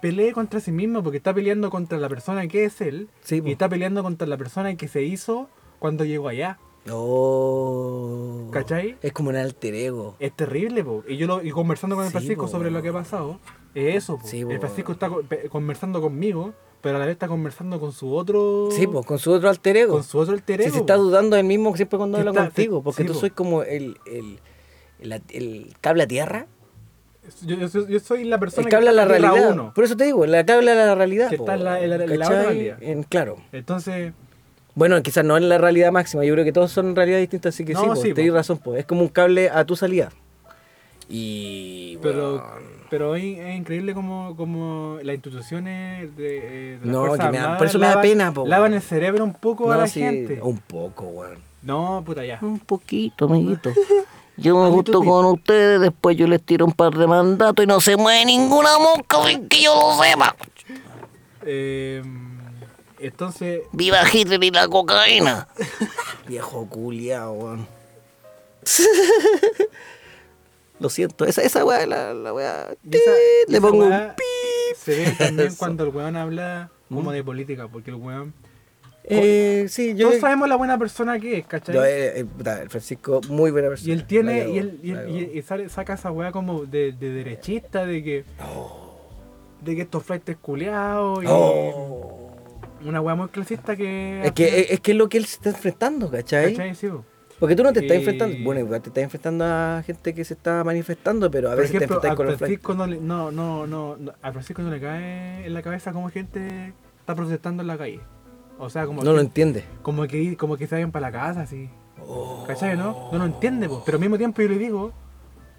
[SPEAKER 2] pelee contra sí mismo porque está peleando contra la persona que es él
[SPEAKER 3] Sí, po.
[SPEAKER 2] y está peleando contra la persona que se hizo cuando llegó allá.
[SPEAKER 3] Oh.
[SPEAKER 2] ¿Cachai?
[SPEAKER 3] Es como un alter ego.
[SPEAKER 2] Es terrible, po. Y yo lo, y conversando con el
[SPEAKER 3] Sí,
[SPEAKER 2] Francisco
[SPEAKER 3] po,
[SPEAKER 2] sobre lo que ha pasado, es eso, po.
[SPEAKER 3] Sí, po.
[SPEAKER 2] El Francisco está co- pe- conversando conmigo, pero a la vez está conversando con su otro.
[SPEAKER 3] Sí, pues con su otro alter ego.
[SPEAKER 2] Con su otro alter
[SPEAKER 3] Si
[SPEAKER 2] ego.
[SPEAKER 3] se está
[SPEAKER 2] po.
[SPEAKER 3] dudando él mismo siempre cuando
[SPEAKER 2] Se
[SPEAKER 3] habla
[SPEAKER 2] está-
[SPEAKER 3] contigo,
[SPEAKER 2] se-
[SPEAKER 3] porque
[SPEAKER 2] sí,
[SPEAKER 3] tú
[SPEAKER 2] po.
[SPEAKER 3] soy como el, el, el, el cable a tierra,
[SPEAKER 2] Yo, yo soy- yo soy la persona
[SPEAKER 3] el que habla la
[SPEAKER 2] está en tierra
[SPEAKER 3] realidad.
[SPEAKER 2] uno.
[SPEAKER 3] Por eso te digo, la que habla la realidad.
[SPEAKER 2] Que
[SPEAKER 3] po,
[SPEAKER 2] está en la- en la- en la otra
[SPEAKER 3] ¿cachai?
[SPEAKER 2] realidad.
[SPEAKER 3] En- claro.
[SPEAKER 2] Entonces,
[SPEAKER 3] Bueno, quizás no en la realidad máxima, yo creo que todos son realidades distintas, así que
[SPEAKER 2] No,
[SPEAKER 3] sí, po,
[SPEAKER 2] sí, po.
[SPEAKER 3] tenés razón, po. es como un cable a tu salida. Y.
[SPEAKER 2] pero
[SPEAKER 3] weón,
[SPEAKER 2] pero es, es increíble como, como las instituciones de, eh, de las
[SPEAKER 3] No,
[SPEAKER 2] Fuerzas
[SPEAKER 3] que me da-
[SPEAKER 2] Armadas
[SPEAKER 3] por eso me da
[SPEAKER 2] lavan-
[SPEAKER 3] pena, po,
[SPEAKER 2] Lavan
[SPEAKER 3] weón.
[SPEAKER 2] el cerebro un poco a
[SPEAKER 3] no,
[SPEAKER 2] la
[SPEAKER 3] sí,
[SPEAKER 2] gente.
[SPEAKER 3] Un Mm. poco, weón.
[SPEAKER 2] No, puta, ya.
[SPEAKER 4] Un poquito, amiguito. Yo me
[SPEAKER 2] Amiguito,
[SPEAKER 4] gusto
[SPEAKER 2] sí.
[SPEAKER 4] con ustedes, después yo les tiro un par de mandatos y no se mueve ninguna mosca sin que yo lo sepa.
[SPEAKER 2] Eh, entonces,
[SPEAKER 4] ¡Viva Hitler y la cocaína!
[SPEAKER 3] Viejo
[SPEAKER 2] [LAUGHS]
[SPEAKER 3] culiao, weón. Lo siento, esa, esa weá, la, la weá.
[SPEAKER 2] Y esa-
[SPEAKER 3] tit, Le
[SPEAKER 2] esa
[SPEAKER 3] pongo un
[SPEAKER 2] weá
[SPEAKER 3] pip.
[SPEAKER 2] Se ve también
[SPEAKER 3] [LAUGHS] Eso. ¿Mm?
[SPEAKER 2] cuando el weón habla como de política, porque el weón.
[SPEAKER 3] Eh, sí, yo.
[SPEAKER 2] Todos sabemos la buena persona que es, ¿cachai?
[SPEAKER 3] yo, eh, eh, puta, el Francisco, muy buena persona.
[SPEAKER 2] y él tiene.
[SPEAKER 3] La cagó,
[SPEAKER 2] y él, y él-
[SPEAKER 3] la
[SPEAKER 2] y-
[SPEAKER 3] cagó.
[SPEAKER 2] y sale- saca esa weá como de, de derechista, de que. De que estos flights culeados. Y
[SPEAKER 3] Oh.
[SPEAKER 2] Una weá muy clasista que.
[SPEAKER 3] Es que, ¿eh? es, es que es lo que él se está enfrentando, ¿cachai?
[SPEAKER 2] ¿cachai? Sí, po.
[SPEAKER 3] Porque tú no te estás
[SPEAKER 2] Y-
[SPEAKER 3] enfrentando. Bueno, igual te estás enfrentando a gente que se está manifestando, pero a
[SPEAKER 2] Por
[SPEAKER 3] veces
[SPEAKER 2] ejemplo,
[SPEAKER 3] te
[SPEAKER 2] a
[SPEAKER 3] enfrentas con los flancos.
[SPEAKER 2] Francisco no, le, no, no, no, no- A Francisco no le cae en la cabeza como gente está protestando en la calle. O sea, como.
[SPEAKER 3] No lo
[SPEAKER 2] que-
[SPEAKER 3] entiende.
[SPEAKER 2] como que, como que se vayan para la casa, así.
[SPEAKER 3] Oh.
[SPEAKER 2] ¿Cachai, no? No lo entiende, po. pero al mismo tiempo yo le digo,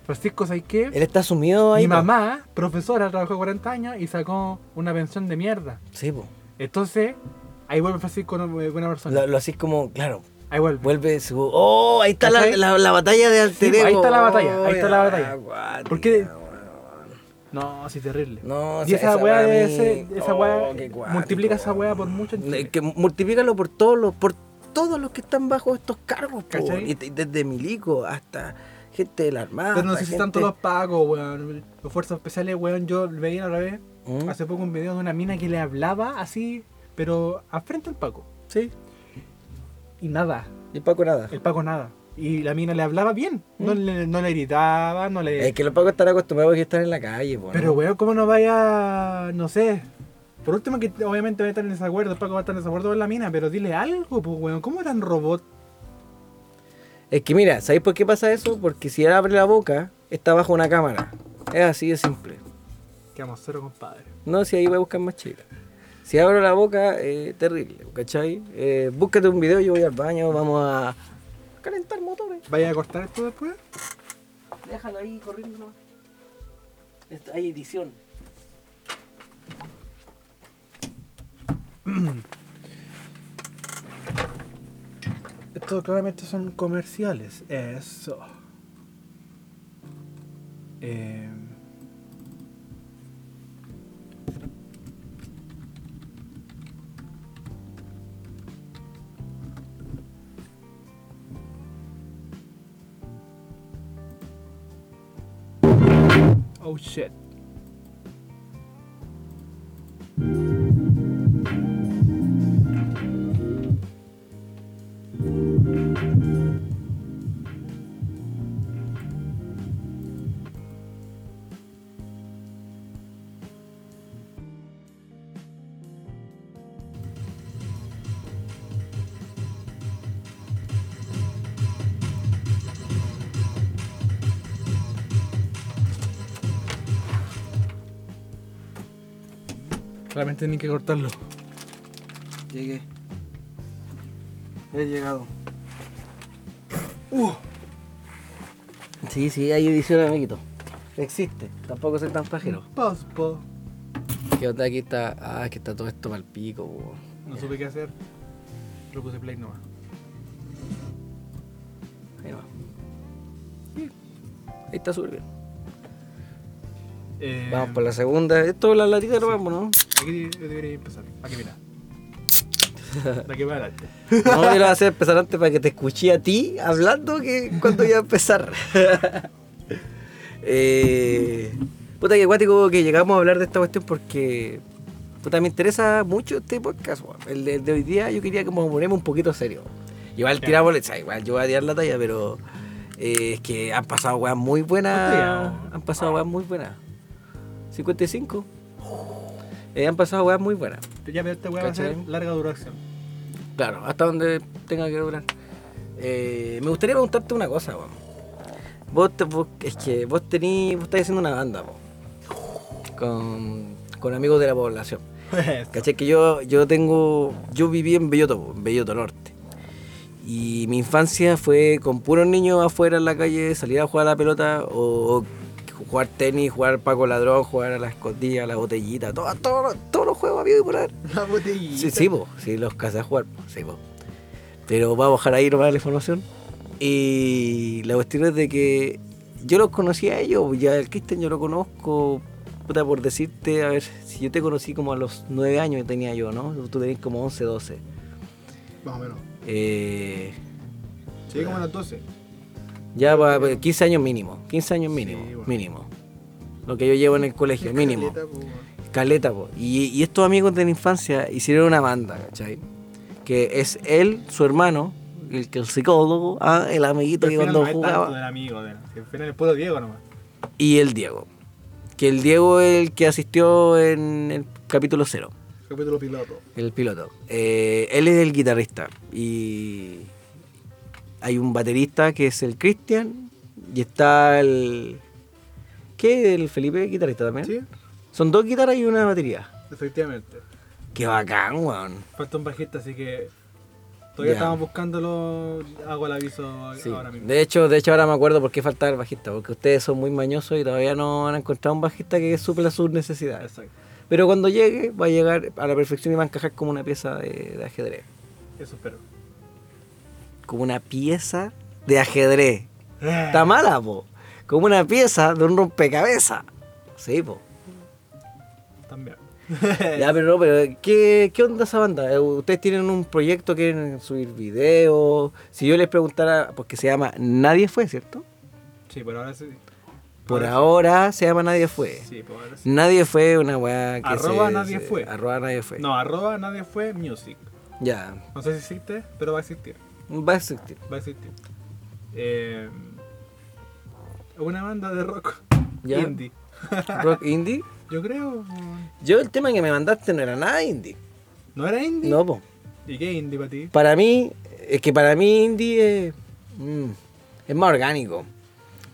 [SPEAKER 2] Francisco, ¿sabes
[SPEAKER 3] Él
[SPEAKER 2] qué?
[SPEAKER 3] está sumido ahí.
[SPEAKER 2] Mi
[SPEAKER 3] po.
[SPEAKER 2] mamá, profesora, trabajó 40 años y sacó una pensión de mierda.
[SPEAKER 3] Sí, po.
[SPEAKER 2] Entonces, ahí vuelve Francisco una buena persona.
[SPEAKER 3] Lo, lo haces como, claro.
[SPEAKER 2] Ahí vuelve.
[SPEAKER 3] Vuelve su. ¡Oh! Ahí está la,
[SPEAKER 2] ¿Cachai?
[SPEAKER 3] la- la batalla de
[SPEAKER 2] Sí,
[SPEAKER 3] alter
[SPEAKER 2] po, ahí
[SPEAKER 3] ego.
[SPEAKER 2] está la batalla, ahí
[SPEAKER 3] Oh,
[SPEAKER 2] está la
[SPEAKER 3] ya,
[SPEAKER 2] batalla.
[SPEAKER 3] guardia,
[SPEAKER 2] ¿Por qué?
[SPEAKER 3] weón.
[SPEAKER 2] No, sí, terrible.
[SPEAKER 3] No,
[SPEAKER 2] y esa, weá,
[SPEAKER 3] weá a
[SPEAKER 2] debe
[SPEAKER 3] mí-
[SPEAKER 2] ser- esa
[SPEAKER 3] oh,
[SPEAKER 2] weá,
[SPEAKER 3] qué cuático,
[SPEAKER 2] multiplica esa weá
[SPEAKER 3] weón.
[SPEAKER 2] por mucho. en
[SPEAKER 3] Eh,
[SPEAKER 2] Chile.
[SPEAKER 3] Que multiplícalo por todos los, por todos los que están bajo estos cargos, po.
[SPEAKER 2] ¿Cachai?
[SPEAKER 3] Y te- desde milico hasta gente de la armada.
[SPEAKER 2] Pero no
[SPEAKER 3] hasta
[SPEAKER 2] sé si
[SPEAKER 3] gente-
[SPEAKER 2] tanto los pagos, weón. Los fuerzas especiales, weón. Yo veía la otra vez,
[SPEAKER 3] ¿Mm?
[SPEAKER 2] hace poco un video de una mina que le hablaba así, pero al frente al Paco.
[SPEAKER 3] Sí.
[SPEAKER 2] Y nada,
[SPEAKER 3] Y Paco nada.
[SPEAKER 2] el Paco nada. Y la mina le hablaba bien. No, le, no le gritaba, no le...
[SPEAKER 3] ¿Mm? Es que los pacos están acostumbrados a estar en la calle, po, ¿no?
[SPEAKER 2] Pero, weón, ¿cómo no vaya...? No sé. Por último, que obviamente va a estar en desacuerdo, el Paco va a estar en desacuerdo con la mina, pero dile algo, pues, weón. ¿Cómo tan robot?
[SPEAKER 3] Es que mira, ¿sabéis por qué pasa eso? Porque si él abre la boca, está bajo una cámara. Es así de simple.
[SPEAKER 2] Quedamos cero, compadre.
[SPEAKER 3] No, si ahí voy a buscar más chile. Si abro la boca, eh, terrible, ¿cachai? Eh, búscate un video, yo voy al baño, vamos a calentar motores.
[SPEAKER 2] ¿Vaya a cortar esto después?
[SPEAKER 3] Déjalo ahí corriendo nomás. Esto- Hay edición.
[SPEAKER 2] Esto claramente son comerciales. Eso. Eh, Oh shit. Realmente tienen que cortarlo.
[SPEAKER 3] Llegué. He llegado. Uh. Sí, sí, hay edición, amiguito. Existe. Tampoco soy tan pajero.
[SPEAKER 2] Pospo.
[SPEAKER 3] ¿Qué onda aquí está? Ah, es que está todo esto mal pico, po.
[SPEAKER 2] No supe qué hacer. Lo puse play nomás.
[SPEAKER 3] Ahí va. Ahí está súper bien.
[SPEAKER 2] Eh,
[SPEAKER 3] Vamos por la segunda. Esto es la latita de vamos, ¿no?
[SPEAKER 2] Aquí yo debería empezar. Aquí mira. De aquí para adelante.
[SPEAKER 3] No, yo lo voy a hacer empezar antes para que te escuché a ti hablando que cuando iba a empezar. [LAUGHS] Eh, puta que guático que llegamos a hablar de esta cuestión porque puta, me interesa mucho este podcast. weón. El de, el de hoy día yo quería como ponerme un poquito serio. Igual tiramos, o sea, igual yo voy a tirar la talla, pero eh, es que han pasado weas muy buenas.
[SPEAKER 2] Hostia.
[SPEAKER 3] Han pasado weas muy buenas. 55. Eh, han pasado weas muy buenas.
[SPEAKER 2] Ya veo esta weá va a ser
[SPEAKER 3] ¿Cachai?
[SPEAKER 2] larga duración. [LAUGHS]
[SPEAKER 3] Claro, hasta donde tenga que durar. Eh, me gustaría preguntarte una cosa, weón. Vos, te- vos- es que vos tenís, vos estás haciendo una banda, po. con, con amigos de la población. ¿Cachai? Que yo, yo tengo, yo viví en Belloto, po, en Belloto Norte. Y mi infancia fue con puros niños afuera en la calle, salir a jugar a la pelota o, o jugar tenis, jugar paco ladrón, jugar a la escondida, a la botellita, todo- todo- todos los juegos habidos y por haber.
[SPEAKER 2] La botellita.
[SPEAKER 3] Sí, sí, po, sí, los casas a jugar, po, sí, po. Pero va a bajar ahí nomás la información. Y la cuestión es de que yo los conocí a ellos, ya el Cristian yo lo conozco, puta, por decirte, a ver, si yo te conocí como a los nueve años que tenía yo, ¿no? Tú tenías como 11, 12.
[SPEAKER 2] Más o menos.
[SPEAKER 3] Eh,
[SPEAKER 2] Llegué como a las 12.
[SPEAKER 3] ya va, va, 15 años mínimo, 15 años
[SPEAKER 2] Sí,
[SPEAKER 3] mínimo,
[SPEAKER 2] bueno.
[SPEAKER 3] mínimo. Lo que yo llevo en el colegio, mínimo.
[SPEAKER 2] Caleta, po.
[SPEAKER 3] Caleta, po. Y, y estos amigos de la infancia hicieron una banda, ¿cachai? Que es él, su hermano, el, que el psicólogo, ah, el amiguito
[SPEAKER 2] Al
[SPEAKER 3] que
[SPEAKER 2] final
[SPEAKER 3] cuando
[SPEAKER 2] no es tanto
[SPEAKER 3] jugaba,
[SPEAKER 2] del amigo. del- Al final es puro Diego nomás.
[SPEAKER 3] y el Diego. Que el Diego es el que asistió en el capítulo cero,
[SPEAKER 2] Capítulo piloto.
[SPEAKER 3] el piloto. Eh, él es el guitarrista. Y hay un baterista que es el Cristian. Y está el... ¿Qué? El Felipe, guitarrista también.
[SPEAKER 2] Sí,
[SPEAKER 3] Son dos guitarras y una batería.
[SPEAKER 2] efectivamente.
[SPEAKER 3] Qué bacán, weón.
[SPEAKER 2] Falta un bajista, así que todavía
[SPEAKER 3] Ya.
[SPEAKER 2] estamos buscándolo. Hago el aviso
[SPEAKER 3] Sí.
[SPEAKER 2] ahora mismo.
[SPEAKER 3] De hecho, de hecho ahora me acuerdo por qué faltaba el bajista, porque ustedes son muy mañosos y todavía no han encontrado un bajista que supla sus necesidades.
[SPEAKER 2] Exacto.
[SPEAKER 3] Pero cuando llegue va a llegar a la perfección y va a encajar como una pieza de, de ajedrez.
[SPEAKER 2] Eso espero.
[SPEAKER 3] Como una pieza de ajedrez. Está mala, po. Como una pieza de un rompecabezas. Sí, po.
[SPEAKER 2] [LAUGHS] También. Eh.
[SPEAKER 3] Ya, pero no, pero ¿qué, qué onda esa banda? Eh, Ustedes tienen un proyecto, quieren subir videos. Si yo les preguntara, porque se llama Nadie Fue, ¿cierto?
[SPEAKER 2] Sí, por ahora sí.
[SPEAKER 3] Por
[SPEAKER 2] Ahora
[SPEAKER 3] ahora se llama Nadie Fue.
[SPEAKER 2] Sí, por ahora sí.
[SPEAKER 3] Nadie fue una weá que
[SPEAKER 2] Arroba
[SPEAKER 3] se-
[SPEAKER 2] nadie
[SPEAKER 3] se-
[SPEAKER 2] fue.
[SPEAKER 3] Arroba nadie fue.
[SPEAKER 2] No, arroba nadie fue music.
[SPEAKER 3] Ya.
[SPEAKER 2] No sé si existe, pero va a existir.
[SPEAKER 3] Va a existir.
[SPEAKER 2] Va a existir. Eh, una banda de rock
[SPEAKER 3] [LAUGHS] Ya.
[SPEAKER 2] indie. [LAUGHS]
[SPEAKER 3] Rock indie.
[SPEAKER 2] Yo creo.
[SPEAKER 3] Yo el tema que me mandaste no era nada indie.
[SPEAKER 2] ¿No era indie?
[SPEAKER 3] No, po.
[SPEAKER 2] ¿Y qué indie para ti?
[SPEAKER 3] Para mí, es que para mí indie es, mm, es más orgánico.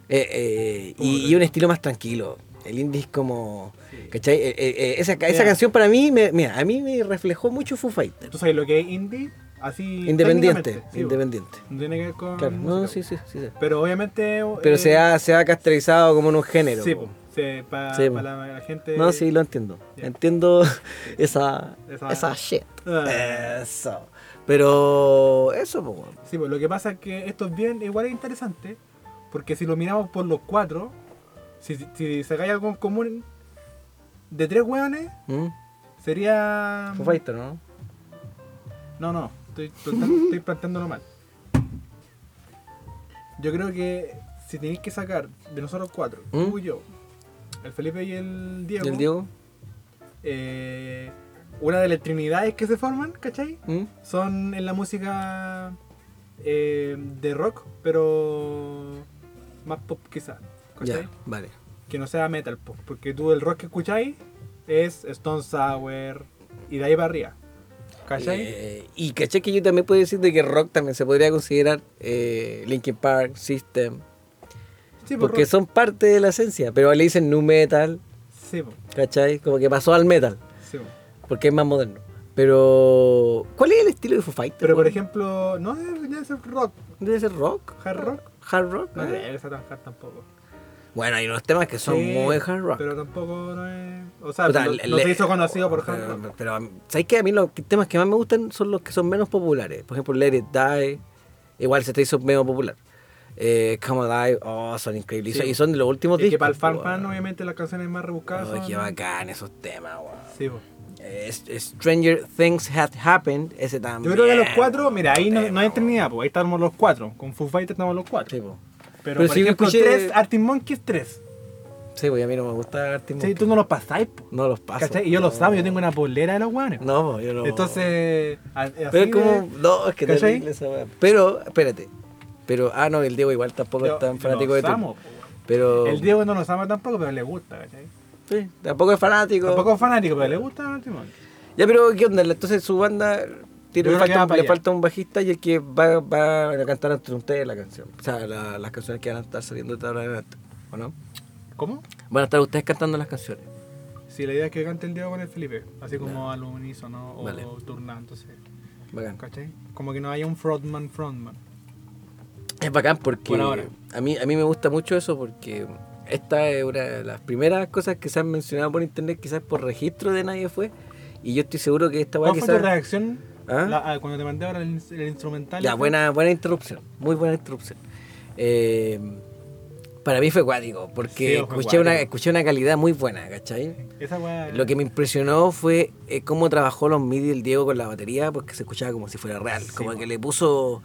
[SPEAKER 3] Eh, eh, y, y un estilo más tranquilo. El indie es como... ¿Cachai? Eh, eh, eh, esa, esa
[SPEAKER 2] Mira.
[SPEAKER 3] canción para mí, me- mira, a mí me reflejó mucho Foo Fighters.
[SPEAKER 2] ¿Tú sabes lo que es indie? Así.
[SPEAKER 3] Independiente.
[SPEAKER 2] técnicamente, sí,
[SPEAKER 3] Independiente.
[SPEAKER 2] No tiene que ver con.
[SPEAKER 3] Claro. No,
[SPEAKER 2] música.
[SPEAKER 3] sí, sí, sí. sí.
[SPEAKER 2] Pero obviamente.
[SPEAKER 3] Pero
[SPEAKER 2] eh,
[SPEAKER 3] se ha, se ha caracterizado como en un género.
[SPEAKER 2] Sí,
[SPEAKER 3] po.
[SPEAKER 2] po. Sí, para
[SPEAKER 3] Sí, po.
[SPEAKER 2] la, la gente.
[SPEAKER 3] No, sí, lo entiendo.
[SPEAKER 2] Ya.
[SPEAKER 3] Entiendo [LAUGHS] esa,
[SPEAKER 2] Esa-
[SPEAKER 3] esa... shit.
[SPEAKER 2] Ah.
[SPEAKER 3] Eso. Pero eso, po, weón.
[SPEAKER 2] Sí, pues lo que pasa es que esto es bien, igual es interesante, porque si lo miramos por los cuatro, si, si sacáis algo en común de tres hueones,
[SPEAKER 3] ¿Mm?
[SPEAKER 2] sería.
[SPEAKER 3] Foo Fighter, ¿no?
[SPEAKER 2] No, no, estoy, plantan- [LAUGHS] estoy planteándolo mal. Yo creo que si tenéis que sacar de nosotros cuatro, tú
[SPEAKER 3] ¿Mm?
[SPEAKER 2] y yo, el Felipe y el Diego,
[SPEAKER 3] ¿Y el Diego?
[SPEAKER 2] eh, una de las trinidades que se forman, ¿cachai?
[SPEAKER 3] ¿Mm?
[SPEAKER 2] son en la música eh, de rock, pero más pop quizá. ¿cachai?
[SPEAKER 3] Ya, vale.
[SPEAKER 2] Que no sea metal pop, porque tú el rock que escucháis es Stone Sour y de ahí para arriba. ¿Cachai?
[SPEAKER 3] Eh, y caché que yo también puedo decir de que rock también se podría considerar eh, Linkin Park, System,
[SPEAKER 2] sí, pues,
[SPEAKER 3] porque
[SPEAKER 2] rock.
[SPEAKER 3] son parte de la esencia, pero le dicen nu metal,
[SPEAKER 2] Sí, pues,
[SPEAKER 3] ¿cachai? Como que pasó al metal.
[SPEAKER 2] sí, pues.
[SPEAKER 3] porque es más moderno. Pero, ¿cuál es el estilo de Foo Fighters?
[SPEAKER 2] Pero por
[SPEAKER 3] weón?
[SPEAKER 2] ejemplo, no debe debe ser rock,
[SPEAKER 3] ¿Debe ser rock?
[SPEAKER 2] hard rock.
[SPEAKER 3] ¿Hard rock?
[SPEAKER 2] No
[SPEAKER 3] eh?
[SPEAKER 2] debe ser tan hard tampoco.
[SPEAKER 3] Bueno, hay unos temas que son
[SPEAKER 2] Sí,
[SPEAKER 3] muy hard rock.
[SPEAKER 2] Pero tampoco no es. O sea,
[SPEAKER 3] Puta,
[SPEAKER 2] no,
[SPEAKER 3] le-
[SPEAKER 2] no
[SPEAKER 3] le- eh,
[SPEAKER 2] se hizo conocido por hard
[SPEAKER 3] pero,
[SPEAKER 2] rock.
[SPEAKER 3] Pero, a mí- ¿sabes qué? A mí los que- temas que más me gustan son los que son menos populares. Por ejemplo, Let It Die, igual se te hizo medio popular. Eh, Come Alive, oh, son increíbles. Y
[SPEAKER 2] Sí.
[SPEAKER 3] son- Y son de los últimos
[SPEAKER 2] Y
[SPEAKER 3] discos.
[SPEAKER 2] que para el fan
[SPEAKER 3] weón.
[SPEAKER 2] fan, obviamente, las canciones más rebuscadas.
[SPEAKER 3] Oh,
[SPEAKER 2] son-
[SPEAKER 3] qué bacán esos temas, weón.
[SPEAKER 2] Sí, po.
[SPEAKER 3] Eh, S- Stranger Things Had Happened, ese
[SPEAKER 2] Yo
[SPEAKER 3] también.
[SPEAKER 2] creo que los cuatro, mira, ahí no,
[SPEAKER 3] tema,
[SPEAKER 2] no hay
[SPEAKER 3] weón.
[SPEAKER 2] trinidad, pues ahí estamos los cuatro. Con Foo Fighters estamos los cuatro.
[SPEAKER 3] Sí, po.
[SPEAKER 2] Pero,
[SPEAKER 3] Pero
[SPEAKER 2] por
[SPEAKER 3] si yo
[SPEAKER 2] ejemplo,
[SPEAKER 3] escuché-
[SPEAKER 2] tres, Arctic Monkeys, tres.
[SPEAKER 3] Sí, pues a mí no me gusta Arctic
[SPEAKER 2] Sí,
[SPEAKER 3] Monkeys.
[SPEAKER 2] tú no los pasáis, po,
[SPEAKER 3] No los paso.
[SPEAKER 2] ¿cachai? Y yo lo
[SPEAKER 3] no.
[SPEAKER 2] sabía, yo tengo una polera de los guanes.
[SPEAKER 3] No, po, yo no.
[SPEAKER 2] Entonces, a- así
[SPEAKER 3] Pero es
[SPEAKER 2] de-
[SPEAKER 3] como. No, es que
[SPEAKER 2] ¿Cachai?
[SPEAKER 3] terrible esa weá. Pero, espérate. Pero, ah, no, el Diego igual tampoco
[SPEAKER 2] Yo-
[SPEAKER 3] es tan
[SPEAKER 2] yo
[SPEAKER 3] fanático
[SPEAKER 2] los
[SPEAKER 3] de
[SPEAKER 2] amo,
[SPEAKER 3] tú.
[SPEAKER 2] po, weón.
[SPEAKER 3] Pero.
[SPEAKER 2] El Diego no los ama tampoco, pero le gusta, ¿cachai?
[SPEAKER 3] sí, tampoco es fanático.
[SPEAKER 2] Tampoco es fanático, pero le gusta Arctic Monkeys.
[SPEAKER 3] Ya, pero ¿qué onda? Entonces su banda. Tiene,
[SPEAKER 2] Yo
[SPEAKER 3] le
[SPEAKER 2] creo que
[SPEAKER 3] falta,
[SPEAKER 2] van para
[SPEAKER 3] le
[SPEAKER 2] allá.
[SPEAKER 3] falta un bajista y el que va, va a cantar ante ustedes la canción. O sea, la- las canciones que van a estar saliendo de ahora en adelante. ¿O no?
[SPEAKER 2] ¿Cómo?
[SPEAKER 3] Van a estar ustedes cantando las canciones.
[SPEAKER 2] Sí, la idea es que cante el Diego con el Felipe, así como al unísono o
[SPEAKER 3] Vale.
[SPEAKER 2] turna, entonces,
[SPEAKER 3] Bacán.
[SPEAKER 2] ¿cachai? Como que no haya un frontman, frontman.
[SPEAKER 3] Es bacán porque
[SPEAKER 2] Por ahora.
[SPEAKER 3] A, mí, a mí me gusta mucho eso porque esta es una de las primeras cosas que se han mencionado por internet, quizás por registro de nadie fue. Y yo estoy seguro que esta va
[SPEAKER 2] ¿Cuál fue tu
[SPEAKER 3] quizás...
[SPEAKER 2] reacción
[SPEAKER 3] ¿Ah?
[SPEAKER 2] la- a- cuando te mandé ahora el, ins- el instrumental?
[SPEAKER 3] Ya,
[SPEAKER 2] ese?
[SPEAKER 3] buena, buena interrupción, muy buena interrupción. Eh, para mí fue cuático, porque
[SPEAKER 2] Sí, fue
[SPEAKER 3] escuché, una,
[SPEAKER 2] cuático.
[SPEAKER 3] escuché una calidad muy buena, ¿cachai?
[SPEAKER 2] Esa weá.
[SPEAKER 3] Lo que me impresionó fue eh, cómo trabajó los MIDI el Diego con la batería, porque se escuchaba como si fuera real. como
[SPEAKER 2] po.
[SPEAKER 3] que le puso.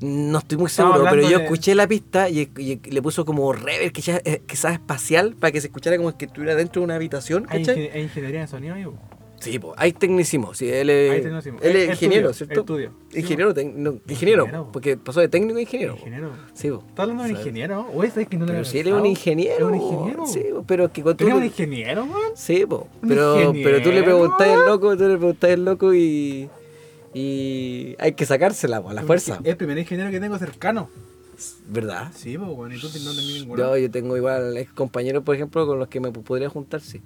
[SPEAKER 3] No estoy muy
[SPEAKER 2] Estamos
[SPEAKER 3] seguro, pero
[SPEAKER 2] hablando
[SPEAKER 3] yo
[SPEAKER 2] de-
[SPEAKER 3] escuché la pista y, y le puso como reverb, quizás, eh, quizás espacial, para que se escuchara como que estuviera dentro de una habitación,
[SPEAKER 2] Hay,
[SPEAKER 3] ¿cachai?
[SPEAKER 2] Ah, ingen- hay ingeniería de sonido ahí, po.
[SPEAKER 3] Sí, po, hay tecnicismo. Sí, él es,
[SPEAKER 2] Hay tecnicismo.
[SPEAKER 3] él
[SPEAKER 2] El-
[SPEAKER 3] es
[SPEAKER 2] el
[SPEAKER 3] ingeniero,
[SPEAKER 2] estudio,
[SPEAKER 3] ¿cierto?
[SPEAKER 2] el estudio. Sí,
[SPEAKER 3] Ingeniero, tec- no, ingeniero,
[SPEAKER 2] Ingeniero.
[SPEAKER 3] porque pasó de técnico a ingeniero. po.
[SPEAKER 2] Ingeniero.
[SPEAKER 3] Sí, po.
[SPEAKER 2] ¿Estás hablando de un
[SPEAKER 3] ¿Sabes?
[SPEAKER 2] ingeniero? O ese es que no lo
[SPEAKER 3] Pero
[SPEAKER 2] había
[SPEAKER 3] si él es un
[SPEAKER 2] pensado.
[SPEAKER 3] ingeniero.
[SPEAKER 2] ¿Es un ingeniero?
[SPEAKER 3] Sí, po, pero que cuando tú
[SPEAKER 2] ¿Tú eres un
[SPEAKER 3] le-
[SPEAKER 2] ingeniero, weón?
[SPEAKER 3] Sí, po.
[SPEAKER 2] Un
[SPEAKER 3] Pero, pero tú le
[SPEAKER 2] ingeniero.
[SPEAKER 3] preguntás al loco, tú le preguntás al loco y. Y hay que sacársela, po, a la fuerza.
[SPEAKER 2] El primer ingeniero que tengo cercano.
[SPEAKER 3] ¿Verdad?
[SPEAKER 2] Sí, po, weón. Y tú no te miras
[SPEAKER 3] Yo, yo tengo igual ex compañeros, por ejemplo, con los que me podría juntar, sí.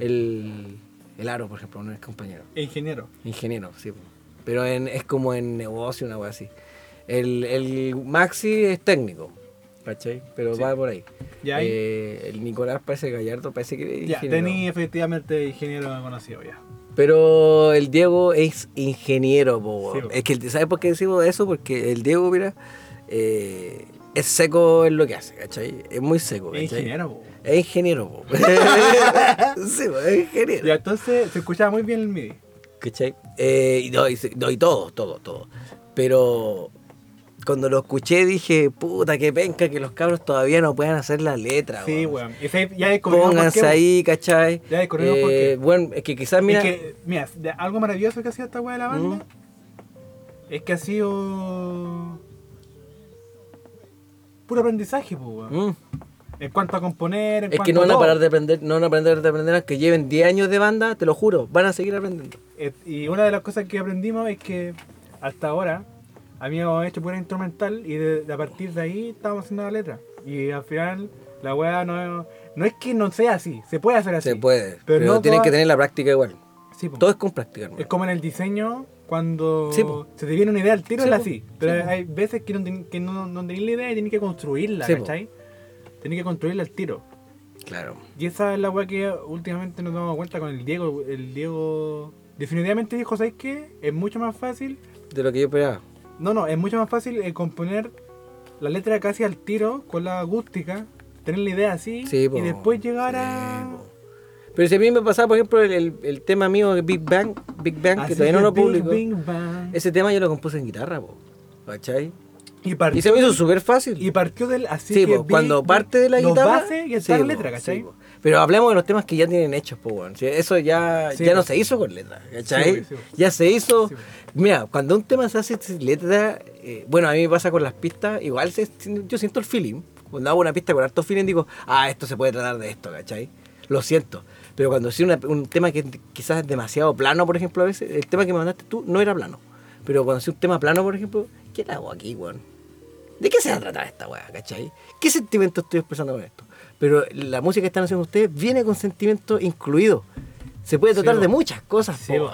[SPEAKER 3] El, el Aro, por ejemplo, no es compañero.
[SPEAKER 2] Ingeniero.
[SPEAKER 3] Ingeniero, sí. po. Pero en- es como en negocio, una wea así. El, el Maxi es técnico, ¿cachai? Pero va por ahí.
[SPEAKER 2] Ya, ahí-
[SPEAKER 3] Eh, el Nicolás parece Gallardo, parece que es
[SPEAKER 2] Ya,
[SPEAKER 3] ingeniero.
[SPEAKER 2] tení efectivamente ingeniero conocido ya.
[SPEAKER 3] Pero el Diego es ingeniero, po,
[SPEAKER 2] Sí,
[SPEAKER 3] weón.
[SPEAKER 2] po.
[SPEAKER 3] Es que, el- ¿sabes por qué decimos eso? Porque el Diego, mira, eh, es seco en lo que hace, ¿cachai? Es muy seco,
[SPEAKER 2] Es
[SPEAKER 3] ¿cachai?
[SPEAKER 2] ingeniero, po.
[SPEAKER 3] Es ingeniero,
[SPEAKER 2] [LAUGHS]
[SPEAKER 3] po. [LAUGHS] sí, po, es ingeniero.
[SPEAKER 2] Ya, entonces se escuchaba muy bien el MIDI.
[SPEAKER 3] ¿Cachai? Eh, y, no, y, se- no, y todo, todo, todo. Pero cuando lo escuché dije, puta, que penca que los cabros todavía no puedan hacer la letra,
[SPEAKER 2] Sí,
[SPEAKER 3] weón.
[SPEAKER 2] weón. Ese- ya descubrimos por qué,
[SPEAKER 3] Ah, Pónganse
[SPEAKER 2] weón.
[SPEAKER 3] ahí, ¿cachai?
[SPEAKER 2] Ya descubrimos por qué.
[SPEAKER 3] Bueno, es que quizás,
[SPEAKER 2] Mira,
[SPEAKER 3] mira...
[SPEAKER 2] que, mira de- algo maravilloso que ha sido esta weá de la banda es que ha sido. puro aprendizaje, po, weón.
[SPEAKER 3] Mm.
[SPEAKER 2] En cuanto a componer, en
[SPEAKER 3] Es
[SPEAKER 2] cuanto
[SPEAKER 3] que no
[SPEAKER 2] a
[SPEAKER 3] van a
[SPEAKER 2] todo.
[SPEAKER 3] parar de aprender, no van a aprender de aprender, aunque lleven 10 años de banda, te lo juro, van a seguir aprendiendo.
[SPEAKER 2] Eh, Y una de las cosas que aprendimos es que hasta ahora habíamos hecho pura instrumental y de, de a partir de ahí estábamos haciendo la letra. Y al final la weá no, no es que no sea así, se puede hacer así.
[SPEAKER 3] Se puede, pero,
[SPEAKER 2] no
[SPEAKER 3] tienen
[SPEAKER 2] todas-
[SPEAKER 3] que tener la práctica igual.
[SPEAKER 2] Sí, po.
[SPEAKER 3] Todo es con práctica, hermano.
[SPEAKER 2] Es como en el diseño, cuando
[SPEAKER 3] Sí, po.
[SPEAKER 2] se te viene una idea al tiro,
[SPEAKER 3] Sí,
[SPEAKER 2] es
[SPEAKER 3] po.
[SPEAKER 2] así. Pero hay veces que no, ten- que no, no tenéis la idea y tenéis que construirla,
[SPEAKER 3] Sí, po.
[SPEAKER 2] ¿cachai? Tenéis que construirla al tiro.
[SPEAKER 3] Claro.
[SPEAKER 2] Y esa es la weá que últimamente nos damos cuenta con el Diego. El Diego definitivamente dijo, ¿sabes qué? Es mucho más fácil.
[SPEAKER 3] De lo que yo esperaba.
[SPEAKER 2] No, no, es mucho más fácil eh, componer la letra casi al tiro con la acústica, tener la idea así
[SPEAKER 3] Sí, po.
[SPEAKER 2] y después llegar
[SPEAKER 3] Sí,
[SPEAKER 2] a...
[SPEAKER 3] po. Pero si a mí me pasaba, por ejemplo, el, el- el tema mío de Big Bang, Big Bang,
[SPEAKER 2] Así
[SPEAKER 3] que todavía no lo
[SPEAKER 2] Big
[SPEAKER 3] publico,
[SPEAKER 2] Bang Bang.
[SPEAKER 3] ese tema yo lo compuse en guitarra, po, ¿cachai?
[SPEAKER 2] Y
[SPEAKER 3] Y
[SPEAKER 2] partió
[SPEAKER 3] se me hizo súper fácil.
[SPEAKER 2] Y partió del así
[SPEAKER 3] Sí,
[SPEAKER 2] que
[SPEAKER 3] po,
[SPEAKER 2] Big
[SPEAKER 3] cuando
[SPEAKER 2] Bang
[SPEAKER 3] parte de la
[SPEAKER 2] los
[SPEAKER 3] guitarra.
[SPEAKER 2] bases y
[SPEAKER 3] sí,
[SPEAKER 2] está la
[SPEAKER 3] po,
[SPEAKER 2] letra, ¿cachai?
[SPEAKER 3] sí, pues. po. pero hablemos de los temas que ya tienen hechos, po, weón. Sí, Eso ya,
[SPEAKER 2] Sí,
[SPEAKER 3] ya
[SPEAKER 2] po.
[SPEAKER 3] no se hizo con letra, ¿cachai?
[SPEAKER 2] Sí, po, sí, po.
[SPEAKER 3] Ya se hizo.
[SPEAKER 2] Sí, po.
[SPEAKER 3] Mira, cuando un tema se hace sin letra, eh, bueno, a mí me pasa con las pistas, igual se- yo siento el feeling. Cuando hago una pista con harto feeling, digo, ah, esto se puede tratar de esto, ¿cachai? Lo siento. Pero cuando sí una- un tema que quizás es demasiado plano, por ejemplo, a veces, el tema que me mandaste tú no era plano. Pero cuando sí un tema plano, por ejemplo, ¿qué le hago aquí, weón? ¿De qué se va a tratar esta weá, cachai? ¿Qué sentimiento estoy expresando con esto? Pero la música que están haciendo ustedes viene con sentimiento incluido. Se puede tratar
[SPEAKER 2] Sí,
[SPEAKER 3] de
[SPEAKER 2] bo.
[SPEAKER 3] muchas cosas.
[SPEAKER 2] Sí,
[SPEAKER 3] po.
[SPEAKER 2] bo.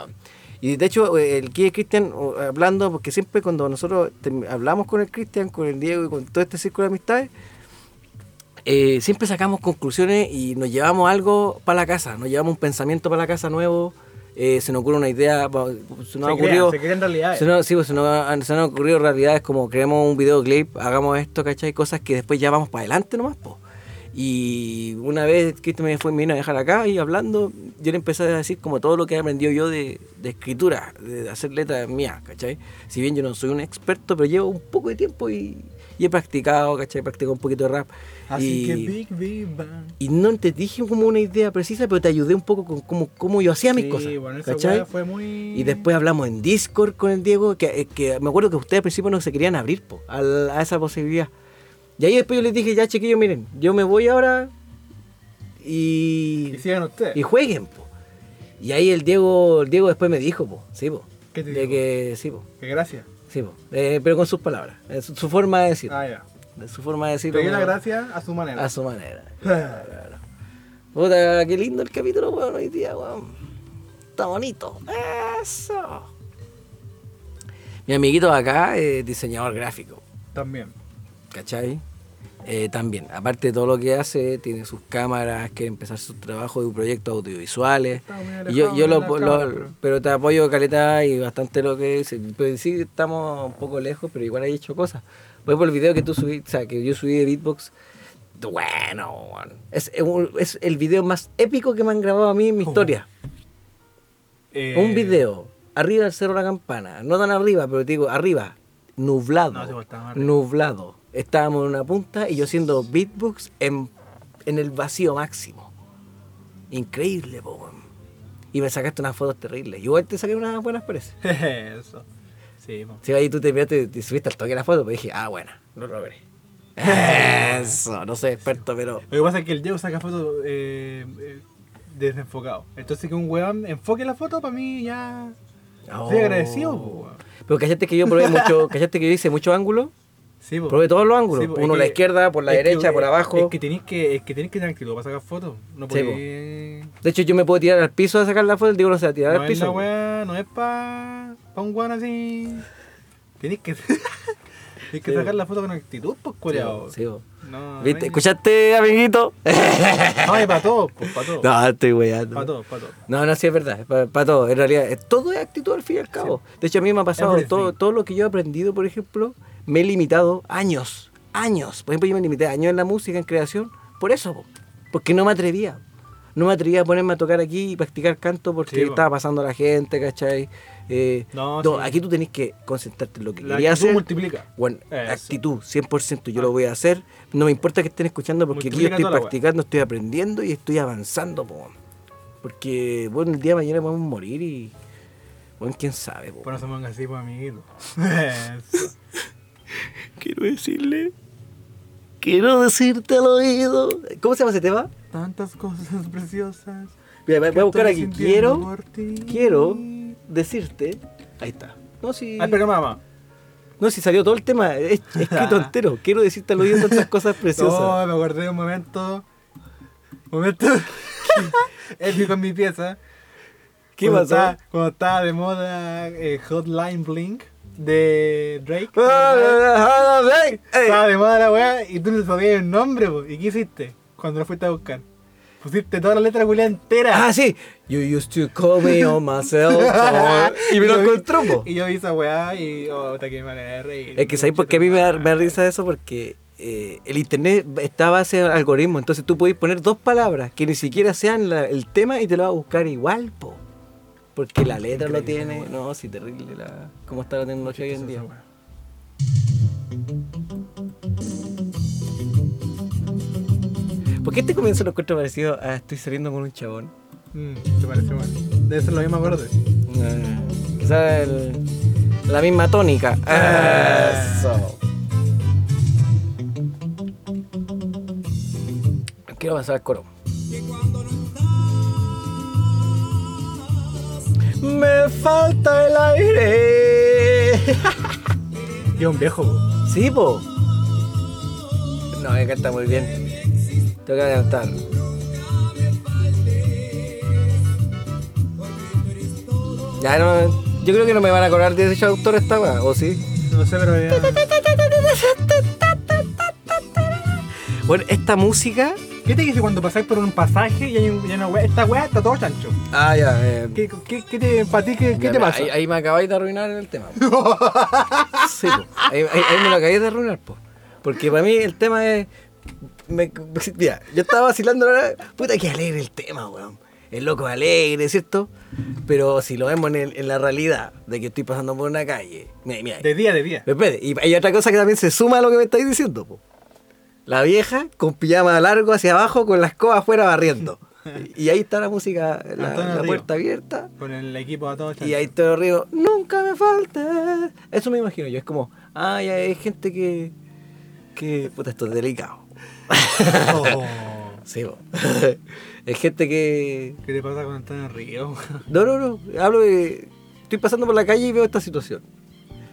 [SPEAKER 3] Y de hecho, eh, el Guille Cristian, o- hablando, porque siempre cuando nosotros te- hablamos con el Cristian, con el Diego y con todo este círculo de amistades, eh, siempre sacamos conclusiones y nos llevamos algo para la casa, nos llevamos un pensamiento para la casa nuevo, eh, se nos ocurre una idea, va- se nos ha
[SPEAKER 2] Se crean,
[SPEAKER 3] ocurrido...
[SPEAKER 2] se crean realidades.
[SPEAKER 3] se nos- sí, pues, se nos, han- se nos han ocurrido realidades como creemos un videoclip, hagamos esto, ¿cachai? Cosas que después ya vamos para adelante nomás, po. Y una vez Cristo me fue, me vino a dejar acá y hablando, yo le empecé a decir como todo lo que he aprendido yo de, de escritura, de hacer letras mías, ¿cachai? Si bien yo no soy un experto, pero llevo un poco de tiempo y, y he practicado, ¿cachai? He practicado un poquito de rap.
[SPEAKER 2] Así
[SPEAKER 3] y,
[SPEAKER 2] que Big Big Bang.
[SPEAKER 3] y no te dije como una idea precisa, pero te ayudé un poco con cómo, cómo yo hacía mis
[SPEAKER 2] Sí,
[SPEAKER 3] cosas,
[SPEAKER 2] bueno, esa
[SPEAKER 3] ¿cachai?
[SPEAKER 2] weá fue muy.
[SPEAKER 3] Y después hablamos en Discord con el Diego, que, eh, que me acuerdo que ustedes al principio no se querían abrir po, al- a, esa posibilidad. Y ahí después yo les dije, ya chiquillos, miren, yo me voy ahora y,
[SPEAKER 2] Y eh. sigan ustedes.
[SPEAKER 3] y jueguen. po". Y ahí el Diego, el Diego después me dijo, po, sí, po,
[SPEAKER 2] ¿Qué te
[SPEAKER 3] de
[SPEAKER 2] dijo?
[SPEAKER 3] que sí, po,
[SPEAKER 2] Que gracias.
[SPEAKER 3] sí, po, eh, pero con sus palabras, eh, su, su forma de decirlo.
[SPEAKER 2] Ah, ya.
[SPEAKER 3] Su forma de
[SPEAKER 2] Te
[SPEAKER 3] decirlo.
[SPEAKER 2] dio la
[SPEAKER 3] ¿no?
[SPEAKER 2] gracia a su manera.
[SPEAKER 3] pues, A su manera. Claro. Puta, qué lindo el capítulo, weón, hoy día, weón. Está bonito. Eso. Mi amiguito acá es diseñador gráfico,
[SPEAKER 2] [LAUGHS] También.
[SPEAKER 3] ¿cachai? Eh, también, aparte de todo lo que hace, tiene sus cámaras, quiere empezar su trabajo de proyectos audiovisuales.
[SPEAKER 2] Está muy
[SPEAKER 3] Y yo,
[SPEAKER 2] alejado
[SPEAKER 3] yo
[SPEAKER 2] de
[SPEAKER 3] lo,
[SPEAKER 2] las
[SPEAKER 3] lo-
[SPEAKER 2] cámaras, pero-
[SPEAKER 3] pero te apoyo, Caleta, y bastante lo que es. Pero sí, estamos un poco lejos, pero igual he hecho cosas. Voy por el video que tú subiste, o sea, que yo subí de Beatbox. Bueno, weón. es, es un- es el video más épico que me han grabado a mí en mi historia.
[SPEAKER 2] Eh,
[SPEAKER 3] Un video, arriba del Cerro La Campana. No tan arriba, pero te digo, arriba. Nublado.
[SPEAKER 2] No, sí, pues, estábamos arriba.
[SPEAKER 3] Nublado. Estábamos en una punta y yo siendo beatbox en, en el vacío máximo. Increíble, po, weón. Y me sacaste unas fotos terribles. Igual te saqué unas buenas, parece.
[SPEAKER 2] [LAUGHS] Eso. Sí, pues. po.
[SPEAKER 3] Sí, ahí tú te miraste, te subiste al toque la foto, pero dije, ah, buena,
[SPEAKER 2] [LAUGHS]
[SPEAKER 3] lo logré. Eso, no soy experto, pero.
[SPEAKER 2] Lo que pasa es que el Diego saca fotos eh, eh, desenfocado. Entonces que un weón enfoque la foto para mí ya. Estoy
[SPEAKER 3] Oh.
[SPEAKER 2] agradecido, po, weón.
[SPEAKER 3] Pero callaste que yo probé mucho, callaste que yo hice mucho ángulo.
[SPEAKER 2] Sí, po.
[SPEAKER 3] Probé todos los ángulos.
[SPEAKER 2] Sí, po, es
[SPEAKER 3] Uno a la
[SPEAKER 2] que-
[SPEAKER 3] izquierda, por la
[SPEAKER 2] es que-
[SPEAKER 3] derecha, por abajo.
[SPEAKER 2] Es que tenés que, es que, tenés que tener actitud para sacar fotos. No
[SPEAKER 3] Sí, po.
[SPEAKER 2] podés.
[SPEAKER 3] De hecho, yo me puedo tirar al piso a sacar la foto, el Diego no se va a tirar
[SPEAKER 2] No
[SPEAKER 3] al
[SPEAKER 2] es
[SPEAKER 3] piso.
[SPEAKER 2] la weá, no es pa, pa un weón así. Tenés que. [LAUGHS] Tenés que
[SPEAKER 3] Sí,
[SPEAKER 2] sacar
[SPEAKER 3] po.
[SPEAKER 2] la foto con actitud, pues, culiao.
[SPEAKER 3] Sí, bo.
[SPEAKER 2] No,
[SPEAKER 3] ¿Viste?
[SPEAKER 2] no hay-
[SPEAKER 3] ¿Escuchaste, amiguito? [LAUGHS]
[SPEAKER 2] No, es para todos, pues, para todos.
[SPEAKER 3] no, estoy weyando.
[SPEAKER 2] Para todos, para todos.
[SPEAKER 3] No, no, sí es verdad, para todo, en realidad, eh, todo es actitud al fin y al cabo. De hecho, a mí me ha pasado
[SPEAKER 2] Everything.
[SPEAKER 3] todo, todo lo que yo he aprendido, por ejemplo, me he limitado años, años. Por ejemplo, yo me limité años en la música, en creación, por eso, po, porque no me atrevía. No me atrevía a ponerme a tocar aquí y practicar canto porque
[SPEAKER 2] Sí, po.
[SPEAKER 3] estaba pasando la gente, ¿cachai? Eh, no,
[SPEAKER 2] No, sí.
[SPEAKER 3] aquí tú tenés que concentrarte en lo que
[SPEAKER 2] La
[SPEAKER 3] querías
[SPEAKER 2] actitud
[SPEAKER 3] hacer.
[SPEAKER 2] multiplica.
[SPEAKER 3] Bueno,
[SPEAKER 2] Eso.
[SPEAKER 3] actitud, 100%, yo lo voy a hacer. No me importa que estén escuchando porque aquí yo
[SPEAKER 2] Multiplica
[SPEAKER 3] estoy
[SPEAKER 2] toda la wea.
[SPEAKER 3] practicando, estoy aprendiendo y estoy avanzando, po. Porque, bueno, el día de mañana podemos morir y. Bueno, quién sabe, po.
[SPEAKER 2] Bueno, se pongan así, pues, amiguito. [LAUGHS] Eso.
[SPEAKER 4] Quiero decirle.
[SPEAKER 3] Quiero decirte al oído. ¿Cómo se llama ese tema?
[SPEAKER 2] Tantas cosas preciosas.
[SPEAKER 3] Mira, voy- voy a buscar
[SPEAKER 2] estoy
[SPEAKER 3] aquí.
[SPEAKER 2] sintiendo
[SPEAKER 3] Quiero,
[SPEAKER 2] por ti.
[SPEAKER 3] quiero decirte. Ahí está. No, si.
[SPEAKER 2] Ay, pero Ah, mamá.
[SPEAKER 3] No, si salió todo el tema.
[SPEAKER 2] [LAUGHS]
[SPEAKER 3] Es es escrito entero. Quiero decirte al oído tantas cosas preciosas.
[SPEAKER 2] No, Oh, me acordé de un momento. Momento. [LAUGHS] épico en mi pieza.
[SPEAKER 3] ¿Qué
[SPEAKER 2] cuando
[SPEAKER 3] pasó?
[SPEAKER 2] Estaba, cuando estaba de moda eh, Hotline Blink de Drake.
[SPEAKER 3] Ah,
[SPEAKER 2] Estaba de moda la weá y tú no sabías el nombre, po. ¿y qué hiciste cuando lo fuiste a buscar? Pusiste toda la letra culia entera. [LAUGHS]
[SPEAKER 3] Ah, sí. You used to call me on my cell phone. Oh, [LAUGHS] Y me lo
[SPEAKER 2] yo vi-
[SPEAKER 3] encontró, po.
[SPEAKER 2] Y yo vi esa weá y. Oh, hasta que me manera de reír.
[SPEAKER 3] Es que ¿sabes por qué a mí me da, me da risa eso? Porque eh, el internet está a base de algoritmo, entonces tú podés poner dos palabras que ni siquiera sean la- el tema y te lo va a buscar igual, po. Porque la letra lo tiene. No, sí, terrible la, cómo está la tecnología hoy en día. ¿Por qué este comienzo lo encuentro parecido a estoy saliendo con un chabón?
[SPEAKER 2] Mm, te parece bueno. Debe ser lo mismo acorde.
[SPEAKER 3] Ah, quizá el- la misma tónica. Eso. Quiero pasar al coro. Me falta el aire.
[SPEAKER 2] Y es un viejo, po.
[SPEAKER 3] sí, po. No, me canta muy bien. Tengo que adelantar. Ya no, yo creo que no me van a cobrar derechos de autor esta weá, ¿o sí?
[SPEAKER 2] No sé, pero ya.
[SPEAKER 3] Bueno, esta música.
[SPEAKER 2] ¿Qué te dice cuando pasáis por un pasaje y hay un- y hay una wea? Esta wea está todo chancho.
[SPEAKER 3] Ah, ya, eh.
[SPEAKER 2] ¿Qué, qué, qué te, para ti, qué, qué
[SPEAKER 3] ya,
[SPEAKER 2] te
[SPEAKER 3] mira,
[SPEAKER 2] pasa?
[SPEAKER 3] Ahí, ahí me acabáis de arruinar el tema.
[SPEAKER 2] [LAUGHS]
[SPEAKER 3] po. sí, po. Ahí, ahí- ahí me lo acabáis de arruinar, po. Porque para mí el tema es. me- mira, yo estaba vacilando ahora. Puta, qué alegre el tema, weón. El loco es alegre, ¿cierto? Pero si lo vemos en, el- en la realidad de que estoy pasando por una calle. Mira, mira.
[SPEAKER 2] De día, de día.
[SPEAKER 3] Espere, y hay otra cosa que también se suma a lo que me estáis diciendo, po. La vieja con pijama largo hacia abajo con la escoba afuera barriendo.
[SPEAKER 2] [LAUGHS]
[SPEAKER 3] Y y ahí está la música, la,
[SPEAKER 2] Antonio
[SPEAKER 3] la
[SPEAKER 2] Río.
[SPEAKER 3] puerta abierta.
[SPEAKER 2] Con el equipo a todo chancho.
[SPEAKER 3] Y ahí te río, nunca me falta. Eso me imagino yo, es como, ay, hay gente que. que. puta, esto es delicado. [LAUGHS]
[SPEAKER 2] Oh,
[SPEAKER 3] Sí, po. [LAUGHS] Es gente que.
[SPEAKER 2] ¿Qué te pasa con Antonio Río?
[SPEAKER 3] No, no, no, hablo de. estoy pasando por la calle y veo esta situación.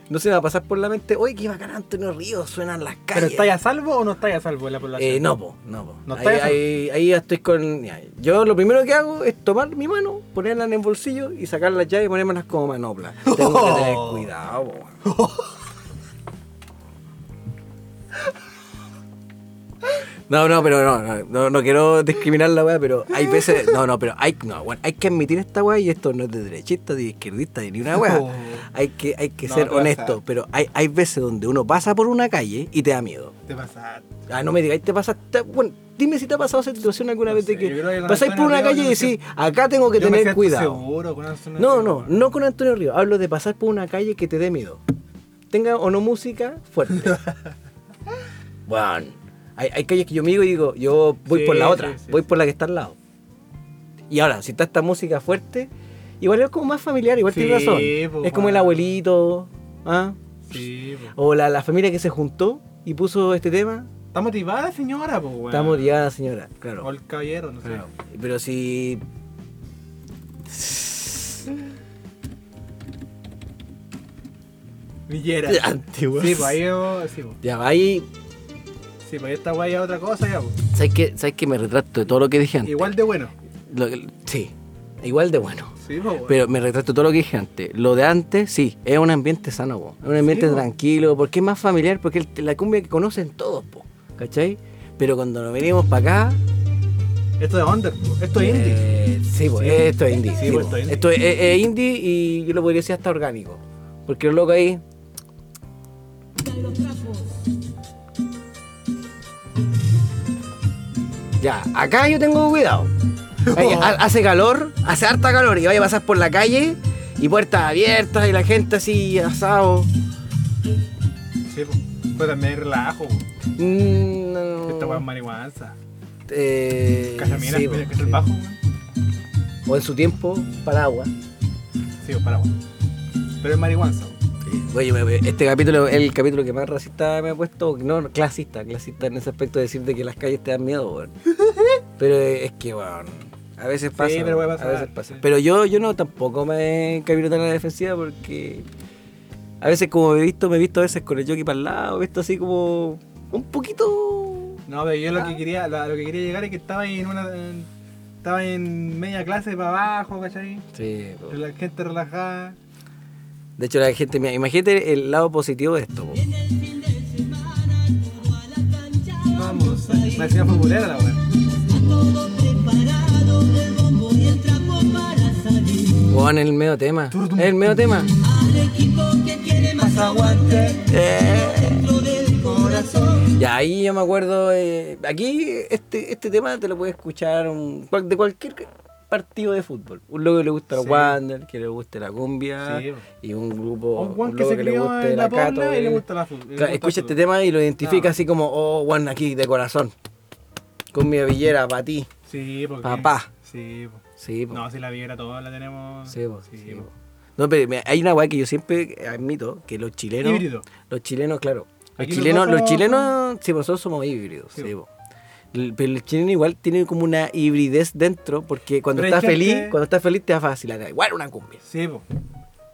[SPEAKER 3] No se me va a pasar por la mente, oye, qué bacán Antonio Ríos, suenan las calles.
[SPEAKER 2] ¿Pero estáis a salvo o no estáis a salvo en la población?
[SPEAKER 3] Eh, no, po, no, po.
[SPEAKER 2] ¿No
[SPEAKER 3] ahí,
[SPEAKER 2] está eso?
[SPEAKER 3] ahí- ahí ya estoy con. ya, Yo lo primero que hago es tomar mi mano, ponerla en el bolsillo y sacar las llaves y ponérmelas
[SPEAKER 2] [LAUGHS]
[SPEAKER 3] como manopla. Tengo que tener cuidado, po. weón. No, no, pero no, no, no, no quiero discriminar la weá, pero hay veces. No, no, pero hay, no, bueno, hay que admitir esta weá y esto no es de derechista, ni de izquierdista, ni
[SPEAKER 2] [LAUGHS]
[SPEAKER 3] una weá.
[SPEAKER 2] Oh.
[SPEAKER 3] Hay que, hay que
[SPEAKER 2] No,
[SPEAKER 3] ser
[SPEAKER 2] te vas a-
[SPEAKER 3] honesto, pero hay, hay veces donde uno pasa por una calle y te da miedo.
[SPEAKER 2] Te pasa.
[SPEAKER 3] Ah, no me digáis, te pasaste. Bueno, dime si te ha pasado esa situación alguna
[SPEAKER 2] No
[SPEAKER 3] vez de
[SPEAKER 2] sé,
[SPEAKER 3] que,
[SPEAKER 2] yo creo que con
[SPEAKER 3] pasáis por
[SPEAKER 2] Antonio Ríos
[SPEAKER 3] una calle y
[SPEAKER 2] yo me
[SPEAKER 3] decís, acá tengo que
[SPEAKER 2] Yo me
[SPEAKER 3] tener
[SPEAKER 2] siento
[SPEAKER 3] cuidado.
[SPEAKER 2] Seguro con Antonio
[SPEAKER 3] No,
[SPEAKER 2] Río,
[SPEAKER 3] no,
[SPEAKER 2] weón.
[SPEAKER 3] no con Antonio Río. Hablo de pasar por una calle que te dé miedo. Tenga o no música
[SPEAKER 2] [LAUGHS]
[SPEAKER 3] fuerte. bueno, hay, hay calles que yo me digo y digo, yo voy
[SPEAKER 2] Sí,
[SPEAKER 3] por la
[SPEAKER 2] sí,
[SPEAKER 3] otra,
[SPEAKER 2] sí,
[SPEAKER 3] voy
[SPEAKER 2] sí.
[SPEAKER 3] por la que está al lado. Y ahora, si está esta música fuerte, igual es como más familiar, igual
[SPEAKER 2] Sí, pues,
[SPEAKER 3] tienes razón.
[SPEAKER 2] po,
[SPEAKER 3] es como el
[SPEAKER 2] man.
[SPEAKER 3] abuelito, ¿ah?
[SPEAKER 2] Sí, po.
[SPEAKER 3] o la, la familia que se juntó y puso este tema.
[SPEAKER 2] Está motivada la señora, pues, weón.
[SPEAKER 3] Está motivada la señora,
[SPEAKER 2] O
[SPEAKER 3] claro.
[SPEAKER 2] el caballero, no sé.
[SPEAKER 3] Claro. Pero si. [LAUGHS]
[SPEAKER 2] Villera.
[SPEAKER 3] Antiguo.
[SPEAKER 2] Sí, pues ahí yo- sí, po.
[SPEAKER 3] Ya, ahí.
[SPEAKER 2] Sí, pues esta weá ya es otra cosa
[SPEAKER 3] [LAUGHS]
[SPEAKER 2] ya, po.
[SPEAKER 3] ¿Sabes qué? ¿Sabes qué? Me retrato de todo lo que dije antes.
[SPEAKER 2] Igual de bueno.
[SPEAKER 3] Lo que- sí, igual de bueno.
[SPEAKER 2] Sí, pues, weón.
[SPEAKER 3] Pero me retrato de todo lo que dije antes. Lo de antes, sí, es un ambiente sano, po. es un ambiente
[SPEAKER 2] po.
[SPEAKER 3] tranquilo, porque es más familiar, porque el- la cumbia que conocen todos, po, ¿cachai? Pero cuando nos venimos para acá,
[SPEAKER 2] Esto es under, po. esto es indie.
[SPEAKER 3] Eh, sí, pues,
[SPEAKER 2] Sí.
[SPEAKER 3] esto es indie.
[SPEAKER 2] Sí,
[SPEAKER 3] sí,
[SPEAKER 2] pues,
[SPEAKER 3] po.
[SPEAKER 2] esto es indie.
[SPEAKER 3] Esto es, es- es indie y yo lo podría decir hasta orgánico. Porque el loco ahí. Ya, acá yo tengo cuidado. Ahí,
[SPEAKER 2] Oh.
[SPEAKER 3] ha- hace calor, hace harta calor y vaya a pasar por la calle y puertas abiertas y la gente así asado.
[SPEAKER 2] Sí, pues. Pues también relajo, po.
[SPEAKER 3] Mm, no.
[SPEAKER 2] Esta weá es marihuanza.
[SPEAKER 3] Eh,
[SPEAKER 2] Casamira,
[SPEAKER 3] sí,
[SPEAKER 2] mira
[SPEAKER 3] po,
[SPEAKER 2] que es el
[SPEAKER 3] sí.
[SPEAKER 2] bajo, weón.
[SPEAKER 3] O en su tiempo, paraguas.
[SPEAKER 2] Sí, pues paraguas. Pero es marihuanza, po.
[SPEAKER 3] Oye, me- me- este capítulo es el capítulo que más racista me ha puesto, no, clasista, clasista en ese aspecto de decir de que las calles te dan miedo,
[SPEAKER 2] [LAUGHS]
[SPEAKER 3] weón. Pero eh, es que, weón, a veces pasa,
[SPEAKER 2] pero puede
[SPEAKER 3] weón, a
[SPEAKER 2] pasar,
[SPEAKER 3] veces pasa.
[SPEAKER 2] sí.
[SPEAKER 3] Pero yo, yo no, tampoco me camino tan a la defensiva porque a veces como me he visto, me he visto a veces con el jockey para el lado, he visto así como un poquito...
[SPEAKER 2] No, pero yo lo
[SPEAKER 3] Ah.
[SPEAKER 2] que quería, lo, lo que quería llegar es que estaba en una. en- estaba en media clase para abajo, ¿cachai?
[SPEAKER 3] Sí,
[SPEAKER 2] Pero La gente relajada.
[SPEAKER 3] de hecho la gente, mira, imagínate el lado positivo de esto, po.
[SPEAKER 2] Vamos, me hacía futbolera la weá.
[SPEAKER 3] Weón, el medio tema,
[SPEAKER 2] Turdum.
[SPEAKER 3] el medio tema. Y ahí yo me acuerdo, eh, aquí este, este tema te lo puede escuchar un- cual- de cualquier partido de fútbol. Un loco que le gusta el
[SPEAKER 2] Sí.
[SPEAKER 3] Wander, que le guste la cumbia,
[SPEAKER 2] Sí.
[SPEAKER 3] y un grupo
[SPEAKER 2] Un weón
[SPEAKER 3] un
[SPEAKER 2] que
[SPEAKER 3] loco
[SPEAKER 2] se crió en la
[SPEAKER 3] Cato,
[SPEAKER 2] porna y le
[SPEAKER 3] eh.
[SPEAKER 2] gusta la fútbol. le
[SPEAKER 3] Claro,
[SPEAKER 2] gusta
[SPEAKER 3] escucha
[SPEAKER 2] el
[SPEAKER 3] este
[SPEAKER 2] fútbol. Ah.
[SPEAKER 3] tema y lo identifica
[SPEAKER 2] No.
[SPEAKER 3] así como, oh, Juan, aquí de corazón. Con mi villera, para ti.
[SPEAKER 2] Sí, porque.
[SPEAKER 3] Papá.
[SPEAKER 2] Sí, po.
[SPEAKER 3] Sí, po.
[SPEAKER 2] No, si la viera todos la tenemos. pues.
[SPEAKER 3] Sí, po, sí, pues.
[SPEAKER 2] po.
[SPEAKER 3] po. No, pero mira, hay una weá que yo siempre admito, que los chilenos...
[SPEAKER 2] Híbrido.
[SPEAKER 3] Los chilenos, claro. Los
[SPEAKER 2] Aquí
[SPEAKER 3] chilenos,
[SPEAKER 2] nosotros somos-
[SPEAKER 3] los chilenos, sí, nosotros somos híbridos,
[SPEAKER 2] Sí,
[SPEAKER 3] sí, po. L- Pero el chileno igual tiene como una hibridez dentro, porque cuando
[SPEAKER 2] Pero hay
[SPEAKER 3] estás feliz,
[SPEAKER 2] gente-
[SPEAKER 3] cuando estás feliz te vas a vacilar. Igual una cumbia.
[SPEAKER 2] Sí, po.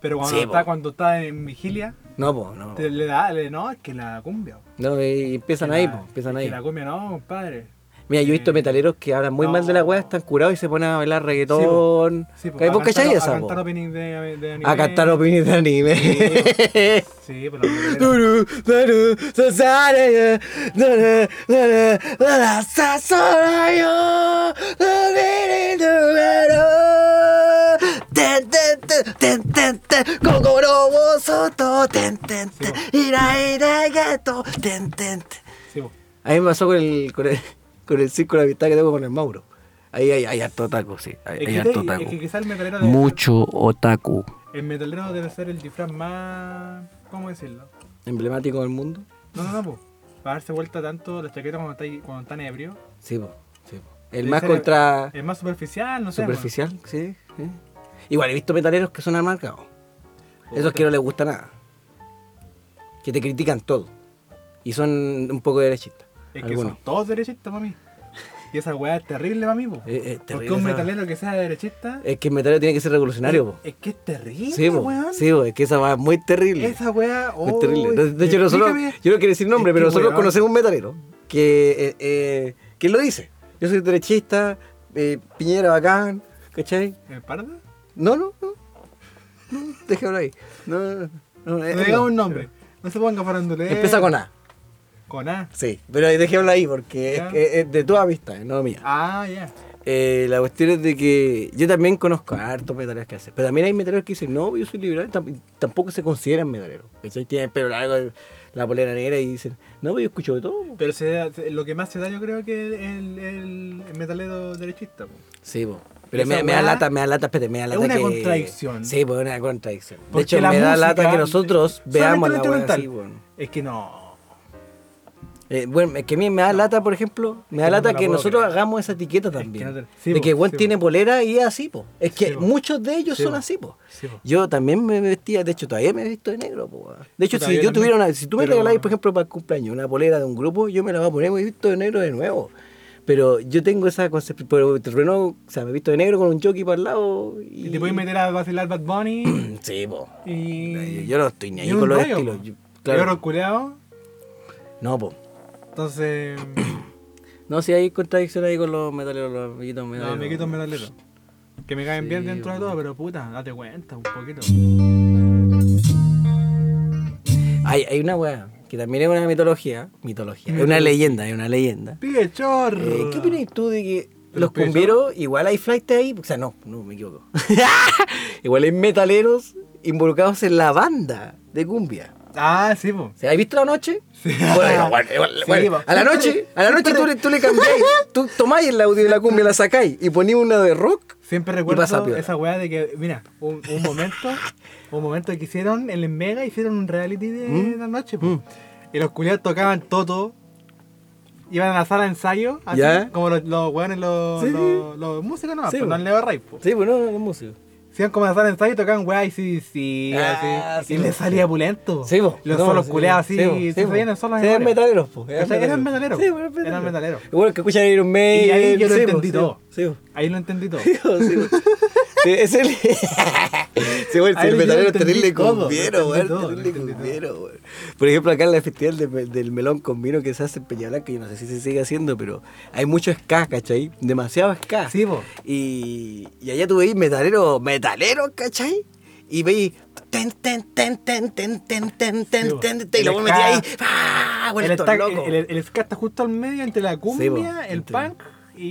[SPEAKER 2] Pero cuando,
[SPEAKER 3] Sí,
[SPEAKER 2] está,
[SPEAKER 3] po.
[SPEAKER 2] cuando está en vigilia,
[SPEAKER 3] No, po, no.
[SPEAKER 2] te- le da, le, no, es que la cumbia. po.
[SPEAKER 3] No, y empiezan
[SPEAKER 2] Que
[SPEAKER 3] ahí,
[SPEAKER 2] la- eh,
[SPEAKER 3] po, empiezan
[SPEAKER 2] es que
[SPEAKER 3] ahí.
[SPEAKER 2] La cumbia no, compadre.
[SPEAKER 3] Mira, yo he visto metaleros que hablan muy mal de la weá, están curados y se ponen a bailar reggaetón.
[SPEAKER 2] Sí, po,
[SPEAKER 3] ¿Cachai?
[SPEAKER 2] a
[SPEAKER 3] ¿Vos
[SPEAKER 2] cantar-
[SPEAKER 3] cacháis esa?
[SPEAKER 2] A
[SPEAKER 3] po?
[SPEAKER 2] cantar opening de, de anime.
[SPEAKER 3] A cantar opiniones de anime.
[SPEAKER 2] Sí, pero los metaleros.
[SPEAKER 3] Duru, duru, sasarayo, duru, duru, dura, sasarayo, doriri, durero. Ten, ten, ten, ten, ten, ten, kokoro wo soto, ten, ten, ten, ira, ira, geto, ten, ten, ten.
[SPEAKER 2] Sí, po.
[SPEAKER 3] A mí me pasó con el, con el, con el círculo de amistad que tengo con el Mauro. Ahí hay, hay harto taco, sí. Hay,
[SPEAKER 2] Es
[SPEAKER 3] hay
[SPEAKER 2] que,
[SPEAKER 3] harto
[SPEAKER 2] te-
[SPEAKER 3] taco.
[SPEAKER 2] es que quizá el metalero debe
[SPEAKER 4] Mucho otaku.
[SPEAKER 2] ser- el metalero debe ser el disfraz más. ¿Cómo decirlo?
[SPEAKER 3] ¿Emblemático del mundo?
[SPEAKER 2] No, no, no, po. Para darse vuelta tanto las chaquetas cuando, está, ahí- cuando están ebrio.
[SPEAKER 3] Sí, po, sí, po. El
[SPEAKER 2] Debe
[SPEAKER 3] más
[SPEAKER 2] ser
[SPEAKER 3] contra...
[SPEAKER 2] El más superficial, no sé. weón.
[SPEAKER 3] Superficial, sí, sí. Igual he visto metaleros que son marcados. Esos
[SPEAKER 2] Puta.
[SPEAKER 3] que no les gusta nada. Que te critican todo. Y son un poco derechistas.
[SPEAKER 2] Es que
[SPEAKER 3] algunos.
[SPEAKER 2] son todos derechistas, mami. Y esa weá es terrible, mami, po.
[SPEAKER 3] Eh, eh,
[SPEAKER 2] Porque
[SPEAKER 3] terrible
[SPEAKER 2] un
[SPEAKER 3] esa-
[SPEAKER 2] metalero que sea derechista.
[SPEAKER 3] Es que el metalero tiene que ser revolucionario, po.
[SPEAKER 2] Es que es terrible,
[SPEAKER 3] Sí, po.
[SPEAKER 2] weón.
[SPEAKER 3] Sí, po, Es que esa va muy terrible.
[SPEAKER 2] Esa weá.
[SPEAKER 3] muy
[SPEAKER 2] oh,
[SPEAKER 3] terrible. De, de hecho, nosotros,
[SPEAKER 2] explícame.
[SPEAKER 3] yo no quiero decir nombre,
[SPEAKER 2] Es
[SPEAKER 3] pero
[SPEAKER 2] que,
[SPEAKER 3] nosotros
[SPEAKER 2] weón,
[SPEAKER 3] conocemos un metalero que, eh, eh, que lo dice. Yo soy derechista, eh, Piñera bacán, ¿cachai?
[SPEAKER 2] ¿El parda?
[SPEAKER 3] No, no, no. no déjalo ahí. No, no, no, no, eh,
[SPEAKER 2] No digamos
[SPEAKER 3] no.
[SPEAKER 2] un nombre. No se ponga farandulero.
[SPEAKER 3] Empieza con A.
[SPEAKER 2] Con A.
[SPEAKER 3] Sí, pero déjémoslo ahí porque
[SPEAKER 2] Ya.
[SPEAKER 3] es, que es de tu amistad, no mía.
[SPEAKER 2] Ah, ya.
[SPEAKER 3] Eh, la cuestión es de que yo también conozco a hartos metaleros que hacen, pero también hay metaleros que dicen, no, yo soy liberal, tam- tampoco se consideran metaleros. ¿cachai? Tienen el pelo largo, la polera negra y dicen, no, pues, yo escucho de todo.
[SPEAKER 2] Pero se da- se- lo que más se da yo creo que es el, el, el metalero derechista. po.
[SPEAKER 3] Sí, po. Pero
[SPEAKER 2] Esa
[SPEAKER 3] me, me da
[SPEAKER 2] weá
[SPEAKER 3] lata, me da lata, espérate, me da lata
[SPEAKER 2] una
[SPEAKER 3] que-
[SPEAKER 2] contradicción.
[SPEAKER 3] Sí, pues una contradicción. De
[SPEAKER 2] Porque
[SPEAKER 3] hecho,
[SPEAKER 2] la
[SPEAKER 3] me da
[SPEAKER 2] música-
[SPEAKER 3] lata que nosotros
[SPEAKER 2] solamente
[SPEAKER 3] veamos
[SPEAKER 2] lo
[SPEAKER 3] la weá
[SPEAKER 2] instrumental.
[SPEAKER 3] así, weón.
[SPEAKER 2] Es que no.
[SPEAKER 3] Eh, bueno, es que a mí me da lata, por ejemplo,
[SPEAKER 2] que no
[SPEAKER 3] me da
[SPEAKER 2] me
[SPEAKER 3] lata
[SPEAKER 2] la
[SPEAKER 3] que
[SPEAKER 2] puedo
[SPEAKER 3] nosotros
[SPEAKER 2] creer.
[SPEAKER 3] hagamos esa etiqueta
[SPEAKER 2] que
[SPEAKER 3] también.
[SPEAKER 2] no te- sí,
[SPEAKER 3] de
[SPEAKER 2] po,
[SPEAKER 3] que el buen
[SPEAKER 2] sí, po.
[SPEAKER 3] tiene polera y es así, po. Es que
[SPEAKER 2] Sí, po.
[SPEAKER 3] muchos de ellos
[SPEAKER 2] Sí,
[SPEAKER 3] son
[SPEAKER 2] po.
[SPEAKER 3] así, po.
[SPEAKER 2] Sí, po.
[SPEAKER 3] Yo también me vestía, de hecho, todavía me he visto de negro, po. weón. De hecho,
[SPEAKER 2] Puta,
[SPEAKER 3] si
[SPEAKER 2] yo
[SPEAKER 3] yo
[SPEAKER 2] también,
[SPEAKER 3] tuviera una, si tú me
[SPEAKER 2] pero-
[SPEAKER 3] regaláis, por ejemplo, para el cumpleaños una polera de un grupo, yo me la voy a poner me he visto de negro de nuevo. Pero yo tengo esa concepción, pero terreno, o sea, me he visto de negro con un jockey para el lado y...
[SPEAKER 2] Y te puedes meter a vacilar Bad
[SPEAKER 3] [CLEARS THROAT]
[SPEAKER 2] Bunny
[SPEAKER 3] Sí, po. Yo,
[SPEAKER 2] y.
[SPEAKER 3] yo no estoy ni ahí
[SPEAKER 2] un
[SPEAKER 3] con los
[SPEAKER 2] rollo,
[SPEAKER 3] estilos.
[SPEAKER 2] po.
[SPEAKER 3] Yo-
[SPEAKER 2] Negro
[SPEAKER 3] claro.
[SPEAKER 2] culeado.
[SPEAKER 3] No, po. [CLEARS THROAT]
[SPEAKER 2] Entonces.
[SPEAKER 3] No, si hay contradicción ahí con los metaleros, los amiguitos
[SPEAKER 2] los
[SPEAKER 3] metaleros.
[SPEAKER 2] amiguitos metaleros. Que me caen bien dentro de todo, pero puta, date cuenta un poquito.
[SPEAKER 3] Hay, hay una weá que también es una mitología. Mitología. Es una leyenda, es una leyenda.
[SPEAKER 2] Pibe chorro.
[SPEAKER 3] Eh, ¿Qué opinas tú de que los
[SPEAKER 2] pesos?
[SPEAKER 3] cumbieros, igual hay flight ahí? O sea, no, no, me [LAUGHS] equivoco. igual hay metaleros involucrados en la banda de cumbia.
[SPEAKER 2] Ah, sí, po.
[SPEAKER 3] O sea, ¿Has visto la noche? [LAUGHS] Bueno, igual, igual,
[SPEAKER 2] Sí,
[SPEAKER 3] igual.
[SPEAKER 2] po.
[SPEAKER 3] a la noche,
[SPEAKER 2] Siempre-
[SPEAKER 3] a la noche tú le, tú le cambiáis, tú tomáis el audio de la cumbia, la sacáis y ponís una de rock.
[SPEAKER 2] Siempre
[SPEAKER 3] pasa
[SPEAKER 2] recuerdo
[SPEAKER 3] piola.
[SPEAKER 2] esa weá de que, mira, un, un momento, [LAUGHS] un momento que hicieron en el Mega, hicieron un reality de
[SPEAKER 3] ¿Mm?
[SPEAKER 2] la noche, po. y los culiados tocaban todo, iban a la sala de ensayo, así,
[SPEAKER 3] Ya.
[SPEAKER 2] como los, los weones, los,
[SPEAKER 3] Sí.
[SPEAKER 2] los, los músicos nomás,
[SPEAKER 3] Sí,
[SPEAKER 2] pero
[SPEAKER 3] po.
[SPEAKER 2] no el Leo Ray, po.
[SPEAKER 3] Sí, bueno, no, no es músico.
[SPEAKER 2] Iban como a la sala de ensayo y tocaban weá y sí, sí,
[SPEAKER 3] Ah,
[SPEAKER 2] así,
[SPEAKER 3] sí,
[SPEAKER 2] y les
[SPEAKER 3] po.
[SPEAKER 2] salía pulento.
[SPEAKER 3] Sí, po.
[SPEAKER 2] Los
[SPEAKER 3] No,
[SPEAKER 2] solos
[SPEAKER 3] sí,
[SPEAKER 2] culeados así,
[SPEAKER 3] sí, po, sí,
[SPEAKER 2] se
[SPEAKER 3] po.
[SPEAKER 2] veían solos.
[SPEAKER 3] Sí, eran metaleros, po.
[SPEAKER 2] Eran metaleros.
[SPEAKER 3] Sí, po, eran
[SPEAKER 2] Eran
[SPEAKER 3] metaleros.
[SPEAKER 2] metaleros.
[SPEAKER 3] Igual que escuchan Iron Maiden.
[SPEAKER 2] Y ahí yo lo
[SPEAKER 3] sí, po,
[SPEAKER 2] entendí
[SPEAKER 3] sí,
[SPEAKER 2] todo.
[SPEAKER 3] Sí, po.
[SPEAKER 2] Ahí lo entendí todo.
[SPEAKER 3] Sí, po, sí, po. Sí, es el. [LAUGHS] Sí, bueno,
[SPEAKER 2] Ahí
[SPEAKER 3] el
[SPEAKER 2] yo
[SPEAKER 3] metalero es
[SPEAKER 2] entendí
[SPEAKER 3] terrible
[SPEAKER 2] todo,
[SPEAKER 3] cumbiero,
[SPEAKER 2] lo
[SPEAKER 3] weón.
[SPEAKER 2] entendí todo, lo
[SPEAKER 3] Terrible
[SPEAKER 2] entendí
[SPEAKER 3] cumbiero, weón. Por ejemplo, acá en el festival de- del melón con vino que se hace en Peñablanca, yo no sé si se sigue haciendo, pero hay mucho ska, ¿cachai? Demasiado ska.
[SPEAKER 2] Sí, po.
[SPEAKER 3] Y, y allá tú veis metaleros, metaleros, ¿cachai? Y veis. Ten, ten, ten, ten, ten, ten, ten, ten,
[SPEAKER 2] po.
[SPEAKER 3] ten, ten, y
[SPEAKER 2] El
[SPEAKER 3] luego metí
[SPEAKER 2] ska-
[SPEAKER 3] ahí. ¡Ah!
[SPEAKER 2] el,
[SPEAKER 3] Vuelto
[SPEAKER 2] ska-
[SPEAKER 3] loco.
[SPEAKER 2] el- el- el ska está justo al medio entre la cumbia,
[SPEAKER 3] Sí, po,
[SPEAKER 2] el
[SPEAKER 3] entre-
[SPEAKER 2] punk y,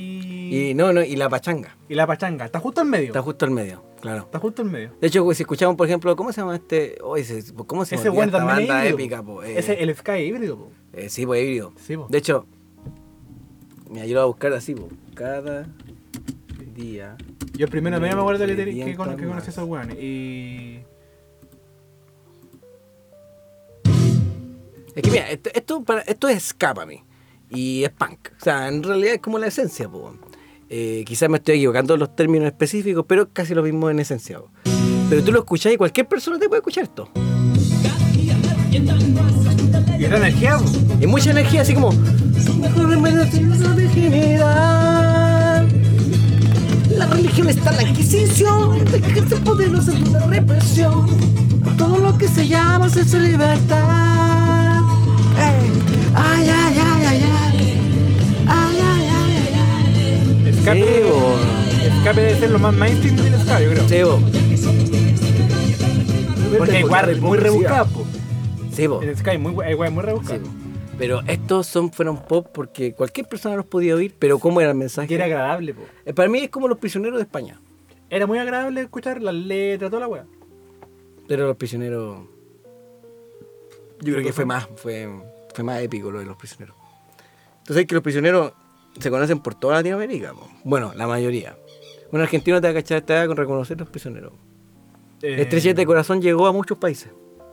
[SPEAKER 3] Y
[SPEAKER 2] y,
[SPEAKER 3] no, no, y la pachanga.
[SPEAKER 2] la pachanga. Está justo al medio.
[SPEAKER 3] Está
[SPEAKER 2] Está,
[SPEAKER 3] justo al medio, claro.
[SPEAKER 2] justo al medio.
[SPEAKER 3] De hecho, güey, si escuchamos, por ejemplo, ¿cómo se llama este? Oye, se- ¿cómo se
[SPEAKER 2] Ese
[SPEAKER 3] llama
[SPEAKER 2] bueno
[SPEAKER 3] esta
[SPEAKER 2] también
[SPEAKER 3] banda
[SPEAKER 2] es híbrido.
[SPEAKER 3] épica? po? Eh,
[SPEAKER 2] Ese, el ska es híbrido. po.
[SPEAKER 3] eh, sí, pues híbrido.
[SPEAKER 2] Sí, po.
[SPEAKER 3] De hecho, mira, yo lo voy a buscar así, po. Cada día.
[SPEAKER 2] Yo el primero me acuerdo que, que, que,
[SPEAKER 3] Revientan
[SPEAKER 2] que conocí
[SPEAKER 3] más.
[SPEAKER 2] a esos weones. Y.
[SPEAKER 3] Es que mira, esto, esto, para, esto es ska para mí. Y es punk. O sea, en realidad es como la esencia, po. Eh, quizás me estoy equivocando en los términos específicos, pero casi lo mismo en esencia. po. Pero tú lo escuchás y cualquier persona te puede escuchar esto.
[SPEAKER 2] Y era energía. po.
[SPEAKER 3] Y mucha energía, así como. Mejor remedio que la virginidad. La religión está en la Inquisición, de ejerce poderosa en la represión. Todo lo que se llama es Eh, libertad. Ey, Ay, ay, ay, ay, ay. Ay, ay, ay,
[SPEAKER 2] escape,
[SPEAKER 3] bo.
[SPEAKER 2] escape debe ser lo más mainstream del ska, yo creo.
[SPEAKER 3] Sí, bo.
[SPEAKER 2] Porque hay guarda muy rebuscada, po.
[SPEAKER 3] Sí, bo.
[SPEAKER 2] El ska es muy, hay guarda muy
[SPEAKER 3] Sí,
[SPEAKER 2] rebuscada.
[SPEAKER 3] bo. Pero estos son, fueron pop porque cualquier persona los podía oír, pero ¿cómo era el
[SPEAKER 2] que
[SPEAKER 3] mensaje?
[SPEAKER 2] era agradable, po.
[SPEAKER 3] Eh, Para mí es como los prisioneros de España,
[SPEAKER 2] Era muy agradable escuchar las letras, toda la wea.
[SPEAKER 3] pero los prisioneros... Yo creo que fue más, fue, fue más épico lo de los prisioneros. Entonces es que los prisioneros se conocen por toda Latinoamérica, bo. bueno, la mayoría. Un argentino te va a cachar esta edad con reconocer los prisioneros.
[SPEAKER 2] Eh,
[SPEAKER 3] Estrella de Corazón llegó a muchos países.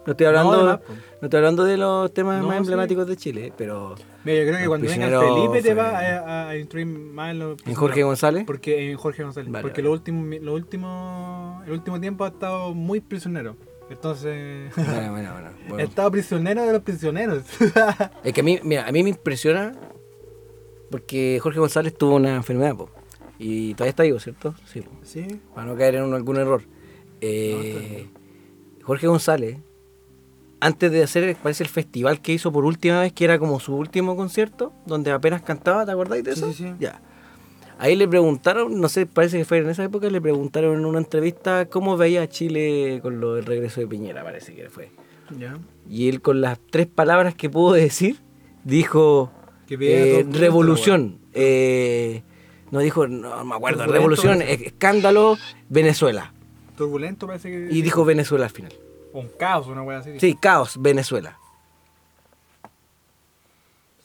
[SPEAKER 3] No estoy hablando,
[SPEAKER 2] No,
[SPEAKER 3] no,
[SPEAKER 2] de más, po.
[SPEAKER 3] estoy hablando de los temas
[SPEAKER 2] No,
[SPEAKER 3] más
[SPEAKER 2] sí.
[SPEAKER 3] emblemáticos de Chile, pero
[SPEAKER 2] Mira, yo creo que
[SPEAKER 3] Los
[SPEAKER 2] cuando venga
[SPEAKER 3] prisioneros
[SPEAKER 2] Felipe te
[SPEAKER 3] fue-
[SPEAKER 2] va a, a, a instruir más en los
[SPEAKER 3] en Jorge González.
[SPEAKER 2] Porque en Jorge González.
[SPEAKER 3] Vale,
[SPEAKER 2] porque
[SPEAKER 3] vale.
[SPEAKER 2] Lo último, lo último, el último tiempo ha estado muy prisionero. Entonces. [LAUGHS]
[SPEAKER 3] Bueno, bueno, bueno,
[SPEAKER 2] ha
[SPEAKER 3] Ah, bueno.
[SPEAKER 2] estado prisionero de los prisioneros. [LAUGHS]
[SPEAKER 3] Es que a mí, mira, a mí me impresiona porque Jorge González tuvo una enfermedad, po, y todavía está vivo, ¿cierto? Sí, po,
[SPEAKER 2] sí.
[SPEAKER 3] para no caer en un- algún error. Eh, Jorge González, antes de hacer, parece el festival que hizo por última vez, que era como su último concierto, donde apenas cantaba, ¿te acordáis de
[SPEAKER 2] Sí,
[SPEAKER 3] eso?
[SPEAKER 2] sí, sí.
[SPEAKER 3] Ya. Ahí le preguntaron, no sé, parece que fue en esa época, le preguntaron en una entrevista cómo veía a Chile con lo del regreso de Piñera, parece que fue.
[SPEAKER 2] Ya.
[SPEAKER 3] Y él con las tres palabras que pudo decir, dijo
[SPEAKER 2] Que viene
[SPEAKER 3] eh,
[SPEAKER 2] todo-
[SPEAKER 3] revolución. eh, no dijo, no me acuerdo,
[SPEAKER 2] Turbulento,
[SPEAKER 3] revolución,
[SPEAKER 2] parece.
[SPEAKER 3] escándalo, Venezuela.
[SPEAKER 2] Turbulento parece que.
[SPEAKER 3] Y dijo Venezuela al final.
[SPEAKER 2] Un caos, una wea así.
[SPEAKER 3] Sí, caos, Venezuela.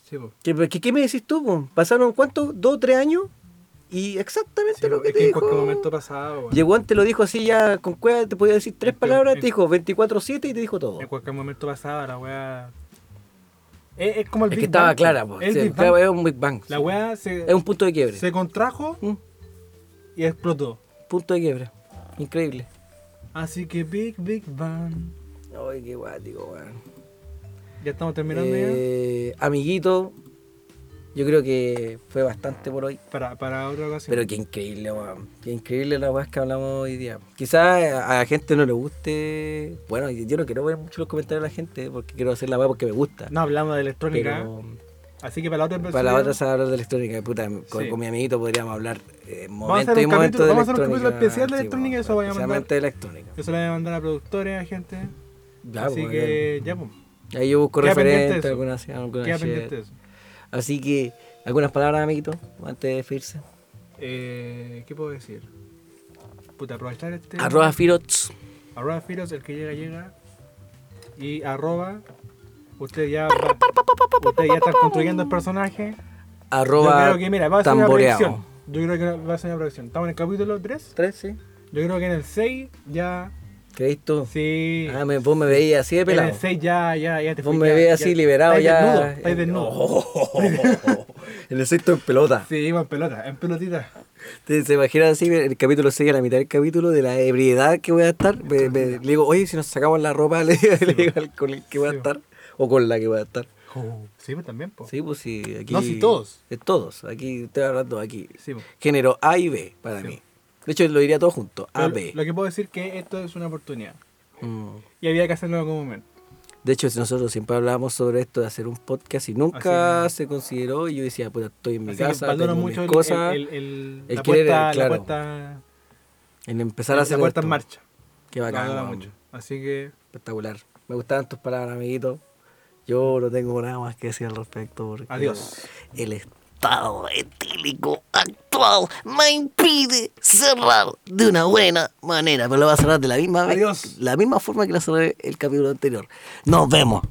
[SPEAKER 2] Sí, po.
[SPEAKER 3] ¿Qué, qué, qué me decís tú? po? ¿Pasaron cuántos? ¿Dos, tres años? Y exactamente
[SPEAKER 2] Sí,
[SPEAKER 3] lo
[SPEAKER 2] po.
[SPEAKER 3] que
[SPEAKER 2] es
[SPEAKER 3] te
[SPEAKER 2] que en
[SPEAKER 3] dijo.
[SPEAKER 2] cualquier momento pasado, weón.
[SPEAKER 3] Llegó antes, lo dijo así ya con cueva, te podía decir tres
[SPEAKER 2] En-
[SPEAKER 3] palabras,
[SPEAKER 2] en-
[SPEAKER 3] te dijo 24-7 y te dijo todo.
[SPEAKER 2] En cualquier momento pasado, la wea. Es, es como el
[SPEAKER 3] Es que
[SPEAKER 2] Big
[SPEAKER 3] estaba
[SPEAKER 2] Bang, po.
[SPEAKER 3] clara, po.
[SPEAKER 2] El
[SPEAKER 3] Sí,
[SPEAKER 2] Big
[SPEAKER 3] estaba-
[SPEAKER 2] Bang.
[SPEAKER 3] es un Big Bang.
[SPEAKER 2] La
[SPEAKER 3] sí.
[SPEAKER 2] wea se,
[SPEAKER 3] Es un punto de quiebre.
[SPEAKER 2] se contrajo
[SPEAKER 3] Mm.
[SPEAKER 2] y explotó.
[SPEAKER 3] Punto de quiebre. Increíble.
[SPEAKER 2] Así que Big Big Bang.
[SPEAKER 3] Ay, qué guático, weón.
[SPEAKER 2] Ya estamos terminando ya.
[SPEAKER 3] Eh, amiguito, yo creo que fue bastante por hoy.
[SPEAKER 2] Para, para otra ocasión.
[SPEAKER 3] Pero qué increíble, weón. Qué increíble la weá que hablamos hoy día. Quizás a la gente no le guste. Bueno, y yo no quiero ver mucho los comentarios de la gente porque quiero hacer la weá porque me gusta.
[SPEAKER 2] No hablamos de electrónica.
[SPEAKER 3] Pero
[SPEAKER 2] Así que para la otra
[SPEAKER 3] para la otra
[SPEAKER 2] episodio,
[SPEAKER 3] se va a hablar de electrónica. Puta, con,
[SPEAKER 2] Sí.
[SPEAKER 3] con mi amiguito podríamos hablar
[SPEAKER 2] a hacer
[SPEAKER 3] eh, momento y
[SPEAKER 2] un
[SPEAKER 3] momento
[SPEAKER 2] capítulo-
[SPEAKER 3] de
[SPEAKER 2] vamos a hacer un
[SPEAKER 3] electrónica.
[SPEAKER 2] capítulo especial de electrónica,
[SPEAKER 3] weón,
[SPEAKER 2] eso voy a mandar.
[SPEAKER 3] especialmente de electrónica.
[SPEAKER 2] Yo se la voy a mandar a productores, a gente.
[SPEAKER 3] Ya,
[SPEAKER 2] así
[SPEAKER 3] pues,
[SPEAKER 2] que ya, pues.
[SPEAKER 3] Ahí yo busco
[SPEAKER 2] Queda pendiente
[SPEAKER 3] referentes,
[SPEAKER 2] eso.
[SPEAKER 3] alguna, alguna
[SPEAKER 2] Queda
[SPEAKER 3] shit.
[SPEAKER 2] pendiente eso.
[SPEAKER 3] Así que, algunas palabras, amiguito, antes de despedirse.
[SPEAKER 2] Eh, ¿Qué puedo decir? Puta, aprovechar este.
[SPEAKER 3] Arroba Firots.
[SPEAKER 2] Arroba Firos, el que llega, llega. Y arroba. Usted ya va. Usted ya está construyendo el personaje. Yo
[SPEAKER 3] Arroba
[SPEAKER 2] creo que, mira, va a ser una
[SPEAKER 3] tamboreado.
[SPEAKER 2] proyección. Yo creo que va a ser una proyección. Estamos en el capítulo 3.
[SPEAKER 3] ¿Tres, sí?
[SPEAKER 2] Yo creo que en el 6 ya.
[SPEAKER 3] ¿Creís tú?
[SPEAKER 2] Sí.
[SPEAKER 3] Ah, me, vos me veías así de
[SPEAKER 2] En
[SPEAKER 3] pelado.
[SPEAKER 2] el 6 ya, ya, ya te
[SPEAKER 3] Vos
[SPEAKER 2] fui,
[SPEAKER 3] me
[SPEAKER 2] ya-
[SPEAKER 3] veías
[SPEAKER 2] ya-
[SPEAKER 3] así liberado
[SPEAKER 2] estáis
[SPEAKER 3] ya. Oh,
[SPEAKER 2] Desnudo, estáis desnudo.
[SPEAKER 3] en oh, el sexto en pelota.
[SPEAKER 2] Sí, iba en pelota, en pelotita.
[SPEAKER 3] ¿Te, ¿Se imaginan así el capítulo 6 a la mitad del capítulo de la ebriedad que voy a estar? Me- me- le digo, oye, si nos sacamos la ropa, [LAUGHS] le, le digo al con el que voy a
[SPEAKER 2] Sí.
[SPEAKER 3] estar. O con la que voy a estar.
[SPEAKER 2] sí, pues también, po.
[SPEAKER 3] Sí, pues sí, aquí.
[SPEAKER 2] No, sí, todos.
[SPEAKER 3] Es todos. Aquí estoy hablando aquí.
[SPEAKER 2] Sí, po.
[SPEAKER 3] Género A y B para mí. De hecho, lo diría todo junto. A,
[SPEAKER 2] Pero
[SPEAKER 3] B.
[SPEAKER 2] Lo que puedo decir que esto es una oportunidad.
[SPEAKER 3] Mm.
[SPEAKER 2] Y había que hacerlo en algún momento.
[SPEAKER 3] De hecho, nosotros siempre hablábamos sobre esto de hacer un podcast y nunca se consideró. Y yo decía, pues estoy en mi
[SPEAKER 2] Así que
[SPEAKER 3] casa,
[SPEAKER 2] valoro
[SPEAKER 3] tengo
[SPEAKER 2] mucho
[SPEAKER 3] mis
[SPEAKER 2] el,
[SPEAKER 3] cosas.
[SPEAKER 2] el, el, el-
[SPEAKER 3] el
[SPEAKER 2] la,
[SPEAKER 3] querer,
[SPEAKER 2] puesta,
[SPEAKER 3] claro.
[SPEAKER 2] la puesta,
[SPEAKER 3] en empezar a
[SPEAKER 2] la
[SPEAKER 3] hacer
[SPEAKER 2] puesta
[SPEAKER 3] esto.
[SPEAKER 2] en marcha.
[SPEAKER 3] Qué
[SPEAKER 2] Lo
[SPEAKER 3] bacán,
[SPEAKER 2] valoro
[SPEAKER 3] weón.
[SPEAKER 2] mucho. Así que,
[SPEAKER 3] espectacular. Me gustaban tus palabras, amiguito. Yo no tengo nada más que decir al respecto. Porque
[SPEAKER 2] adiós.
[SPEAKER 3] El est-
[SPEAKER 4] estado etílico actual me impide cerrar de una buena manera. Pero lo voy a cerrar de la misma, vez-
[SPEAKER 2] Adiós.
[SPEAKER 4] la misma forma que la cerré el capítulo anterior. Nos vemos.